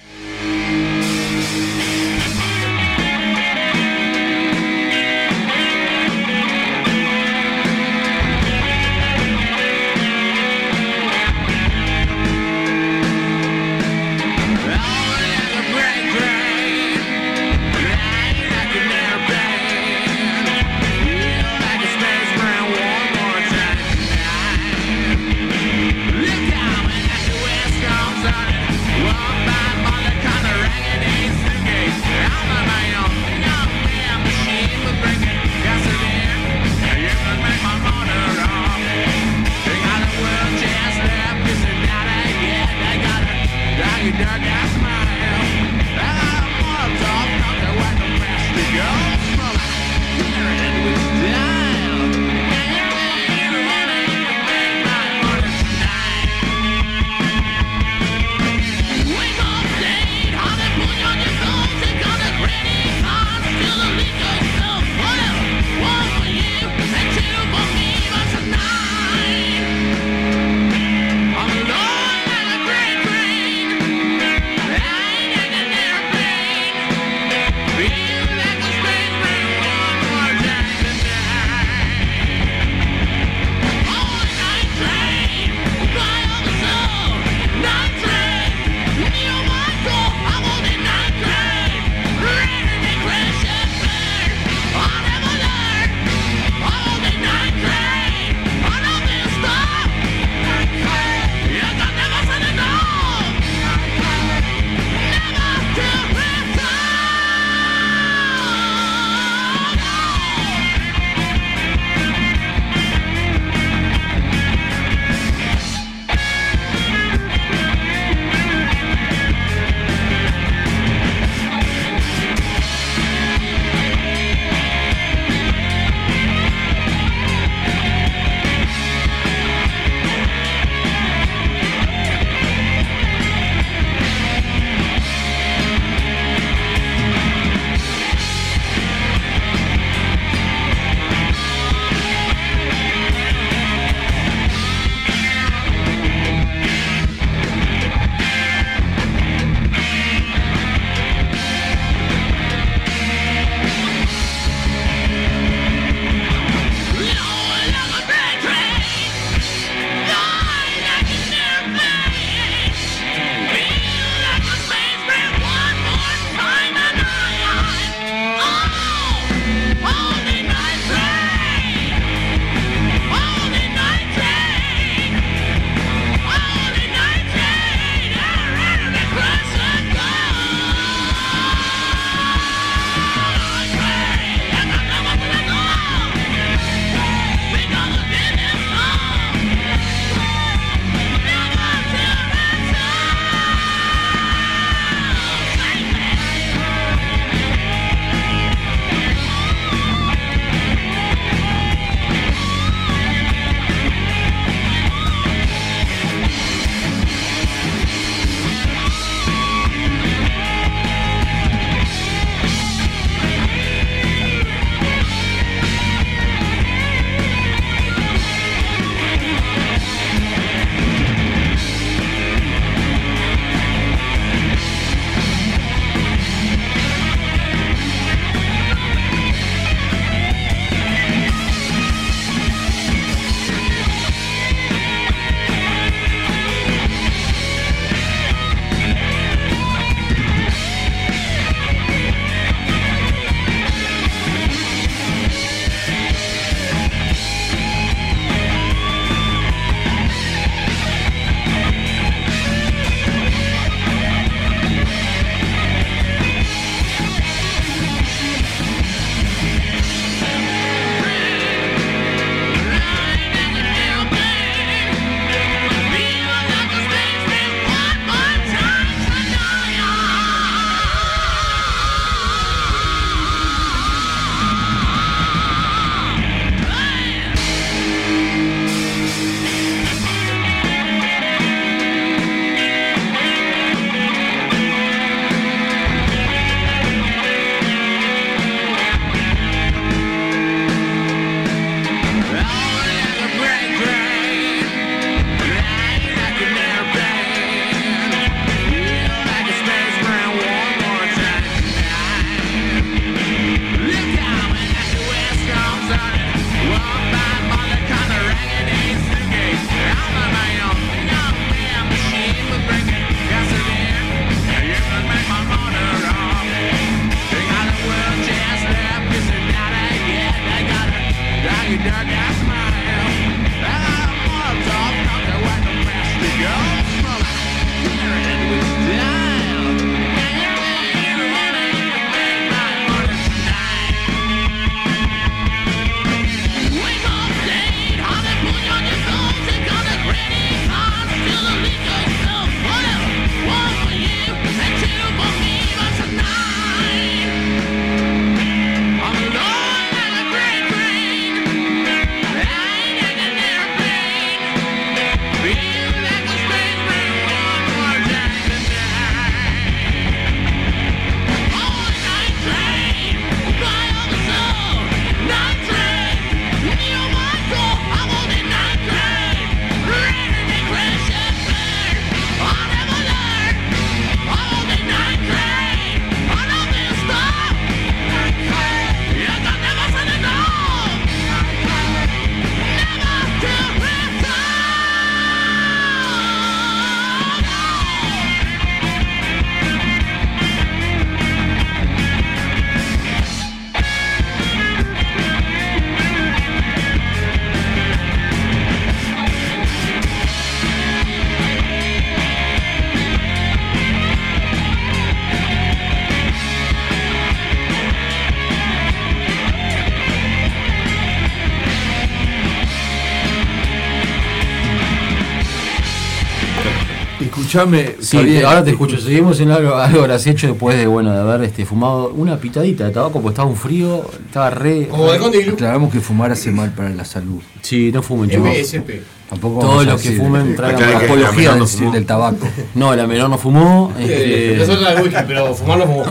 Speaker 3: escuchame.
Speaker 1: Sí,
Speaker 3: Javier.
Speaker 1: te- ahora te escucho. Seguimos en algo, algo gracioso después de, bueno, de haber este, fumado una pitadita de tabaco, porque estaba un frío, estaba re.
Speaker 3: Como de Conde y Lu.
Speaker 1: Aclaramos que fumar hace mal para la salud. Sí, no fumen, chicos.
Speaker 3: MSP. Tampoco
Speaker 1: Todos
Speaker 3: vamos a
Speaker 1: los este, que
Speaker 3: decir-
Speaker 1: fumen tragan
Speaker 3: Aclarar que la menor
Speaker 1: apología
Speaker 3: no fumó. del tabaco.
Speaker 1: No, la menor no fumó. este,
Speaker 15: Nosotros la wiki, pero fumarlo fumó.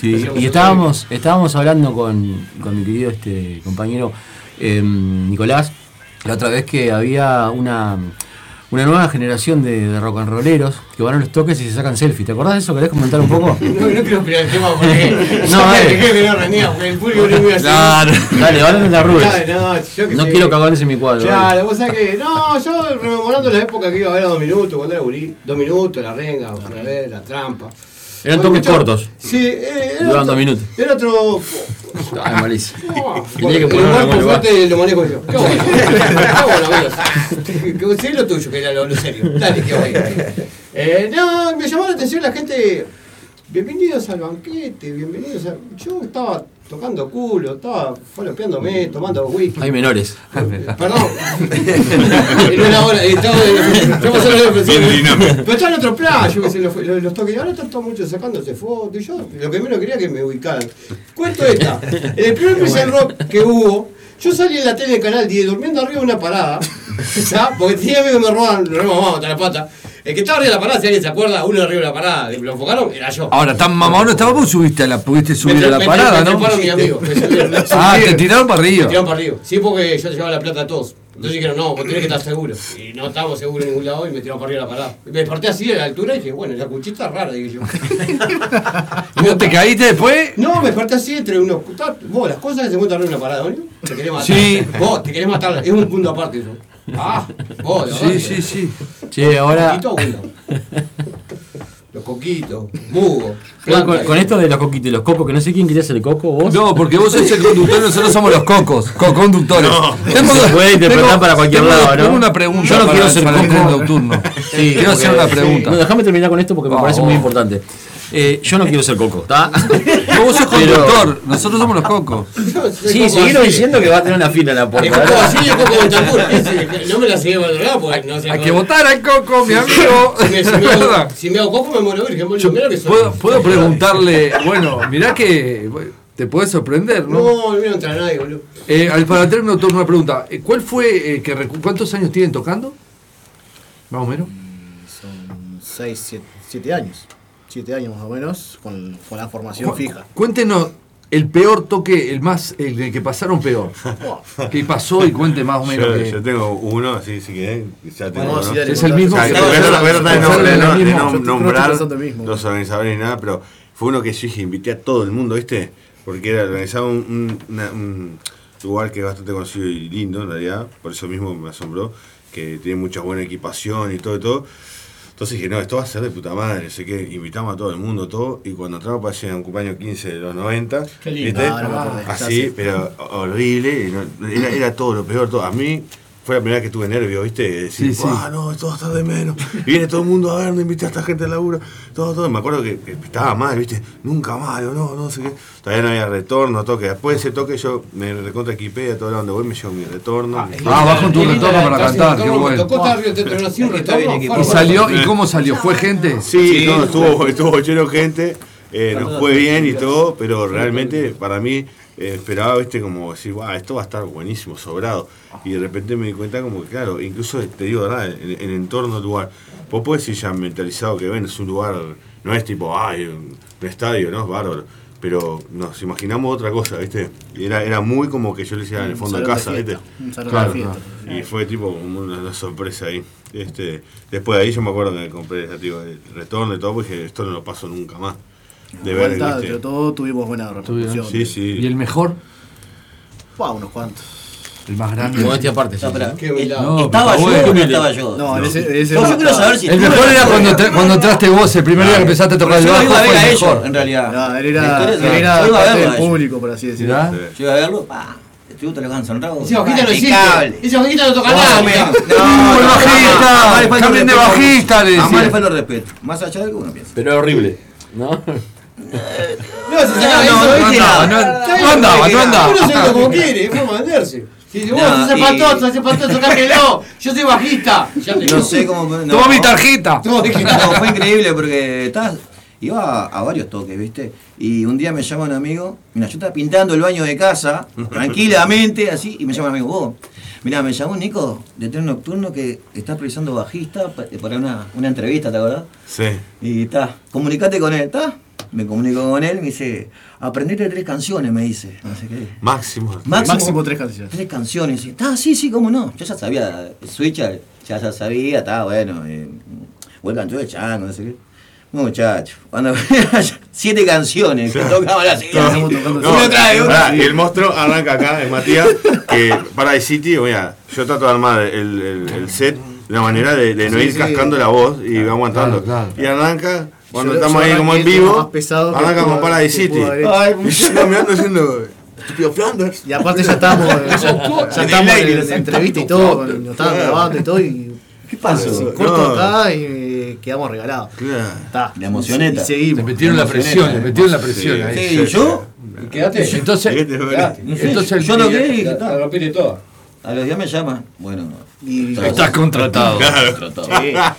Speaker 1: Sí, y estábamos, estábamos hablando con, con mi querido este compañero em, Nicolás la otra vez que había una, una nueva generación de, de rock and rolleros que van a los toques y se sacan selfies. ¿Te acordás de eso? ¿Querés comentar un poco?
Speaker 15: No, no quiero explicar el tema porque.
Speaker 1: No,
Speaker 15: Yo
Speaker 1: dale.
Speaker 15: creo que no rendía, porque el público no iba a
Speaker 1: Claro. Dale, ahora no la arrugues.
Speaker 15: No, no, yo que
Speaker 1: No
Speaker 15: sé.
Speaker 1: quiero cagones en eh. mi cuadro. dale.
Speaker 15: Claro,
Speaker 2: vos sabés que. No, yo rememorando la época que iba a ver a dos minutos, cuando era gurí, dos minutos, la renga, una vez, la trampa.
Speaker 1: Eran
Speaker 2: Bueno,
Speaker 1: toques
Speaker 2: mucho-
Speaker 1: cortos.
Speaker 2: Sí, eh, era
Speaker 1: Duraban
Speaker 2: otro-
Speaker 1: dos minutos.
Speaker 2: Era otro.
Speaker 1: Ay, malísimo.
Speaker 2: El
Speaker 1: Tenía que ponerlo en
Speaker 2: cuerpo
Speaker 1: algún lugar.
Speaker 2: fuerte lo manejo yo. Qué bueno. Qué bueno, amigos. Que- que sé lo tuyo, que era lo, lo serio. Dale, qué bueno. Eh, no, me llamó la atención la gente. Bienvenidos al banquete, bienvenidos a. Yo estaba tocando culo, estaba falopeándome, tomando whisky.
Speaker 1: Hay menores.
Speaker 2: Perdón. en una hora, estaba en- yo pasé la hora pensando-
Speaker 1: Bien dinámico.
Speaker 2: Pero estaba en otro plan, yo que sé, los, los, los toques. Ahora están todos muchos sacándose fotos. Y yo lo que menos quería que me ubicaran. Cuento esta. En el primer Prison Rock que hubo, yo salí en la tele de Canal 10 durmiendo arriba de una parada. ¿sabes? Porque tenía amigos que me roban, lo mamá hasta la pata. El que estaba arriba de la parada, si alguien se acuerda, uno arriba de la parada, lo enfocaron, era yo.
Speaker 3: Ahora, tan mamado no estaba, vos subiste a la, pudiste subir
Speaker 2: Me-
Speaker 3: a la
Speaker 2: me-
Speaker 3: parada,
Speaker 2: me
Speaker 3: ¿no?
Speaker 2: treparon mis amigos, me subieron.
Speaker 3: ah, te tiraron para
Speaker 2: Me
Speaker 3: arriba.
Speaker 2: tiraron para arriba. Sí, porque yo llevaba la plata a todos. Entonces dijeron, no, vos tenés que estar seguro. Y no estábamos seguros en ningún lado y me tiraron para arriba la parada. Y me desperté así a la altura y dije, bueno, la cuchita es rara, dije yo.
Speaker 3: ¿No te caíste después?
Speaker 2: No, me desperté así entre unos. puta- Vos, las cosas que se encuentran arriba de una parada, ¿no? Te querés matar.
Speaker 1: Sí.
Speaker 2: Vos, te querés matar. Es un mundo aparte eso. Ah, vos, la verdad
Speaker 1: Sí, sí,
Speaker 2: que-
Speaker 1: sí. Che, ahora.
Speaker 2: Coquito, bueno. Los coquitos, mugo.
Speaker 1: Bueno, Con, con esto de los coquitos y los cocos, que no sé quién quería ser el coco, vos.
Speaker 3: No, porque vos sos el conductor, nosotros somos los cocos, co-conductores.
Speaker 1: No. Se puede interpretar para cualquier
Speaker 3: tengo-
Speaker 1: lado, ¿no?
Speaker 3: Tengo una pregunta
Speaker 1: Yo no
Speaker 3: para,
Speaker 1: quiero ser
Speaker 3: para el
Speaker 1: coco.
Speaker 3: tren nocturno.
Speaker 1: Sí,
Speaker 3: quiero hacer una
Speaker 1: porque-
Speaker 3: pregunta.
Speaker 1: No, déjame terminar con esto porque me
Speaker 3: Ah,
Speaker 1: parece muy
Speaker 3: vos.
Speaker 1: importante. Eh, yo no quiero ser coco, ¿está?
Speaker 3: vos sos
Speaker 1: Pero-
Speaker 3: conductor, nosotros somos los cocos.
Speaker 1: Sí, siguieron diciendo que va a tener una fila en la
Speaker 2: Es
Speaker 1: puerta.
Speaker 2: como así, es como Bentancur. Ese, No me la sigue valorando porque no sé.
Speaker 3: Hay que votar al coco, mi amigo.
Speaker 2: Si me, si me hago, si me hago coco, me muero virgen, boludo. Mirá que soy.
Speaker 3: ¿Puedo, puedo preguntarle, bueno, mirá que bueno, te puede sorprender, ¿no?
Speaker 2: No, no me entra nadie, boludo.
Speaker 3: Eh, al para tener una, una pregunta, eh, ¿cuál fue eh, que recu- cuántos años tienen tocando? Más o menos.
Speaker 10: Son 6, 7 años. 7 años más o menos con, con la formación
Speaker 3: Cu-
Speaker 10: fija.
Speaker 3: Cuéntenos el peor toque, el más, el de que pasaron peor. ¿Qué pasó y cuente más o menos?
Speaker 9: Yo,
Speaker 3: que-
Speaker 9: yo tengo uno, así, si querés. Ya tengo
Speaker 3: Bueno,
Speaker 9: uno.
Speaker 3: sí, dale, Es el mismo
Speaker 9: O sea,
Speaker 3: que-
Speaker 9: voy a tratar- voy a tratar de
Speaker 3: Pensarlo
Speaker 9: nombrar-
Speaker 3: en el
Speaker 9: de
Speaker 3: mismo.
Speaker 9: nom-
Speaker 3: Yo estoy- creo que
Speaker 9: nombrar
Speaker 3: estoy pensando en el mismo.
Speaker 9: los organizadores ni nada, pero fue uno que yo dije, invité a todo el mundo, ¿viste? Porque era organizado un, un- una- un lugar que es bastante conocido y lindo, en realidad. Por eso mismo me asombró, que tiene mucha buena equipación y todo y todo. Entonces dije, no, esto va a ser de puta madre, sé que invitamos a todo el mundo, todo, y cuando entramos para allá en un cumpleaños 15 de los 90,
Speaker 10: Qué lindo.
Speaker 9: ¿viste?
Speaker 10: Ah, no me acordé. Ya
Speaker 9: así,
Speaker 10: sé.
Speaker 9: pero horrible, y no- era, era todo lo peor, todo. A mí fue la primera vez que tuve nervios, ¿viste? De Decir,
Speaker 16: Sí, sí.
Speaker 9: ah, no, esto va a estar de menos. Y viene todo el mundo a ver, no invité a esta gente al laburo, todo, todo. Me acuerdo que, que estaba mal, ¿viste? Nunca mal, o no, no sé qué. Todavía no había retorno, toque. Después de ese toque yo me recontra equipé a todo lado donde voy, me llevo mi retorno. Ah,
Speaker 3: Ah, vas con tu retorno para cantar, qué bueno.
Speaker 2: Tocó estar arriba, te tronó así un retorno.
Speaker 3: ¿Y salió? ¿Y cómo salió? ¿Fue gente?
Speaker 9: Eh. Sí, no, estuvo, estuvo lleno de gente, eh, nos fue bien y todo, pero realmente para mí eh, esperaba, viste, como decir, "Guau, esto va a estar buenísimo, sobrado. Y de repente me di cuenta como que, claro, incluso te digo, ¿verdad? En, en el entorno del lugar, vos podés ir ya mentalizado que, ven, es un lugar, no es tipo, ay, un un estadio, ¿no? Es bárbaro. Pero nos imaginamos otra cosa, ¿viste? Y Era, era muy como que yo le decía en el
Speaker 10: Un
Speaker 9: fondo de
Speaker 10: salón de
Speaker 9: casa, ¿viste?
Speaker 10: fiesta, un salón de Claro, fiesta. claro.
Speaker 9: Y fue tipo como una, una sorpresa ahí. Este, después de ahí yo me acuerdo que compré ya te digo, el retorno y todo, porque dije, esto no lo paso nunca más. De ver,
Speaker 10: Vuelta,
Speaker 9: ¿viste?
Speaker 10: Pero todo tuvimos buena repercusión.
Speaker 9: Sí, sí.
Speaker 3: ¿Y el mejor?
Speaker 10: Buah, unos cuantos.
Speaker 3: El más grande.
Speaker 1: Modestia aparte, sí,
Speaker 10: No,
Speaker 1: sí.
Speaker 10: pará.
Speaker 1: Qué
Speaker 10: Eh,
Speaker 1: humildad.
Speaker 10: no,
Speaker 1: ¿Estaba
Speaker 10: por
Speaker 1: yo
Speaker 10: favor.
Speaker 1: o no estaba yo?
Speaker 10: No, en
Speaker 1: No.
Speaker 10: ese, en ese
Speaker 1: No, yo
Speaker 10: no
Speaker 1: quiero
Speaker 10: estaba.
Speaker 1: saber si
Speaker 3: El mejor era cuando, te- cuando entraste vos, el primer día que empezaste a tocar el
Speaker 10: Yo
Speaker 3: bajo.
Speaker 10: iba a ver
Speaker 3: fue el
Speaker 10: a ellos,
Speaker 3: mejor.
Speaker 10: en realidad. No, él era-
Speaker 11: La historia es-
Speaker 10: él era
Speaker 11: yo iba a
Speaker 10: parte
Speaker 11: verlo
Speaker 10: del
Speaker 11: a ellos.
Speaker 10: público, por así decirlo.
Speaker 11: ¿Mirá?
Speaker 10: Sí.
Speaker 11: Yo iba a verlo, pa. Este gusto le cansan rabo.
Speaker 2: Ese bajista no
Speaker 11: Impecable.
Speaker 2: existe. Ese bajista no toca
Speaker 11: Más
Speaker 2: nada.
Speaker 11: o menos.
Speaker 2: mirá.
Speaker 11: No,
Speaker 2: el
Speaker 11: no,
Speaker 2: bajista.
Speaker 11: jamás le falta
Speaker 2: Cambien
Speaker 11: el
Speaker 2: de
Speaker 11: respeto.
Speaker 2: bajista, le
Speaker 11: Jamás
Speaker 2: decía.
Speaker 11: le falta el respeto. Más allá de lo que uno piensa.
Speaker 1: Pero era horrible. ¿No?
Speaker 2: No, se
Speaker 11: No,
Speaker 2: sacaba eso,
Speaker 11: no,
Speaker 2: ¿viste?
Speaker 11: no andaba, no-
Speaker 2: Está bien,
Speaker 11: no andaba, no
Speaker 2: Uno se
Speaker 11: andaba.
Speaker 2: como quiere, es forma de venderse.
Speaker 13: Sí, vos sos patoso, sos patoso, cámbialo. Yo soy bajista. Ya te-
Speaker 11: No sé cómo. No,
Speaker 13: Toma mi
Speaker 3: tarjeta!
Speaker 11: No, fue increíble porque estaba- iba a, a varios toques, ¿viste? Y un día me llama un amigo, mira, yo estaba pintando el baño de casa, tranquilamente, así, y me llama un amigo, vos, mira, me llamó Nico de Tren Nocturno que está precisando bajista pa- para una, una entrevista, ¿te acordás?
Speaker 9: Sí.
Speaker 11: Y está, comunicate con él, ¿está? Me comunico con él, me dice, aprendete tres canciones, me dice. No sé qué.
Speaker 9: Ah, Máximo.
Speaker 11: Máximo,
Speaker 10: tres canciones.
Speaker 11: Tres canciones. Y, Ah, sí, sí, cómo no. Yo ya sabía, Switch, ya, ya sabía, está bueno. Eh, vuelta de chango, no sé qué. Muchacho, cuando siete canciones que tocaban así. así.
Speaker 9: No,
Speaker 11: Una atrás de otra.
Speaker 9: pará, y el monstruo arranca acá, es Matías, que para el City, mira, yo trato de armar el, el- el set de la manera de, de no
Speaker 10: Sí,
Speaker 9: ir
Speaker 10: sí.
Speaker 9: cascando la voz y va aguantando.
Speaker 10: claro,
Speaker 9: Y arranca, cuando
Speaker 10: Yo-
Speaker 9: estamos
Speaker 10: yo
Speaker 9: ahí como en
Speaker 10: arranqué
Speaker 9: vivo,
Speaker 10: más pesado que
Speaker 9: arranca
Speaker 10: pudo-
Speaker 9: con
Speaker 10: que
Speaker 9: Paradise City.
Speaker 10: pudo haber hecho.
Speaker 9: Ay, yo mirando diciendo, estúpido Flanders.
Speaker 10: Y aparte ya estamos, ya, ya estamos en la entrevista y todo, con- nos estaban grabando y todo. Y, ¿Qué
Speaker 11: pasó?
Speaker 10: corto
Speaker 11: No.
Speaker 10: acá y eh, quedamos regalados. Está.
Speaker 11: La emocioneta.
Speaker 10: Y seguimos.
Speaker 3: Le metieron la presión, le metieron la presión
Speaker 10: Sí,
Speaker 3: ahí.
Speaker 10: sí, ¿y yo?
Speaker 11: ¿Y quedaste?
Speaker 3: Entonces,
Speaker 11: Quedaste,
Speaker 3: quedaste.
Speaker 11: no sé,
Speaker 3: entonces el-
Speaker 11: yo no quedé y dije,
Speaker 3: la-
Speaker 11: está.
Speaker 3: la rompiste toda.
Speaker 11: A los días me llama. Bueno,
Speaker 3: Estás contratado.
Speaker 11: Claro.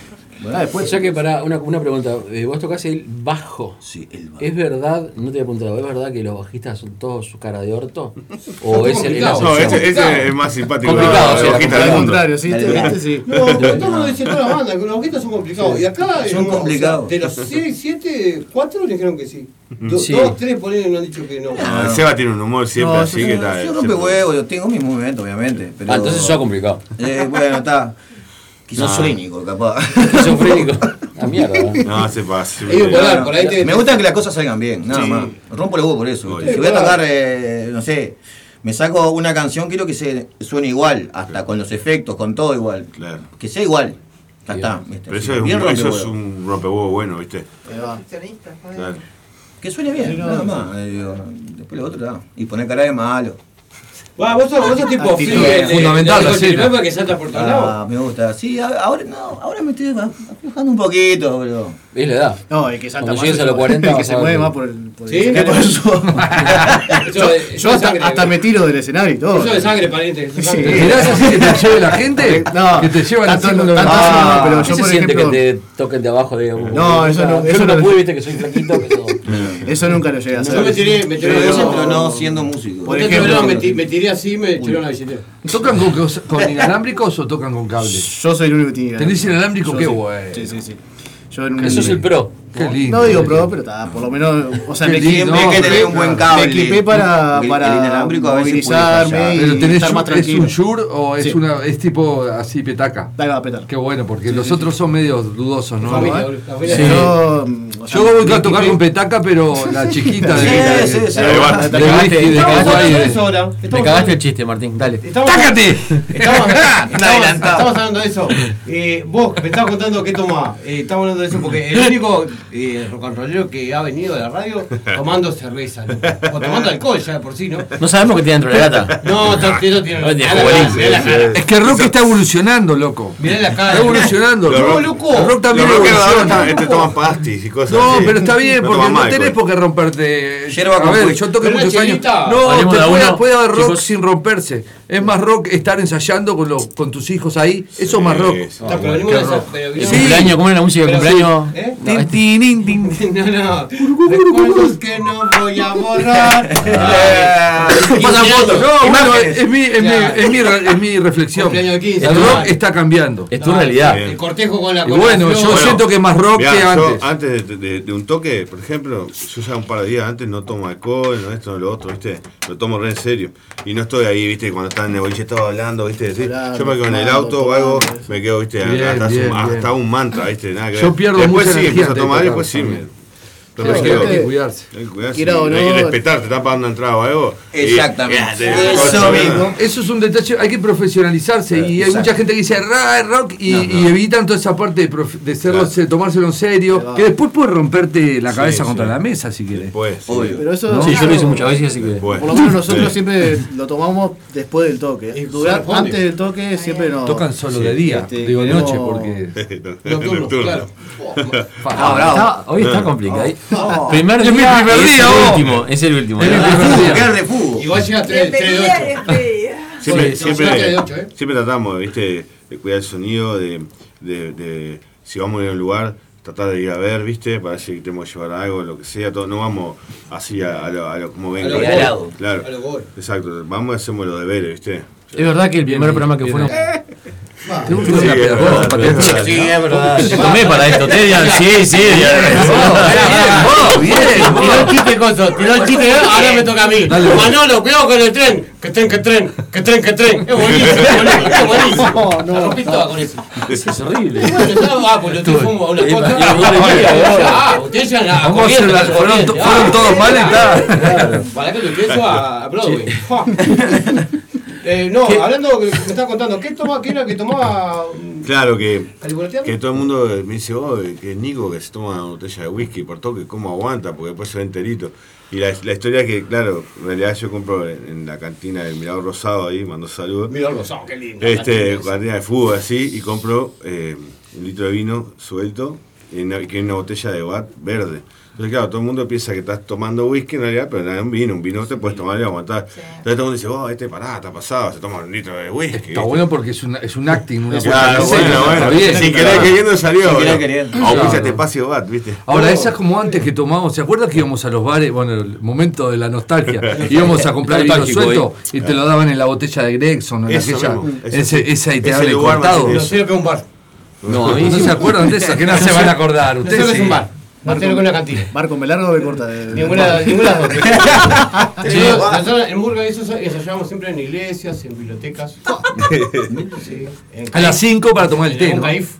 Speaker 1: Ah, después, ya que para una, una pregunta, eh, vos tocás el bajo.
Speaker 11: Sí, el bajo.
Speaker 1: ¿Es verdad, no te he preguntado, ¿es verdad que los bajistas son todos su cara de orto?
Speaker 9: Está
Speaker 1: ¿O es el
Speaker 9: complicado. No, ese- ese es más simpático.
Speaker 1: Complicado,
Speaker 9: El
Speaker 1: sí,
Speaker 9: bajista del
Speaker 1: complicado.
Speaker 9: mundo.
Speaker 10: Claro, sí,
Speaker 9: Dale,
Speaker 10: te-
Speaker 9: dale.
Speaker 10: viste, sí.
Speaker 2: No, pero todo lo dicen todas las bandas, que los boquitos son complicados. Y acá.
Speaker 11: Son
Speaker 2: no,
Speaker 11: complicados.
Speaker 2: o sea, de los 6, 7, 4 dijeron que sí. Do-
Speaker 9: Sí.
Speaker 2: Dos, tres ponen no han dicho que no.
Speaker 9: Ah, el Seba tiene un humor siempre
Speaker 11: No,
Speaker 9: así
Speaker 11: yo,
Speaker 9: que eh,
Speaker 11: no-
Speaker 9: tal.
Speaker 11: Yo rompe huevos, yo tengo mis momentos, obviamente. Pero,
Speaker 9: Ah, entonces sos
Speaker 1: complicado.
Speaker 11: Eh, bueno, está. Quizás
Speaker 9: No.
Speaker 11: frénico, capaz.
Speaker 1: Esquizofrénico. La mierda.
Speaker 9: Ah, No, se pasa.
Speaker 11: No, no, Me gusta que las cosas salgan bien, nada
Speaker 9: Sí.
Speaker 11: más. Rompo el huevo por eso.
Speaker 9: Oye.
Speaker 11: Si voy a
Speaker 9: Claro.
Speaker 11: tocar, eh, no sé, me saco una canción, quiero que se suene igual, hasta con los efectos, con todo igual.
Speaker 9: Claro.
Speaker 11: Que sea igual. Ya está. ¿viste?
Speaker 9: Pero
Speaker 11: Sí,
Speaker 9: eso es, un,
Speaker 11: bien
Speaker 9: eso
Speaker 11: rompehuevo.
Speaker 9: es un rompehuevo bueno, ¿viste? Claro.
Speaker 11: Que suene bien, nada más. eh, digo, después lo otro, nada. Y poner cara de malo.
Speaker 2: Va, vos sos, vos sos tipo eh,
Speaker 11: Actitud. eh,
Speaker 2: Flea, el de-
Speaker 11: Fundamental,
Speaker 2: el de
Speaker 11: la
Speaker 2: Golden
Speaker 11: cena.
Speaker 2: River que salta por todos lados.
Speaker 11: Ah, me gusta. Sí, a- ahora no, ahora me estoy aflojando un poquito, bro.
Speaker 1: ¿Ves la edad?
Speaker 10: No, el que salta
Speaker 11: Cuando
Speaker 10: más.
Speaker 11: llegues
Speaker 10: es
Speaker 11: a los 40
Speaker 10: el que
Speaker 11: vas
Speaker 10: se
Speaker 11: a ver.
Speaker 10: mueve más por el. Por
Speaker 11: Sí,
Speaker 10: el
Speaker 11: por eso.
Speaker 10: yo yo hasta, hasta me tiro del escenario y todo.
Speaker 2: Eso de sangre, pariente. eso de
Speaker 10: Sí.
Speaker 2: sangre.
Speaker 10: ¿Te tirás así que te lleve la gente?
Speaker 1: No.
Speaker 10: Que te llevan
Speaker 1: tanto,
Speaker 10: haciendo-
Speaker 1: tanto-
Speaker 10: Ah,
Speaker 1: no, pero
Speaker 10: ¿qué
Speaker 1: yo
Speaker 10: se
Speaker 1: por
Speaker 10: siente
Speaker 1: ejemplo-
Speaker 10: que
Speaker 1: te toquen de abajo? De,
Speaker 10: No, eso no-
Speaker 1: Yo
Speaker 10: eso
Speaker 1: no
Speaker 10: no-
Speaker 1: pude, viste que soy flaquito. pero-
Speaker 10: Eso nunca lo llegué a hacer.
Speaker 2: Yo me tiré, me tiré.
Speaker 10: Pero-
Speaker 11: Pero no siendo músico.
Speaker 10: Por
Speaker 2: Yo te
Speaker 10: ejemplo,
Speaker 2: veo, me, ti- me tiré así, me tiró la billetera.
Speaker 3: ¿Tocan con, cos- con inalámbricos o tocan con cables?
Speaker 10: Yo soy el único que tiene inalámbrico.
Speaker 3: ¿Tenés inalámbrico?
Speaker 10: Yo
Speaker 3: Qué
Speaker 10: sí.
Speaker 3: bueno.
Speaker 10: Sí, sí, sí. Yo en un-
Speaker 3: Eso es el pro. Qué lindo.
Speaker 10: No digo pro, pero está, por lo menos. O sea,
Speaker 3: Qué
Speaker 10: me
Speaker 3: lindo,
Speaker 10: equipé,
Speaker 3: no,
Speaker 10: me
Speaker 3: pero-
Speaker 10: equipé-
Speaker 3: buen
Speaker 10: me
Speaker 3: cable.
Speaker 10: equipé para,
Speaker 3: El- el
Speaker 10: para
Speaker 3: inalámbrico a veces puede
Speaker 10: movilizarme y
Speaker 3: Pero tenés
Speaker 10: estar
Speaker 3: un-
Speaker 10: más
Speaker 3: ¿Es
Speaker 10: tranquilo.
Speaker 3: un Shure o es,
Speaker 10: Sí.
Speaker 3: una, es tipo así petaca? Qué bueno, porque los otros son medio dudosos, ¿no?
Speaker 10: Familia,
Speaker 3: ¿Eh?
Speaker 10: la familia.
Speaker 3: Sí.
Speaker 10: Yo,
Speaker 3: Yo,
Speaker 10: o sea,
Speaker 3: voy
Speaker 10: me
Speaker 3: a tocar
Speaker 10: equipé.
Speaker 3: con petaca, pero la chiquita de.
Speaker 10: Sí,
Speaker 3: de-
Speaker 10: sí, sí.
Speaker 3: de-
Speaker 10: Ahí va.
Speaker 3: de-
Speaker 10: Te
Speaker 3: de-
Speaker 10: cagaste.
Speaker 3: de- de-
Speaker 10: Estamos
Speaker 3: de-
Speaker 10: hablando de
Speaker 3: de-
Speaker 10: eso ahora.
Speaker 1: Me
Speaker 2: Estamos
Speaker 1: cagaste el chiste, Martín, dale.
Speaker 3: ¡Tácate!
Speaker 2: Estamos, estamos-
Speaker 1: adelantado.
Speaker 2: estamos hablando de eso. Eh, vos me estabas contando qué tomás. Eh, estamos hablando de eso porque el único eh, rock and rollero que ha venido de la radio tomando cerveza. ¿no? O tomando alcohol ya de por sí, ¿no?
Speaker 1: No sabemos qué tiene dentro de la gata.
Speaker 2: No, está- eso tiene
Speaker 1: No, tiene
Speaker 2: a la-
Speaker 1: jugolín.
Speaker 2: mirá la cara.
Speaker 3: Es que el rock está evolucionando, loco.
Speaker 2: Mirá la cara.
Speaker 3: Está evolucionando.
Speaker 9: Los rock-
Speaker 3: El rock también
Speaker 9: los rockeros ahora
Speaker 3: evoluciona.
Speaker 9: están- este, toman pastis y cosas
Speaker 3: No,
Speaker 9: así.
Speaker 3: pero está bien,
Speaker 9: No
Speaker 3: porque
Speaker 9: toman
Speaker 3: no
Speaker 9: mal,
Speaker 3: tenés
Speaker 9: pues.
Speaker 3: por qué romperte.
Speaker 9: Yerba
Speaker 3: a
Speaker 9: con
Speaker 3: ver,
Speaker 9: cuy.
Speaker 3: yo toqué
Speaker 9: Pero
Speaker 3: muchos
Speaker 9: una
Speaker 3: años.
Speaker 9: chelita.
Speaker 3: No,
Speaker 9: Hablemos
Speaker 3: te
Speaker 9: de
Speaker 3: puede,
Speaker 9: uno,
Speaker 3: puede haber rock
Speaker 9: chicos.
Speaker 3: sin romperse. Es más rock estar ensayando con, los, con tus hijos ahí. Eso es más rock.
Speaker 2: Está, pero venimos de esa- pero
Speaker 1: El
Speaker 2: vinimos-
Speaker 1: cumpleaños, ¿cómo era la música de
Speaker 2: Pero
Speaker 1: cumpleaños?
Speaker 2: sí, ¿eh?
Speaker 1: No, este-
Speaker 2: No, no. Recuerdos que no voy a borrar.
Speaker 3: Pasan fotos. No, bueno,
Speaker 2: Imágenes.
Speaker 3: es mi, es mi, es mi, re- es mi reflexión.
Speaker 2: Cumpleaños de 15,
Speaker 3: El rock
Speaker 2: claro.
Speaker 3: está cambiando.
Speaker 1: Es tu realidad.
Speaker 9: Bien.
Speaker 2: El cortejo con la
Speaker 3: Y bueno, yo
Speaker 2: colación.
Speaker 3: siento que es más rock
Speaker 9: Mirá,
Speaker 3: que
Speaker 9: yo
Speaker 3: antes.
Speaker 9: antes de, de- de un toque, por ejemplo, yo ya un par de días antes no tomo alcohol, no esto, no lo otro, ¿viste? Lo tomo re en serio. Y no estoy ahí, ¿viste? Cuando están en el boliche, todo hablando, ¿viste? Sí, Yo me quedo en el
Speaker 3: hablando,
Speaker 9: auto o algo, me quedo, ¿viste?
Speaker 3: Bien,
Speaker 9: hasta, hace un-
Speaker 3: bien,
Speaker 9: hasta
Speaker 3: bien.
Speaker 9: un mantra, ¿viste? Nada que
Speaker 3: Yo
Speaker 9: ver.
Speaker 3: pierdo
Speaker 9: después
Speaker 3: mucha
Speaker 9: sí,
Speaker 3: energía
Speaker 9: empiezo a
Speaker 3: antes de
Speaker 9: tomar,
Speaker 3: tocar
Speaker 9: después sí.
Speaker 3: también.
Speaker 9: me-
Speaker 3: Pero
Speaker 9: me
Speaker 3: hay
Speaker 9: quedo.
Speaker 3: que cuidarse.
Speaker 9: Hay que cuidarse
Speaker 3: Quiera o
Speaker 9: y- y
Speaker 3: no,
Speaker 9: respetar, te está pagando entrada o algo. y- Ya, te- coche, nada.
Speaker 3: Eso es un detalle, hay que profesionalizarse y hay
Speaker 9: exacto.
Speaker 3: mucha gente que dice "Ra, es rock y, y evitan toda esa parte de, prof- de serlo- de tomárselo en serio, que después puede romperte la
Speaker 9: Sí,
Speaker 3: cabeza
Speaker 9: sí.
Speaker 3: contra la mesa si quieres.
Speaker 9: Pues,
Speaker 10: Pero eso-
Speaker 1: Sí, yo lo hice muchas veces, así que.
Speaker 10: Por lo menos nosotros siempre lo tomamos después del toque. Durar,
Speaker 3: corresponde.
Speaker 10: antes del toque siempre nos.
Speaker 3: Tocan solo de día, digo noche, porque.
Speaker 10: este, Nocturno, Nocturno. claro.
Speaker 1: Ah, bravo. Está- hoy está
Speaker 3: No.
Speaker 1: complicado. Ahí-
Speaker 3: No.
Speaker 1: Primer día.
Speaker 3: Es mi primer
Speaker 1: es
Speaker 3: día,
Speaker 1: el
Speaker 3: vos.
Speaker 1: último. Es el último.
Speaker 3: Es mi primer día.
Speaker 2: Igual llega 3 de 8.
Speaker 9: Siempre,
Speaker 13: Sí, no,
Speaker 9: siempre-
Speaker 13: no, no, de ocho, ¿eh?
Speaker 9: siempre tratamos, ¿viste? De cuidar el sonido, de, de- de- si vamos a ir a un lugar, tratar de ir a ver, ¿viste? Para ver si tenemos que llevar algo, lo que sea, todo. No vamos así a, a lo, a lo- como venga.
Speaker 5: lo volado.
Speaker 9: Claro. Exacto, vamos y hacemos los deberes, ¿viste?
Speaker 5: Es verdad que el primer programa que fueron. ¿Te gusta
Speaker 9: Sí,
Speaker 5: una
Speaker 9: es verdad,
Speaker 5: pedagoga?
Speaker 9: es verdad.
Speaker 5: Patricia?
Speaker 9: Sí, es verdad.
Speaker 5: Te tomé para esto, te digan, sí, sí,
Speaker 2: Bien, tiró el chiste, Coso, tiró el chiste, ¿eh? ahora me toca a mí. Manolo, cuidado con el tren. Que tren, que tren, que tren, que tren. Es buenísimo, boludo, es buenísimo. La rompí toda con eso.
Speaker 5: Es horrible.
Speaker 2: Bueno, ya, ah, pues yo te fumo una
Speaker 5: Y-
Speaker 2: cosa.
Speaker 5: y-
Speaker 2: Ah, ustedes ya, ah,
Speaker 5: Vamos a hacer
Speaker 2: corriente,
Speaker 5: la-
Speaker 2: corriente,
Speaker 5: fueron to-
Speaker 2: ah,
Speaker 5: fueron todos mal,
Speaker 2: claro. Para que lo empiezo a a Broadway. Ah, Fa. Eh, no, hablando que me estaba contando, ¿qué toma, qué era que tomaba
Speaker 9: Claro que,
Speaker 2: Caliburteando.
Speaker 9: que todo el mundo me dice, oh, que Nico que se toma una botella de whisky por toque, ¿cómo aguanta? Porque después se ve enterito. Y la, la historia que, claro, en realidad yo compro en, en la cantina del Mirador Rosado ahí, mando saludos.
Speaker 2: Mirador Rosado, qué lindo.
Speaker 9: Este,
Speaker 2: Cantina.
Speaker 9: cantina de fútbol así, y compro eh, un litro de vino suelto, en una- que es una botella de Watt verde. Entonces, claro, todo el mundo piensa que estás tomando whisky en realidad, pero en realidad es un vino, un vino te puedes tomar y aguantar. Entonces todo el mundo dice, oh, este pará, está pasado, se toma un litro de whisky. ¿viste?
Speaker 3: Está bueno porque es, una, es un acting, una puesta
Speaker 9: Claro,
Speaker 3: en escena,
Speaker 9: bueno,
Speaker 3: está
Speaker 9: bueno.
Speaker 3: bien.
Speaker 9: Sin querer queriendo salió.
Speaker 3: Sin querer
Speaker 9: ¿no?
Speaker 3: queriendo.
Speaker 9: Aunque
Speaker 3: Claro.
Speaker 9: se te pase bat, ¿viste?
Speaker 3: Ahora, esa es como antes que tomábamos, ¿se acuerdan que íbamos a los bares? Bueno, el momento de la nostalgia. íbamos a comprar el vino
Speaker 9: Nostálgico,
Speaker 3: suelto
Speaker 9: ¿eh?
Speaker 3: y te lo daban en la botella de Gregson o en
Speaker 9: Eso
Speaker 3: aquella.
Speaker 9: mismo, eso
Speaker 3: Ese,
Speaker 9: sí.
Speaker 3: esa y
Speaker 9: Ese
Speaker 3: te daban el
Speaker 9: lugar
Speaker 3: cortado.
Speaker 9: no sé
Speaker 2: Creo que es un bar.
Speaker 3: No, a mí no se acuerdan de eso, que no se van a acordar.
Speaker 2: No sé
Speaker 3: Ustedes
Speaker 2: lo que es
Speaker 3: sí.
Speaker 2: un bar. No sé lo que es una cantina.
Speaker 10: ¿Bar con velardo o B corta? Eh, De-
Speaker 2: Ninguna,
Speaker 10: de-
Speaker 2: ninguna de las dos.
Speaker 10: Sí,
Speaker 2: Yo,
Speaker 10: va.
Speaker 2: nosotros en Burga eso ensayamos siempre en iglesias, en bibliotecas. Sí, en
Speaker 3: A las 5 para tomar el
Speaker 2: en
Speaker 3: té,
Speaker 2: algún
Speaker 3: ¿no?
Speaker 2: caif.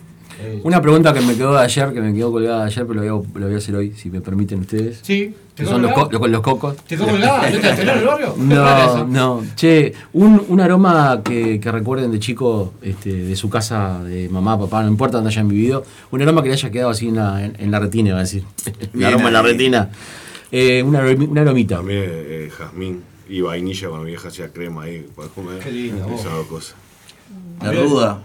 Speaker 1: Una pregunta que me quedó de ayer, que me quedó colgada de ayer, pero lo voy a, lo voy a hacer hoy, si me permiten ustedes.
Speaker 2: Sí, ¿te
Speaker 1: Que son los,
Speaker 2: colgó?
Speaker 1: co- los- los cocos.
Speaker 2: ¿Te colgó colgada? ¿No te alteró el barrio? ¿Qué raro
Speaker 1: No,
Speaker 2: eso?
Speaker 1: no. Che, un, un aroma que, que recuerden de chico, este, de su casa, de mamá, papá, no importa donde hayan vivido, un aroma que le haya quedado así en la, en- en la retina, iba a decir. El
Speaker 9: Bien
Speaker 1: aroma en la
Speaker 9: ahí.
Speaker 1: retina. Eh, una, aromi- una aromita.
Speaker 9: También eh, jazmín y vainilla cuando mi vieja hacía crema ahí para comer.
Speaker 2: Qué lindo, vos.
Speaker 9: Esas dos cosas.
Speaker 11: La ruda.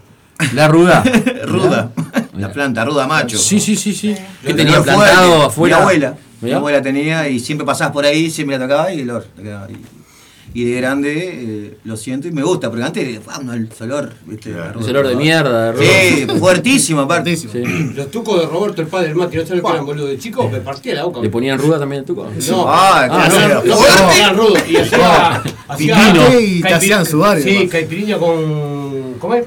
Speaker 1: La ruda.
Speaker 11: ruda. La planta ruda macho.
Speaker 1: Sí, sí, sí, sí.
Speaker 11: Yo
Speaker 1: Que tenía plantado
Speaker 11: fuerte.
Speaker 1: afuera.
Speaker 11: Mi abuela.
Speaker 1: Mirá.
Speaker 11: Mi abuela tenía y siempre pasabas por ahí, siempre la tocaba y el olor. te quedaba ahí. Y de grande eh, lo siento y me gusta, porque antes, ah, no, el olor, viste, la ruda.
Speaker 1: Ese olor de mierda, de
Speaker 11: Sí,
Speaker 1: ruda.
Speaker 11: fuertísimo aparte.
Speaker 2: Los tucos de Roberto, el padre del Mati, no se lo esperan, boludo. De chico me partía la boca.
Speaker 1: ¿Le ponían ruda también al tuco?
Speaker 2: No,
Speaker 1: Ah,
Speaker 2: no, no,
Speaker 1: no,
Speaker 2: no,
Speaker 1: no.
Speaker 2: eran rudos. Y hacía. hacía-
Speaker 1: Pipino.
Speaker 10: Y te hacían sudar,
Speaker 2: Sí,
Speaker 10: además.
Speaker 2: caipirinha con. ¿Cómo es?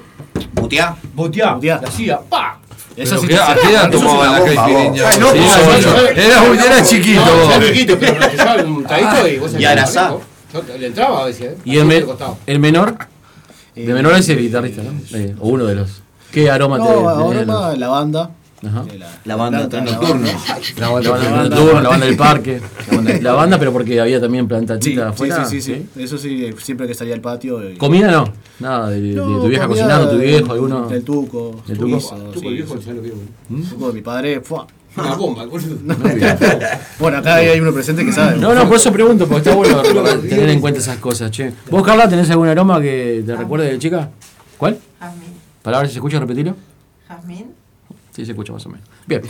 Speaker 11: Boteá.
Speaker 2: Boteá. La hacía. ¡Pa!
Speaker 10: Eso
Speaker 3: Pero
Speaker 10: sí
Speaker 3: ¿qué-
Speaker 10: te
Speaker 3: a
Speaker 10: hacía-
Speaker 3: qué edad
Speaker 10: eso es
Speaker 3: tomaba
Speaker 10: una
Speaker 3: la
Speaker 10: bomba,
Speaker 3: caipirinha?
Speaker 10: vos. Ay, no,
Speaker 3: Sí,
Speaker 10: no,
Speaker 3: soy
Speaker 10: no,
Speaker 3: yo.
Speaker 10: no,
Speaker 3: Era
Speaker 10: no,
Speaker 3: muy- era chiquito,
Speaker 2: No,
Speaker 3: vos.
Speaker 2: era chiquito, pero te llevaba un tadito y vos
Speaker 1: Y abrazá.
Speaker 2: rico. Yo te- le entraba a veces, ¿eh?
Speaker 1: Y el,
Speaker 2: Así
Speaker 1: me-
Speaker 2: de costado.
Speaker 1: el menor, de menor es el guitarrista, ¿no? Eh, o uno de los. ¿Qué aroma te
Speaker 10: Eh, No, aroma, lavanda.
Speaker 1: Ajá.
Speaker 10: Eh,
Speaker 11: La banda
Speaker 10: planta, la
Speaker 11: nocturna.
Speaker 1: La banda, la
Speaker 10: La
Speaker 1: banda,
Speaker 10: banda.
Speaker 1: nocturna, la banda del parque. La banda, la banda, pero porque había también plantachita
Speaker 10: Sí,
Speaker 1: afuera.
Speaker 10: sí, sí, sí. Eso sí, eh, siempre que salía al patio. eh,
Speaker 1: ¿Comida no? Nada, de, de
Speaker 10: No,
Speaker 1: tu vieja
Speaker 10: comida
Speaker 1: cocinando, tu
Speaker 10: del-
Speaker 1: viejo, alguno.
Speaker 10: Del tuco.
Speaker 1: ¿Del tuco?
Speaker 10: suizo,
Speaker 2: Tuco
Speaker 10: sí,
Speaker 2: el viejo,
Speaker 10: sí.
Speaker 2: ya lo vio.
Speaker 10: El tuco de mi padre. ¡fua!
Speaker 2: Una bomba, boludo.
Speaker 10: Bueno, acá hay uno presente que sabe.
Speaker 1: No, no, por eso pregunto, porque está bueno tener en cuenta esas cosas, che. ¿Vos, Carla, tenés algún aroma que te recuerde de chica? ¿Cuál?
Speaker 4: Jazmín.
Speaker 1: Palabras si se escucha, repetilo.
Speaker 4: Jazmín.
Speaker 1: Sí, se escucha más o menos. Bien.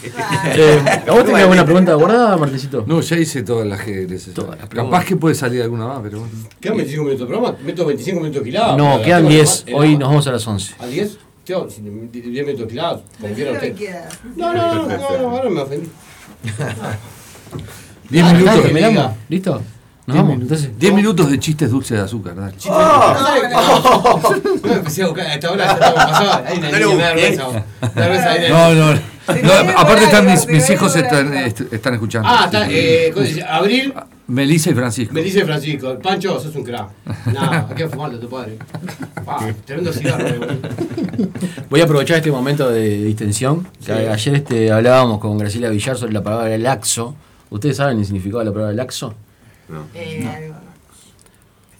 Speaker 1: Eh, ¿A vos tenés alguna pregunta guardada, Martincito?
Speaker 3: No, ya hice todas las que necesitaba. Capaz que puede salir alguna más, pero bueno.
Speaker 2: Quedan 25 minutos de programa, meto 25 minutos de quilada.
Speaker 1: No,
Speaker 2: Pero
Speaker 1: quedan
Speaker 2: tengo
Speaker 1: 10.
Speaker 2: que tomar-
Speaker 1: Hoy nos vamos a las 11.
Speaker 2: ¿A 10? Tío, si- 10 minutos de quilada, como quiera
Speaker 4: ¿Qué
Speaker 2: usted.
Speaker 4: queda?
Speaker 2: No, no, no, no, no, ahora me ofendí.
Speaker 3: 10
Speaker 2: Ah,
Speaker 3: minutos.
Speaker 2: dale, que me diga.
Speaker 1: ¿Listo? Nos
Speaker 3: Diez
Speaker 1: vamos,
Speaker 3: minu-
Speaker 1: entonces.
Speaker 3: 10 minutos de chistes dulces de azúcar, dale.
Speaker 2: Ah, No, empecé a buscar, hasta ahora ya estamos pasados. Ay, una
Speaker 3: No lo
Speaker 2: niña, me da
Speaker 3: busqué.
Speaker 2: vergüenza, vos. Me da vergüenza, ahí, ahí.
Speaker 3: No, no, no. No, aparte están mis, mis hijos están, est- están escuchando. Ah,
Speaker 2: Ah, está, eh, ¿cómo se dice? Abril,
Speaker 3: Melissa y Francisco.
Speaker 2: me dice Francisco, Pancho, sos un crack. Nah, hay que fumarlo tu padre. Pa, tremendo cigarro, eh, boludo.
Speaker 1: Voy a aprovechar este momento de distensión. que a- Ayer este, hablábamos con Graciela Villar sobre la palabra laxo. ¿Ustedes saben el significado de la palabra laxo?
Speaker 4: Eh, algo.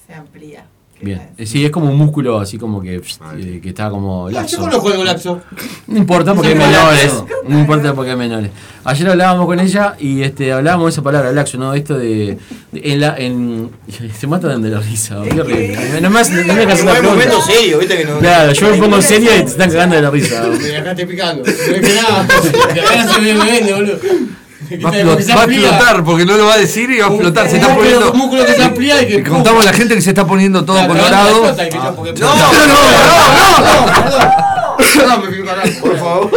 Speaker 4: Se amplía.
Speaker 1: Bien. Eh, Sí, es como un músculo así como que, pst, eh, que está como
Speaker 2: Ah, Yo
Speaker 1: laxo.
Speaker 2: conozco algo laxo.
Speaker 1: No importa porque hay
Speaker 2: Siempre
Speaker 1: menores.
Speaker 2: laxo.
Speaker 1: No importa porque hay menores. Ayer hablábamos con ella y este, hablábamos de esa palabra, laxo, ¿no? Esto de. de- en la, en, se matan de la risa. qué horrible. No me hagas- no me hagas una pregunta.
Speaker 11: viste que
Speaker 1: Claro, yo me pongo en serio y te están cagando de la risa.
Speaker 2: Me dejaste picando. No es que nada. Ahora se me me vende, boludo.
Speaker 3: Va a, flot- va a explotar, porque no lo va a decir y va a explotar. Se está
Speaker 13: músculo-
Speaker 3: poniendo.
Speaker 13: músculo que se amplía y que-
Speaker 3: Le contamos a la gente que se está poniendo todo
Speaker 13: Claro,
Speaker 3: colorado.
Speaker 13: la pelota y que yo, porque-
Speaker 3: No, no,
Speaker 13: Perdón, me fui con algo. Por favor.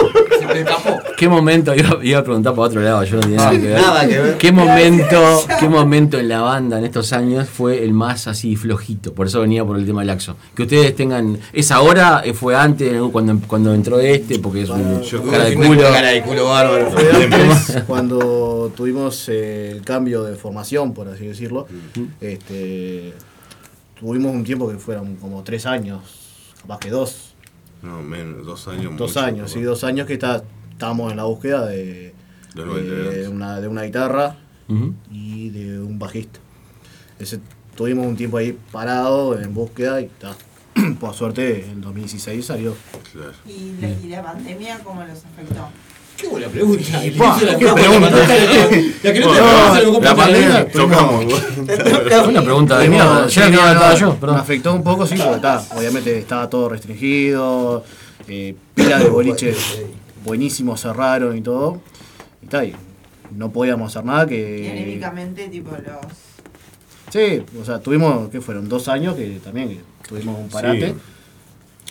Speaker 1: ¿Qué momento? Iba, iba a preguntar para otro lado, yo no tenía
Speaker 5: Ah,
Speaker 1: nada que ver.
Speaker 5: nada que ver.
Speaker 1: ¿Qué momento, ¿Qué momento en la banda en estos años fue el más así flojito? Por eso venía por el tema del laxo. Que ustedes tengan. ¿Esa hora eh, fue antes, ¿no? cuando, cuando entró este? Porque es un cara de
Speaker 10: Fue
Speaker 1: culo.
Speaker 10: Fue antes, cuando tuvimos eh, el cambio de formación, por así decirlo, este, tuvimos un tiempo que fueron como tres años, capaz que dos,
Speaker 9: No, menos, dos años.
Speaker 10: dos
Speaker 9: mucho,
Speaker 10: años, sí, dos años que está, estábamos en la búsqueda de,
Speaker 9: De nuevos
Speaker 10: de
Speaker 9: integrantes.
Speaker 10: una, de una guitarra y de un bajista. Ese, tuvimos un tiempo ahí parado en búsqueda y ta, por suerte en 2016 salió.
Speaker 4: ¿Y la, y la pandemia cómo los afectó?
Speaker 10: Qué buena pregunta.
Speaker 13: Y, pa, qué pregunta. La que no te
Speaker 10: Bueno,
Speaker 13: la pregunta,
Speaker 10: la
Speaker 13: la
Speaker 10: pandemia,
Speaker 13: pandemia,
Speaker 10: chocamos.
Speaker 13: Fue una pregunta de mierda. Ya que no estaba yo, perdón.
Speaker 10: Me afectó un poco, sí, porque está, obviamente estaba todo restringido, eh, pila de boliches buenísimos cerraron y todo. Y está ahí. No podíamos hacer nada
Speaker 4: Y
Speaker 10: que.
Speaker 4: anímicamente, tipo, los.
Speaker 10: Sí, o sea, tuvimos, ¿qué fueron? Dos años que también que tuvimos un parate.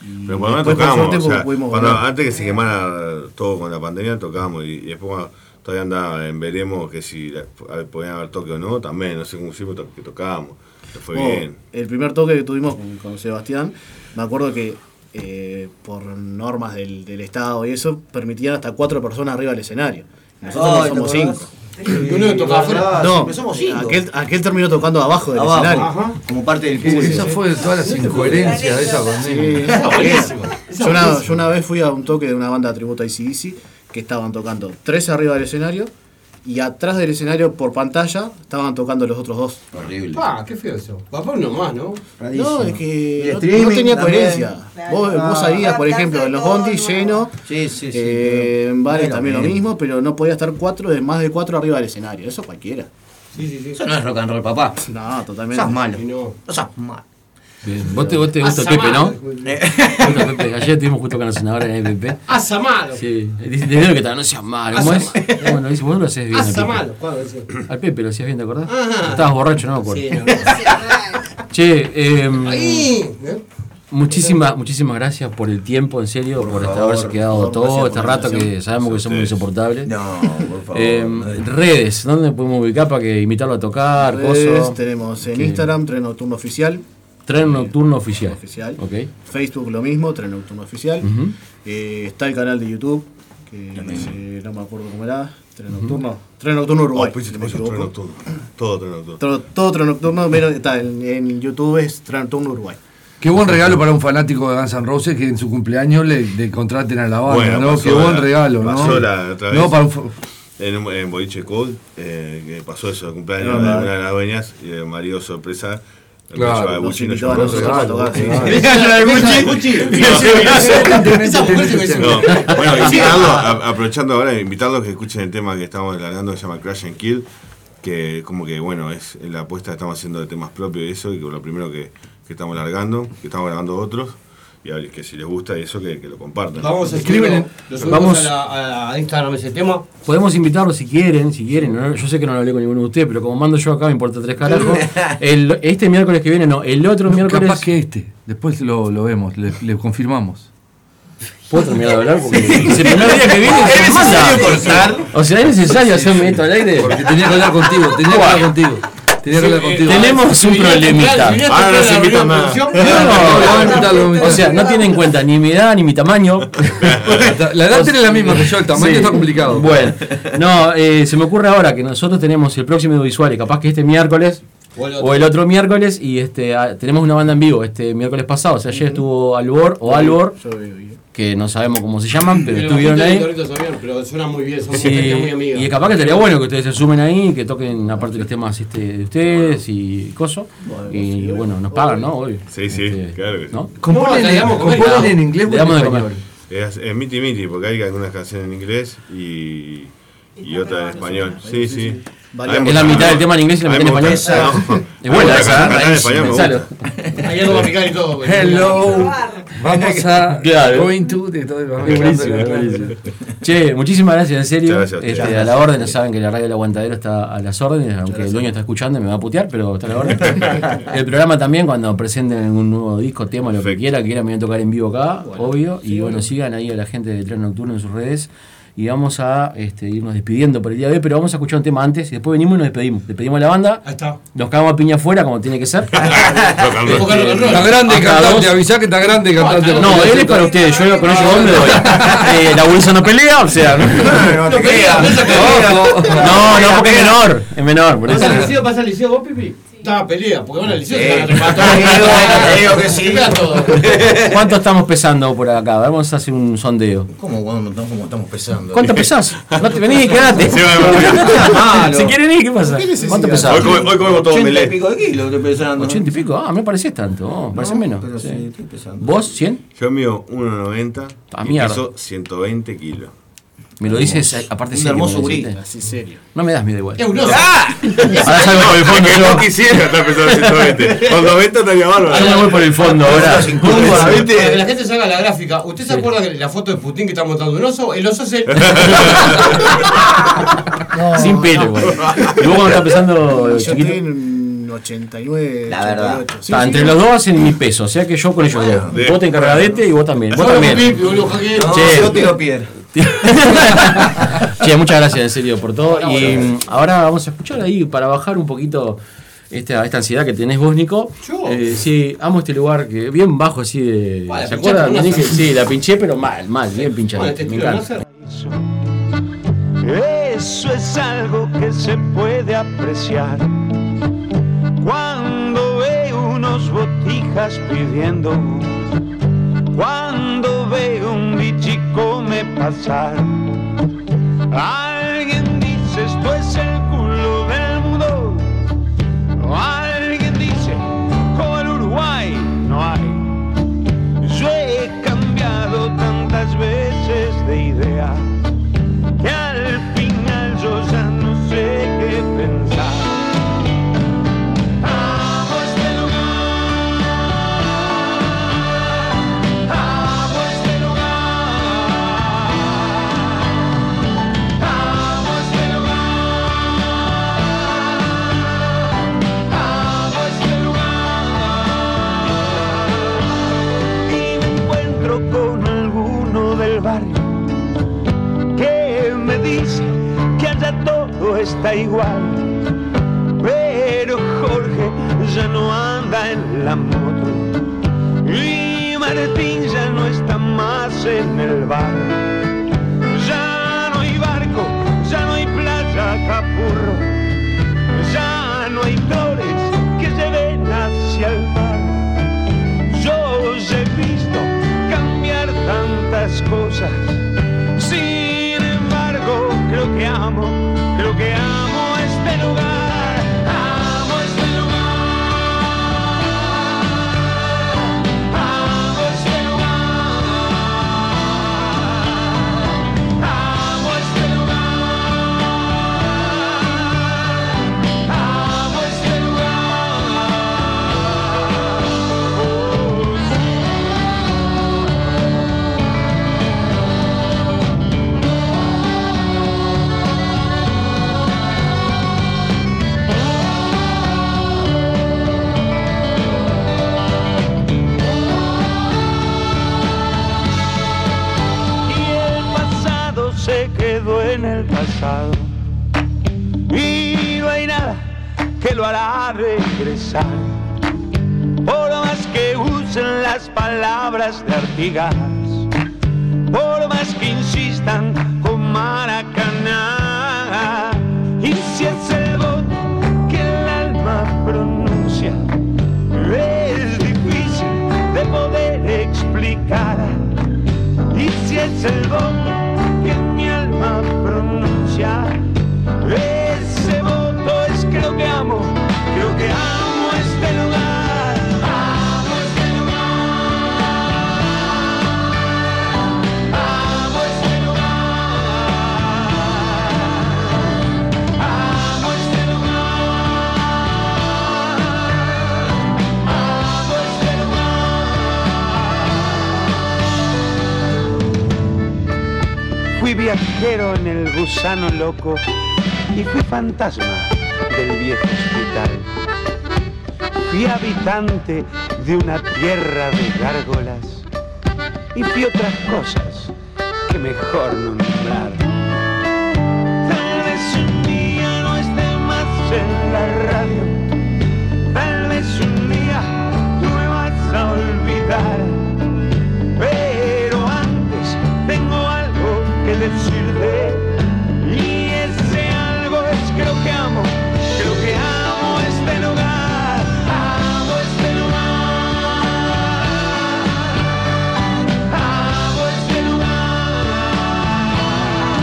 Speaker 9: Sí. Pero por lo menos
Speaker 10: Después, por
Speaker 9: tocábamos.
Speaker 10: suerte,
Speaker 9: o sea,
Speaker 10: pudimos
Speaker 9: cuando-
Speaker 10: volver.
Speaker 9: antes que se quemara todo con la pandemia, tocábamos. Y, y después, cuando todavía andaba en veremos que si la- a ver, podían haber toque o no, también. No sé cómo hicimos to- que tocábamos. Pero fue
Speaker 10: Oh,
Speaker 9: bien.
Speaker 10: El primer toque que tuvimos con, con Sebastián, me acuerdo que eh, por normas del, del Estado y eso, permitían hasta cuatro personas arriba del escenario. Nosotros
Speaker 13: Ay,
Speaker 10: somos
Speaker 13: ¿te acordás?
Speaker 10: cinco.
Speaker 13: Y uno que tocaba afuera.
Speaker 10: No,
Speaker 13: Pero somos cinco.
Speaker 10: Aquel, aquel terminó tocando abajo del
Speaker 13: Abajo,
Speaker 10: escenario.
Speaker 13: ajá.
Speaker 10: Como parte del
Speaker 3: público. Esa fue todas las incoherencias de esa pandemia. Esa buenísima. Esa
Speaker 10: yo, una,
Speaker 3: buenísima.
Speaker 10: yo una vez fui a un toque de una banda de tributo a ICDC que estaban tocando tres arriba del escenario y atrás del escenario por pantalla estaban tocando los otros dos. Horrible.
Speaker 2: Ah, qué feo eso. Papá uno más, ¿no?
Speaker 10: No, es que no- no,
Speaker 2: streaming
Speaker 10: tenía
Speaker 2: también.
Speaker 10: coherencia.
Speaker 2: Claro.
Speaker 10: Vos,
Speaker 9: Ah,
Speaker 10: vos salías, por ejemplo, en los bondis lleno, eh, en bares
Speaker 13: Bueno,
Speaker 10: también lo
Speaker 13: bien.
Speaker 10: mismo, pero no podía estar cuatro de más de cuatro arriba del escenario. Eso cualquiera.
Speaker 2: Sí, sí, sí.
Speaker 13: Eso no es rock and roll, papá.
Speaker 10: No, totalmente.
Speaker 13: Sos malo.
Speaker 2: No,
Speaker 13: sos malo.
Speaker 1: Bien, Vos te, vos te gusta
Speaker 13: Pasa
Speaker 1: Pepe,
Speaker 13: mal.
Speaker 1: ¿no? Te gusta Pepe. Ayer estuvimos justo con la senadora en el Pepe.
Speaker 2: Haz amado.
Speaker 1: Sí. Dice, te veo que tal, no seas malo. ¿Cómo es? Bueno, dice, vos no lo haces bien. al
Speaker 2: Haz
Speaker 1: Pepe.
Speaker 2: amado. ¿Cuándo decía?
Speaker 1: Al Pepe lo hacías bien, ¿te acordás?
Speaker 2: Ajá.
Speaker 1: Estabas borracho, no me acuerdo.
Speaker 2: Sí, no.
Speaker 1: che, em,
Speaker 2: Ahí. ¿eh?
Speaker 1: muchísimas, muchísimas gracias por el tiempo, en serio, por, hasta
Speaker 5: favor,
Speaker 1: haberse quedado
Speaker 5: por favor,
Speaker 1: todo
Speaker 5: gracias
Speaker 1: este
Speaker 5: por la
Speaker 1: rato que
Speaker 5: invitación.
Speaker 1: sabemos que somos insoportables. Em,
Speaker 11: No, por favor.
Speaker 1: redes, ¿dónde podemos ubicar para que invitarlo a tocar?
Speaker 10: Redes,
Speaker 1: coso?
Speaker 10: tenemos en
Speaker 1: Ah, Que-
Speaker 10: Instagram, Tren Nocturno Oficial,
Speaker 1: Tren nocturno oficial.
Speaker 10: oficial.
Speaker 1: Ok.
Speaker 10: Facebook lo mismo, Tren Nocturno Oficial.
Speaker 1: Ujú.
Speaker 10: Eh, está el canal de YouTube, que eh, no me acuerdo cómo era, Tren Nocturno. Tren Nocturno Uruguay.
Speaker 9: Oh, pues,
Speaker 10: si
Speaker 9: te
Speaker 10: no me
Speaker 9: puso
Speaker 10: equivoco.
Speaker 9: Tren Nocturno. Todo Tren Nocturno.
Speaker 10: Todo, todo Tren Nocturno, menos- está, en, en YouTube es Tren Nocturno Uruguay.
Speaker 3: Qué buen regalo para un fanático de Guns N' Roses que en su cumpleaños le, le contraten a la banda,
Speaker 9: Bueno,
Speaker 3: ¿no?
Speaker 9: pasó
Speaker 3: Qué buen
Speaker 9: la-
Speaker 3: regalo, ¿no?
Speaker 9: pasó la otra vez.
Speaker 3: No, para un fa-
Speaker 9: En, un- en Boliche Cold, eh, que pasó eso, el cumpleaños
Speaker 3: No,
Speaker 9: de
Speaker 3: no.
Speaker 9: una de las dueñas, y el marido sorpresa. el
Speaker 3: Claro,
Speaker 9: macho de
Speaker 3: nos
Speaker 9: Gucci, no
Speaker 3: invitó a
Speaker 9: llegó.
Speaker 3: nosotros a tocar, sí.
Speaker 9: Claro.
Speaker 3: Esa es la de Gucci. Esa mujer se consume.
Speaker 9: No, Bueno, invitarlo, a- aprovechando ahora, invitarlos a que escuchen el tema que estamos largando que se llama Crash and Kill, que como que bueno, es la apuesta que estamos haciendo de temas propios y eso, y que lo primero que, que estamos largando, que estamos grabando otros, y a- que si les gusta eso, que, que lo compartan.
Speaker 2: Vamos a
Speaker 1: Escriben,
Speaker 2: escribir.
Speaker 1: vamos-
Speaker 2: Vamos a, la- a la Instagram ese tema.
Speaker 1: Podemos invitarlo si quieren, si quieren. ¿no? Yo sé que no lo hablé con ninguno de ustedes, pero como mando yo acá, me importa tres carajos. El- este miércoles que viene, no, el otro miércoles.
Speaker 3: Capaz que este. Después lo, lo vemos, le, le confirmamos.
Speaker 1: ¿Puedo terminar de hablar? Porque es el primer día que viene.
Speaker 3: ¿Es
Speaker 1: se manda.
Speaker 3: necesario cortar?
Speaker 1: O sea, ¿es necesario hacerme esto al aire? Porque
Speaker 3: tenía que hablar contigo, tenía que hablar contigo. Tenía que hablar contigo.
Speaker 1: Tenemos un
Speaker 3: eh, Si vinieras
Speaker 1: problemita. Ah,
Speaker 3: temprano, si vinieras Ahora no se temprano a la invita reunión de más. producción.
Speaker 1: No,
Speaker 3: No, no, no, no, no, no.
Speaker 1: O sea, no tienen en cuenta ni mi edad ni mi tamaño.
Speaker 3: La edad tiene la misma que yo, el tamaño
Speaker 1: Sí.
Speaker 3: está complicado.
Speaker 1: Bueno, no, eh, se me ocurre ahora que nosotros tenemos el próximo audiovisual, y capaz que este miércoles
Speaker 2: O el otro.
Speaker 1: o el otro miércoles, y este ah, tenemos una banda en vivo este miércoles pasado. O sea, ayer estuvo Albor o Albor, que no sabemos cómo se llaman, pero
Speaker 2: Pero
Speaker 1: estuvieron
Speaker 2: los
Speaker 1: ahí.
Speaker 2: Doritos sabían, pero suena muy bien, son
Speaker 1: Sí,
Speaker 2: gente muy amiga.
Speaker 1: y capaz que estaría bueno que ustedes se sumen ahí, que toquen aparte los temas este, de ustedes y coso. Y bueno, nos pagan, ¿no? Obvio.
Speaker 9: Sí, sí, claro que sí.
Speaker 3: Componen en- componen en inglés o
Speaker 1: Le
Speaker 3: en
Speaker 1: damos de
Speaker 3: español.
Speaker 1: comer.
Speaker 9: Es, es miti miti, porque hay algunas canciones en inglés y, y otras en español. Sí, sí.
Speaker 1: Varias. Es la mitad del tema en inglés y la mitad en español. Es buena esa, ¿eh?
Speaker 9: en español me gusta.
Speaker 1: Pensalo. Ahí algo va a picar y todo, güey. Hello.
Speaker 3: Vamos a
Speaker 1: Claro.
Speaker 3: going to de todo el
Speaker 1: Es buenísimo, es buenísimo. Che, muchísimas gracias, en serio.
Speaker 3: Muchas gracias a ustedes.
Speaker 1: Este,
Speaker 3: Gracias.
Speaker 1: a la orden, saben que la radio del aguantadero está a las órdenes, aunque el dueño está escuchando y me va a putear, pero está a la orden. el programa también, cuando presenten un nuevo disco, tema, lo que quiera, que quieran venir a tocar en vivo acá, obvio. Y bueno, sigan ahí a la gente de Tren Nocturno en sus redes. Y vamos a este, irnos despidiendo por el día de hoy, pero vamos a escuchar un tema antes y después venimos y nos despedimos. Despedimos a la banda. Nos cagamos a piña afuera, como tiene que ser.
Speaker 3: Está grande
Speaker 1: Acá
Speaker 3: cantante,
Speaker 1: dos.
Speaker 3: avisá que está grande cantante.
Speaker 1: No, él es para ustedes, yo lo conozco a dónde doy. Eh, la Wilson no pelea, o sea. No, no, no, porque es menor. Es menor, por
Speaker 2: ¿Vas
Speaker 1: eso.
Speaker 2: al liceo? ¿Vas al liceo vos, Pipi? Está pelea, porque van al liceo.
Speaker 1: Sí.
Speaker 2: se van a tomar
Speaker 1: Te digo,
Speaker 2: todo.
Speaker 1: te digo que sí.
Speaker 2: Se pegan todo.
Speaker 1: ¿Cuánto estamos pesando por acá? Vamos a hacer un sondeo.
Speaker 11: ¿Cómo, cómo, cómo estamos pesando?
Speaker 1: ¿Cuánto pesás? No te venís, quedate.
Speaker 11: Se va a morir.
Speaker 1: Malo. Si quieren ir, ¿qué pasa?
Speaker 11: ¿Qué necesidad?
Speaker 1: ¿Cuánto pesás?
Speaker 11: Hoy come- hoy comemos todo 80 y melé.
Speaker 1: pico de kilos estoy pesando. 80 y pico, ah, me parecés tanto. oh, parece menos. Sí. ¿Vos, 100?
Speaker 9: Yo mío 1,90
Speaker 1: Ah,
Speaker 9: y
Speaker 1: mierda.
Speaker 9: peso 120 kilos.
Speaker 1: Me lo dices, eh, aparte serio, me lo dijiste.
Speaker 10: así serio.
Speaker 1: No me das miedo igual.
Speaker 10: un oso.
Speaker 1: Ahora salgo por el fondo
Speaker 9: Es que
Speaker 1: yo.
Speaker 9: no quisiera estar pesando 120. Con 90 estaría bárbaro.
Speaker 1: Yo me voy por el fondo ahora.
Speaker 2: Para que la gente se haga la gráfica, ¿usted se acuerda de la foto de Putin que está montando un oso? El oso es el.
Speaker 1: Sin pelo, güey. ¿Y vos cuando estás pesando,
Speaker 10: Yo
Speaker 1: chiquito?
Speaker 10: estoy en 89,
Speaker 1: La verdad.
Speaker 10: 88. Sí,
Speaker 1: Está,
Speaker 10: sí,
Speaker 1: entre
Speaker 10: sí.
Speaker 1: los dos hacen mis pesos, o sea que yo con ellos dos. Vos te encargadete y vos también. Vos
Speaker 10: Solo
Speaker 1: también.
Speaker 10: con Pipi, boludo, Joaquín. No, yo tiro
Speaker 11: piedra.
Speaker 1: Che, muchas gracias en serio por todo. Y mm, ahora vamos a escuchar ahí para bajar un poquito esta, esta ansiedad que tenés vos, Nico. Eh, sí, amo este lugar que bien bajo así de.
Speaker 2: Ah, la
Speaker 1: ¿Se
Speaker 2: pinchaste
Speaker 1: acuerdan?
Speaker 2: con una
Speaker 1: Dije,
Speaker 2: cerveza.
Speaker 1: sí, la pinché, pero mal, mal, bien pinchada.
Speaker 2: Bueno, te
Speaker 1: Me
Speaker 2: tiro,
Speaker 1: encanta.
Speaker 12: Eso es algo que se puede apreciar. Cuando ve unos botijas pidiendo, cuando ve un bichi come pasar. Alguien dice esto es el culo del mundo. Alguien dice como el Uruguay no hay. Yo he cambiado tantas veces de idea que al final yo ya no sé qué pensar. Amo este lugar, amo este lugar, amo este lugar, amo este lugar. Y me encuentro con alguno del barrio que me dice que allá todo está igual. Pero Jorge ya no anda en la moto y Martín ya no está más en el bar. Ya no hay barco, ya no hay playa capurro, ya no hay flores que se ven hacia el mar. Yo os he visto cambiar tantas cosas. Sin embargo, creo que amo, creo que amo este lugar. Amo este lugar. Amo este lugar. Amo este lugar. Amo este lugar. Oh, y el pasado se quedó en el pasado. Y no hay nada que lo hará regresar. Por más que usen las palabras de Artigas, por más que insistan con Maracaná, y si es el voto que el alma pronuncia, es difícil de poder explicar. Y si es el voto que mi alma pronuncia, ese voto es creo que amo, creo que amo este lugar. Amo este lugar. Amo este lugar. Amo este lugar. Amo este lugar. viajero en el gusano loco y fui fantasma del viejo hospital. Fui habitante de una tierra de gárgolas y fui otras cosas que mejor no nombrar. Tal vez un día no esté más en la radio, tal vez un día tú me vas a olvidar. Pero antes tengo algo que decirte y ese algo es que lo que amo, creo que amo este lugar, amo este lugar. Amo este lugar,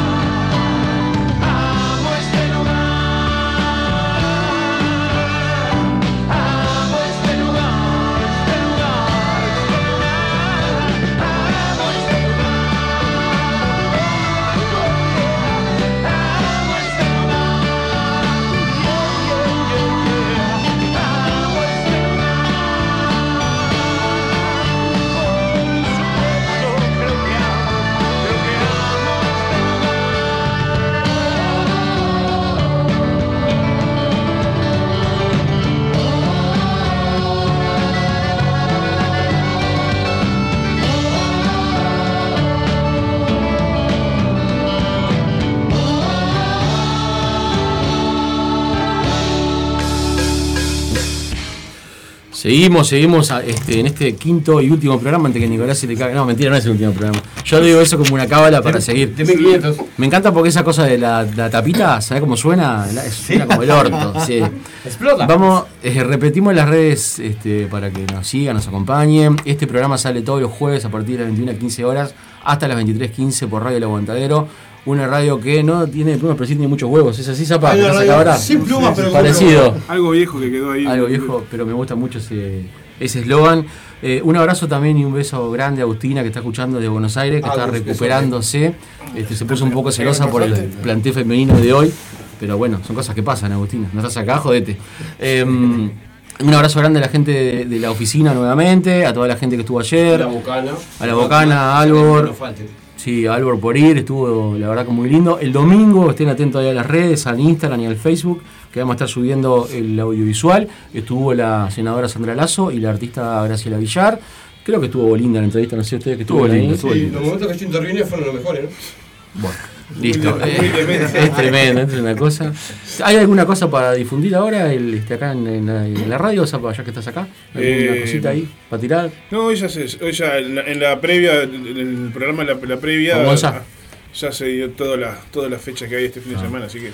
Speaker 12: amo este lugar, amo este lugar, este lugar, este lugar, amo este lugar, amo este lugar, amo este lugar.
Speaker 1: Seguimos, seguimos a- este, en este quinto y último programa antes que Nicolás se le caiga. No, mentira, no es el último programa. Yo digo eso como una cábala para seguir. Me encanta porque esa cosa de la, la tapita, ¿sabes cómo suena? La- Suena como el orto. sí.
Speaker 13: Explota.
Speaker 1: Vamos, eh, repetimos las redes este, para que nos sigan, nos acompañen. Este programa sale todos los jueves a partir de las 21.15 horas hasta las 23.15 por Radio El Aguantadero. Una radio que no tiene plumas, pero sí tiene muchos huevos. ¿Es así, Zapa?
Speaker 6: Hay una
Speaker 1: ¿Estás
Speaker 6: radio
Speaker 1: acá ahora?
Speaker 6: sin plumas, pero con
Speaker 1: Parecido.
Speaker 6: huevos. Algo viejo que quedó ahí.
Speaker 1: Algo viejo, pero me gusta mucho ese ese eslogan. Eh, un abrazo también y un beso grande a Agustina que está escuchando de Buenos Aires, que
Speaker 13: Ah,
Speaker 1: está
Speaker 13: Agus,
Speaker 1: recuperándose. Este, se puso un poco
Speaker 13: Pero
Speaker 1: celosa por el
Speaker 13: importante.
Speaker 1: plantel femenino de hoy. Pero bueno, son cosas que pasan, Agustina. No estás acá, jodete. Eh, un abrazo grande a la gente de, de la oficina nuevamente, a toda la gente que estuvo ayer.
Speaker 13: La Bocana.
Speaker 1: A la Bocana, a Albor.
Speaker 13: No falte.
Speaker 1: Sí, Álvaro por ir, estuvo la verdad que muy lindo. El domingo, estén atentos ahí a las redes, al Instagram y al Facebook, que vamos a estar subiendo el audiovisual. Estuvo la senadora Sandra Lazo y la artista Graciela Villar. Creo que estuvo linda la entrevista, no sé ustedes que estuvo
Speaker 5: Estuvo
Speaker 1: linda.
Speaker 5: lindo,
Speaker 1: estuvo
Speaker 13: Sí,
Speaker 1: lindo.
Speaker 13: los momentos que yo intervine fueron los mejores, ¿no?
Speaker 1: Bueno, listo.
Speaker 13: Muy
Speaker 1: Eh,
Speaker 13: tremendo.
Speaker 1: es tremendo, es tremenda cosa. ¿Hay alguna cosa para difundir ahora el, este, acá en, en la, en la radio, Zapa, ya que estás acá? ¿Alguna
Speaker 6: Eh,
Speaker 1: cosita ahí para tirar?
Speaker 6: No, ella, se, ella en, la, en la previa, en el programa la, la previa,
Speaker 1: Con Gonza.
Speaker 6: ya se dio todas las todas las fechas que hay este fin de semana, así que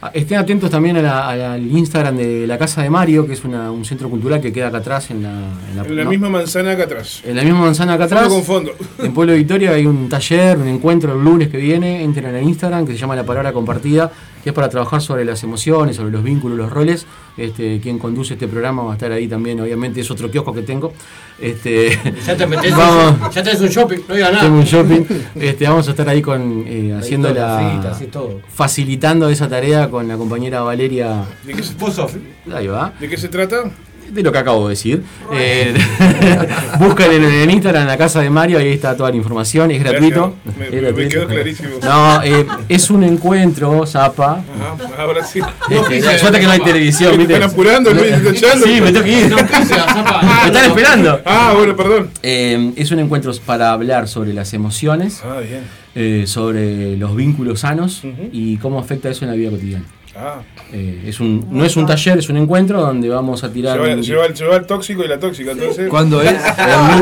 Speaker 1: Ah, Estén atentos también a la- a la- al Instagram de la Casa de Mario, que es una- un centro cultural que queda acá atrás en la, en la-
Speaker 6: en la
Speaker 1: Ah, no,
Speaker 6: misma manzana acá atrás.
Speaker 1: en la misma manzana acá atrás.
Speaker 6: Fondo con fondo.
Speaker 1: En Pueblo Victoria hay un taller, un encuentro el lunes que viene. Entren a Instagram que se llama La Palabra Compartida, que es para trabajar sobre las emociones, sobre los vínculos, los roles. Este, quien conduce este programa va a estar ahí también, obviamente. Es otro kiosco que tengo. Este,
Speaker 13: Ya te metes,
Speaker 1: vamos,
Speaker 13: ya tenés un shopping, no digas nada.
Speaker 1: tengo un shopping. Este, vamos a estar ahí con eh, haciendo
Speaker 13: todo, frita,
Speaker 1: la.
Speaker 13: así todo.
Speaker 1: facilitando esa tarea con la compañera Valeria.
Speaker 6: ¿De qué se,
Speaker 1: Ahí va
Speaker 6: ¿De qué se trata?
Speaker 1: de lo que acabo de decir. Eh, buscan en, en Instagram en la casa de Mario, ahí está toda la información, es gratuito.
Speaker 6: Gracias. Me-
Speaker 1: Es
Speaker 6: me- me
Speaker 1: gratuito.
Speaker 6: quedó clarísimo.
Speaker 1: No, eh, es un encuentro, Zapa.
Speaker 6: Ajá, ahora sí.
Speaker 1: Este, ya- suerte que no hay televisión,
Speaker 6: Me
Speaker 1: ¿viste?
Speaker 6: Están apurando, Luis, te están echando.
Speaker 1: Sí, me tengo que ir. Me están esperando. Eh,
Speaker 6: Ah, bueno, perdón.
Speaker 1: es un encuentro para hablar sobre las emociones,
Speaker 6: Ah, bien.
Speaker 1: eh, sobre los vínculos sanos y cómo afecta eso en la vida cotidiana.
Speaker 6: Ah.
Speaker 1: Eh, es un, no es un taller, es un encuentro donde vamos a tirar.
Speaker 6: Lleva,
Speaker 1: un-
Speaker 6: lleva el- lleva el tóxico y la tóxica, entonces.
Speaker 1: ¿Cuándo es?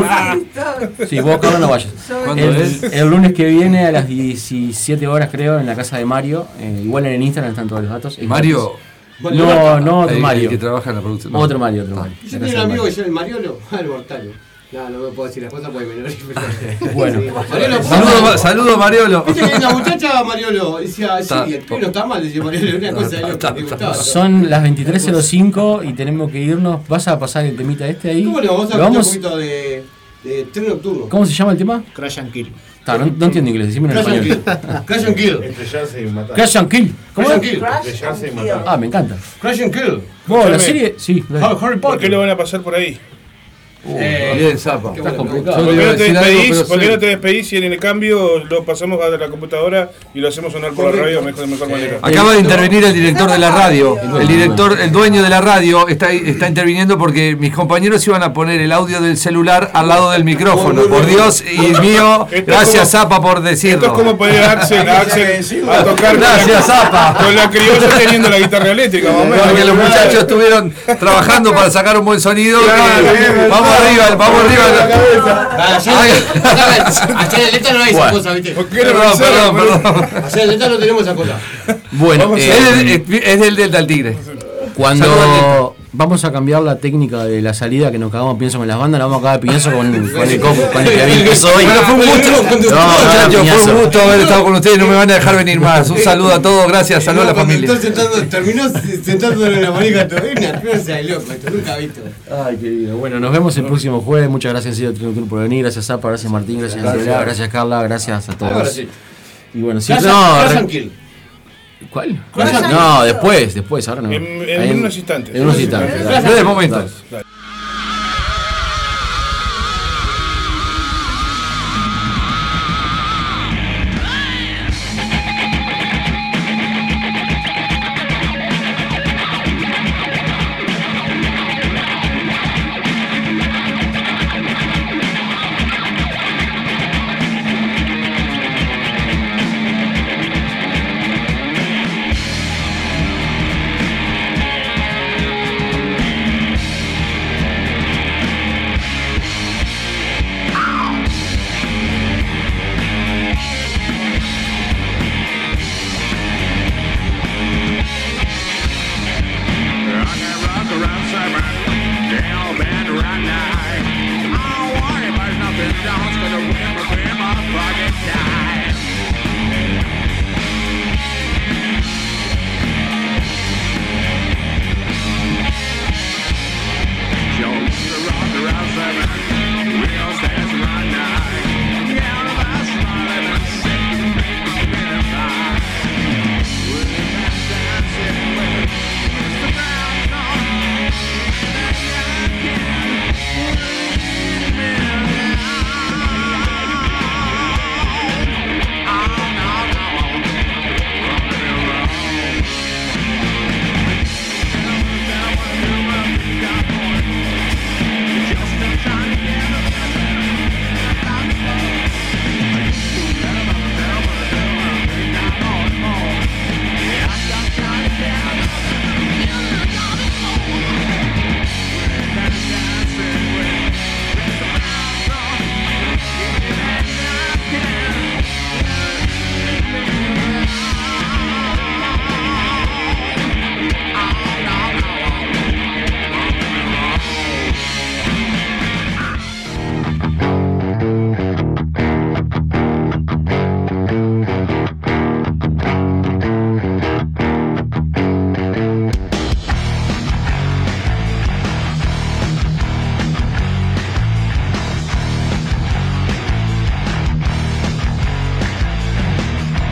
Speaker 1: Sí, vos, Carlos, no vayas.
Speaker 6: ¿Cuándo
Speaker 1: El,
Speaker 6: es?
Speaker 1: el lunes que viene a las 17 horas, creo, en la casa de Mario. Eh, igual en el Instagram están todos los datos. Es
Speaker 3: Mario.
Speaker 1: gratis. No, no, otro
Speaker 3: El- el
Speaker 1: Mario.
Speaker 3: que trabaja en la producción. No.
Speaker 1: Otro Mario, otro
Speaker 3: Ah.
Speaker 1: Mario.
Speaker 13: Yo
Speaker 1: La
Speaker 13: tenía un
Speaker 1: casa de
Speaker 13: amigo
Speaker 1: Mario.
Speaker 13: que se llama el Mariolo, ah, el Bortaño. No, no me puedo decir las cosas porque me lo
Speaker 1: Bueno.
Speaker 13: Mariolo,
Speaker 3: Saludo, Ma- saludo, Mariolo.
Speaker 13: Viste que la muchacha Mariolo decía, sí,
Speaker 1: Ta-
Speaker 13: el pibe no está mal, decía Mariolo, una cosa de loco, le gustaba.
Speaker 1: Son las 23.05 y tenemos que irnos. ¿Vas a pasar el temita este ahí?
Speaker 13: ¿Cómo le vamos a
Speaker 1: ¿Lo
Speaker 13: hablar un
Speaker 1: vamos-
Speaker 13: poquito de, de tren nocturno?
Speaker 1: ¿Cómo se llama el tema?
Speaker 10: Crash and Kill.
Speaker 1: Ta, no, no entiendo inglés, decímelo en
Speaker 13: Crash and
Speaker 1: español.
Speaker 13: Kill. Crash and Kill.
Speaker 9: Estrellarse y matar.
Speaker 1: Crash and Kill. ¿Cómo
Speaker 9: Crash and
Speaker 1: es?
Speaker 9: Kill. Estrellarse y matar.
Speaker 1: Ah, me encanta.
Speaker 13: Crash and Kill.
Speaker 1: Bueno, la
Speaker 6: Escúchame.
Speaker 1: serie. Sí, dale.
Speaker 6: ¿Por qué lo van a pasar por ahí?
Speaker 3: Eh, bien, Zapa.
Speaker 6: Qué
Speaker 3: Está
Speaker 6: bueno.
Speaker 3: complicado.
Speaker 6: ¿Por qué
Speaker 3: Yo
Speaker 6: no
Speaker 3: iba a
Speaker 6: te
Speaker 3: decir algo,
Speaker 6: despedís?
Speaker 3: pero
Speaker 6: ¿Por qué
Speaker 3: sé.
Speaker 6: no te despedís y en el cambio lo pasamos a la computadora y lo hacemos sonar por la radio de mejor, de
Speaker 3: Eh,
Speaker 6: mejor manera?
Speaker 3: Acaba de intervenir el director de la radio. El director, el dueño de la radio está, está interviniendo porque mis compañeros iban a poner el audio del celular al lado del micrófono. Por Dios y mío,
Speaker 6: Esto es
Speaker 3: gracias
Speaker 6: como-
Speaker 3: Zapa por
Speaker 6: Esto
Speaker 3: decirlo.
Speaker 6: es como poner a Axel, a Axel a tocar con la-
Speaker 3: Gracias, Zapa.
Speaker 6: con la criolla teniendo la guitarra eléctrica. más o menos.
Speaker 3: Porque los muchachos estuvieron trabajando para sacar un buen sonido. Vamos arriba, vamos arriba.
Speaker 2: Hacer el letra no hay esa
Speaker 3: Bueno.
Speaker 2: cosa, ¿viste?
Speaker 3: Perdón, perdón, perdón.
Speaker 2: Hacer el letra no tenemos esa cosa.
Speaker 1: Bueno,
Speaker 3: Es
Speaker 1: eh,
Speaker 3: del- es del Delta al Tigre.
Speaker 1: Cuando vamos a cambiar la técnica de la salida que nos cagamos pienso con las bandas, la vamos a cagar pienso con, con el copo, con el piabil que soy.
Speaker 3: Bueno, fue un gusto.
Speaker 1: No,
Speaker 3: Muchachos,
Speaker 1: no,
Speaker 3: fue
Speaker 1: piñazo.
Speaker 3: un gusto haber estado con ustedes. No me van a dejar venir más. Un saludo a todos. Gracias. Saludos a la familia.
Speaker 2: Entonces sentando- terminó sentándolo en la manija todavía, una cosa de loco, esto nunca visto.
Speaker 1: Ay, qué vida. Bueno, nos vemos el próximo jueves. Muchas gracias, Ciro Triunfo, por venir. Gracias, Zapa. Gracias, Martín. Gracias,
Speaker 2: Gracias.
Speaker 1: Andrea. Gracias, Carla. Gracias a
Speaker 2: Ahora
Speaker 1: todos.
Speaker 2: sí.
Speaker 1: Y bueno, si
Speaker 2: Crash-
Speaker 1: no,
Speaker 2: Crash
Speaker 1: re-
Speaker 2: and Kill.
Speaker 1: ¿Cuál?
Speaker 2: Crash and
Speaker 1: No,
Speaker 2: Kill.
Speaker 1: después, después, ahora no.
Speaker 6: En- en
Speaker 1: Ahí
Speaker 6: unos instantes.
Speaker 1: En unos instantes.
Speaker 6: Crash and
Speaker 1: dale.
Speaker 6: Kill.
Speaker 1: Dale, momentos.
Speaker 6: Dale.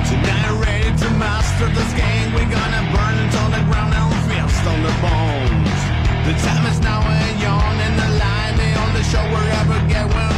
Speaker 8: Tonight we're ready to master this game. We're gonna burn it on the ground and feast on the bones. The time is now and young and the light on the show wherever get when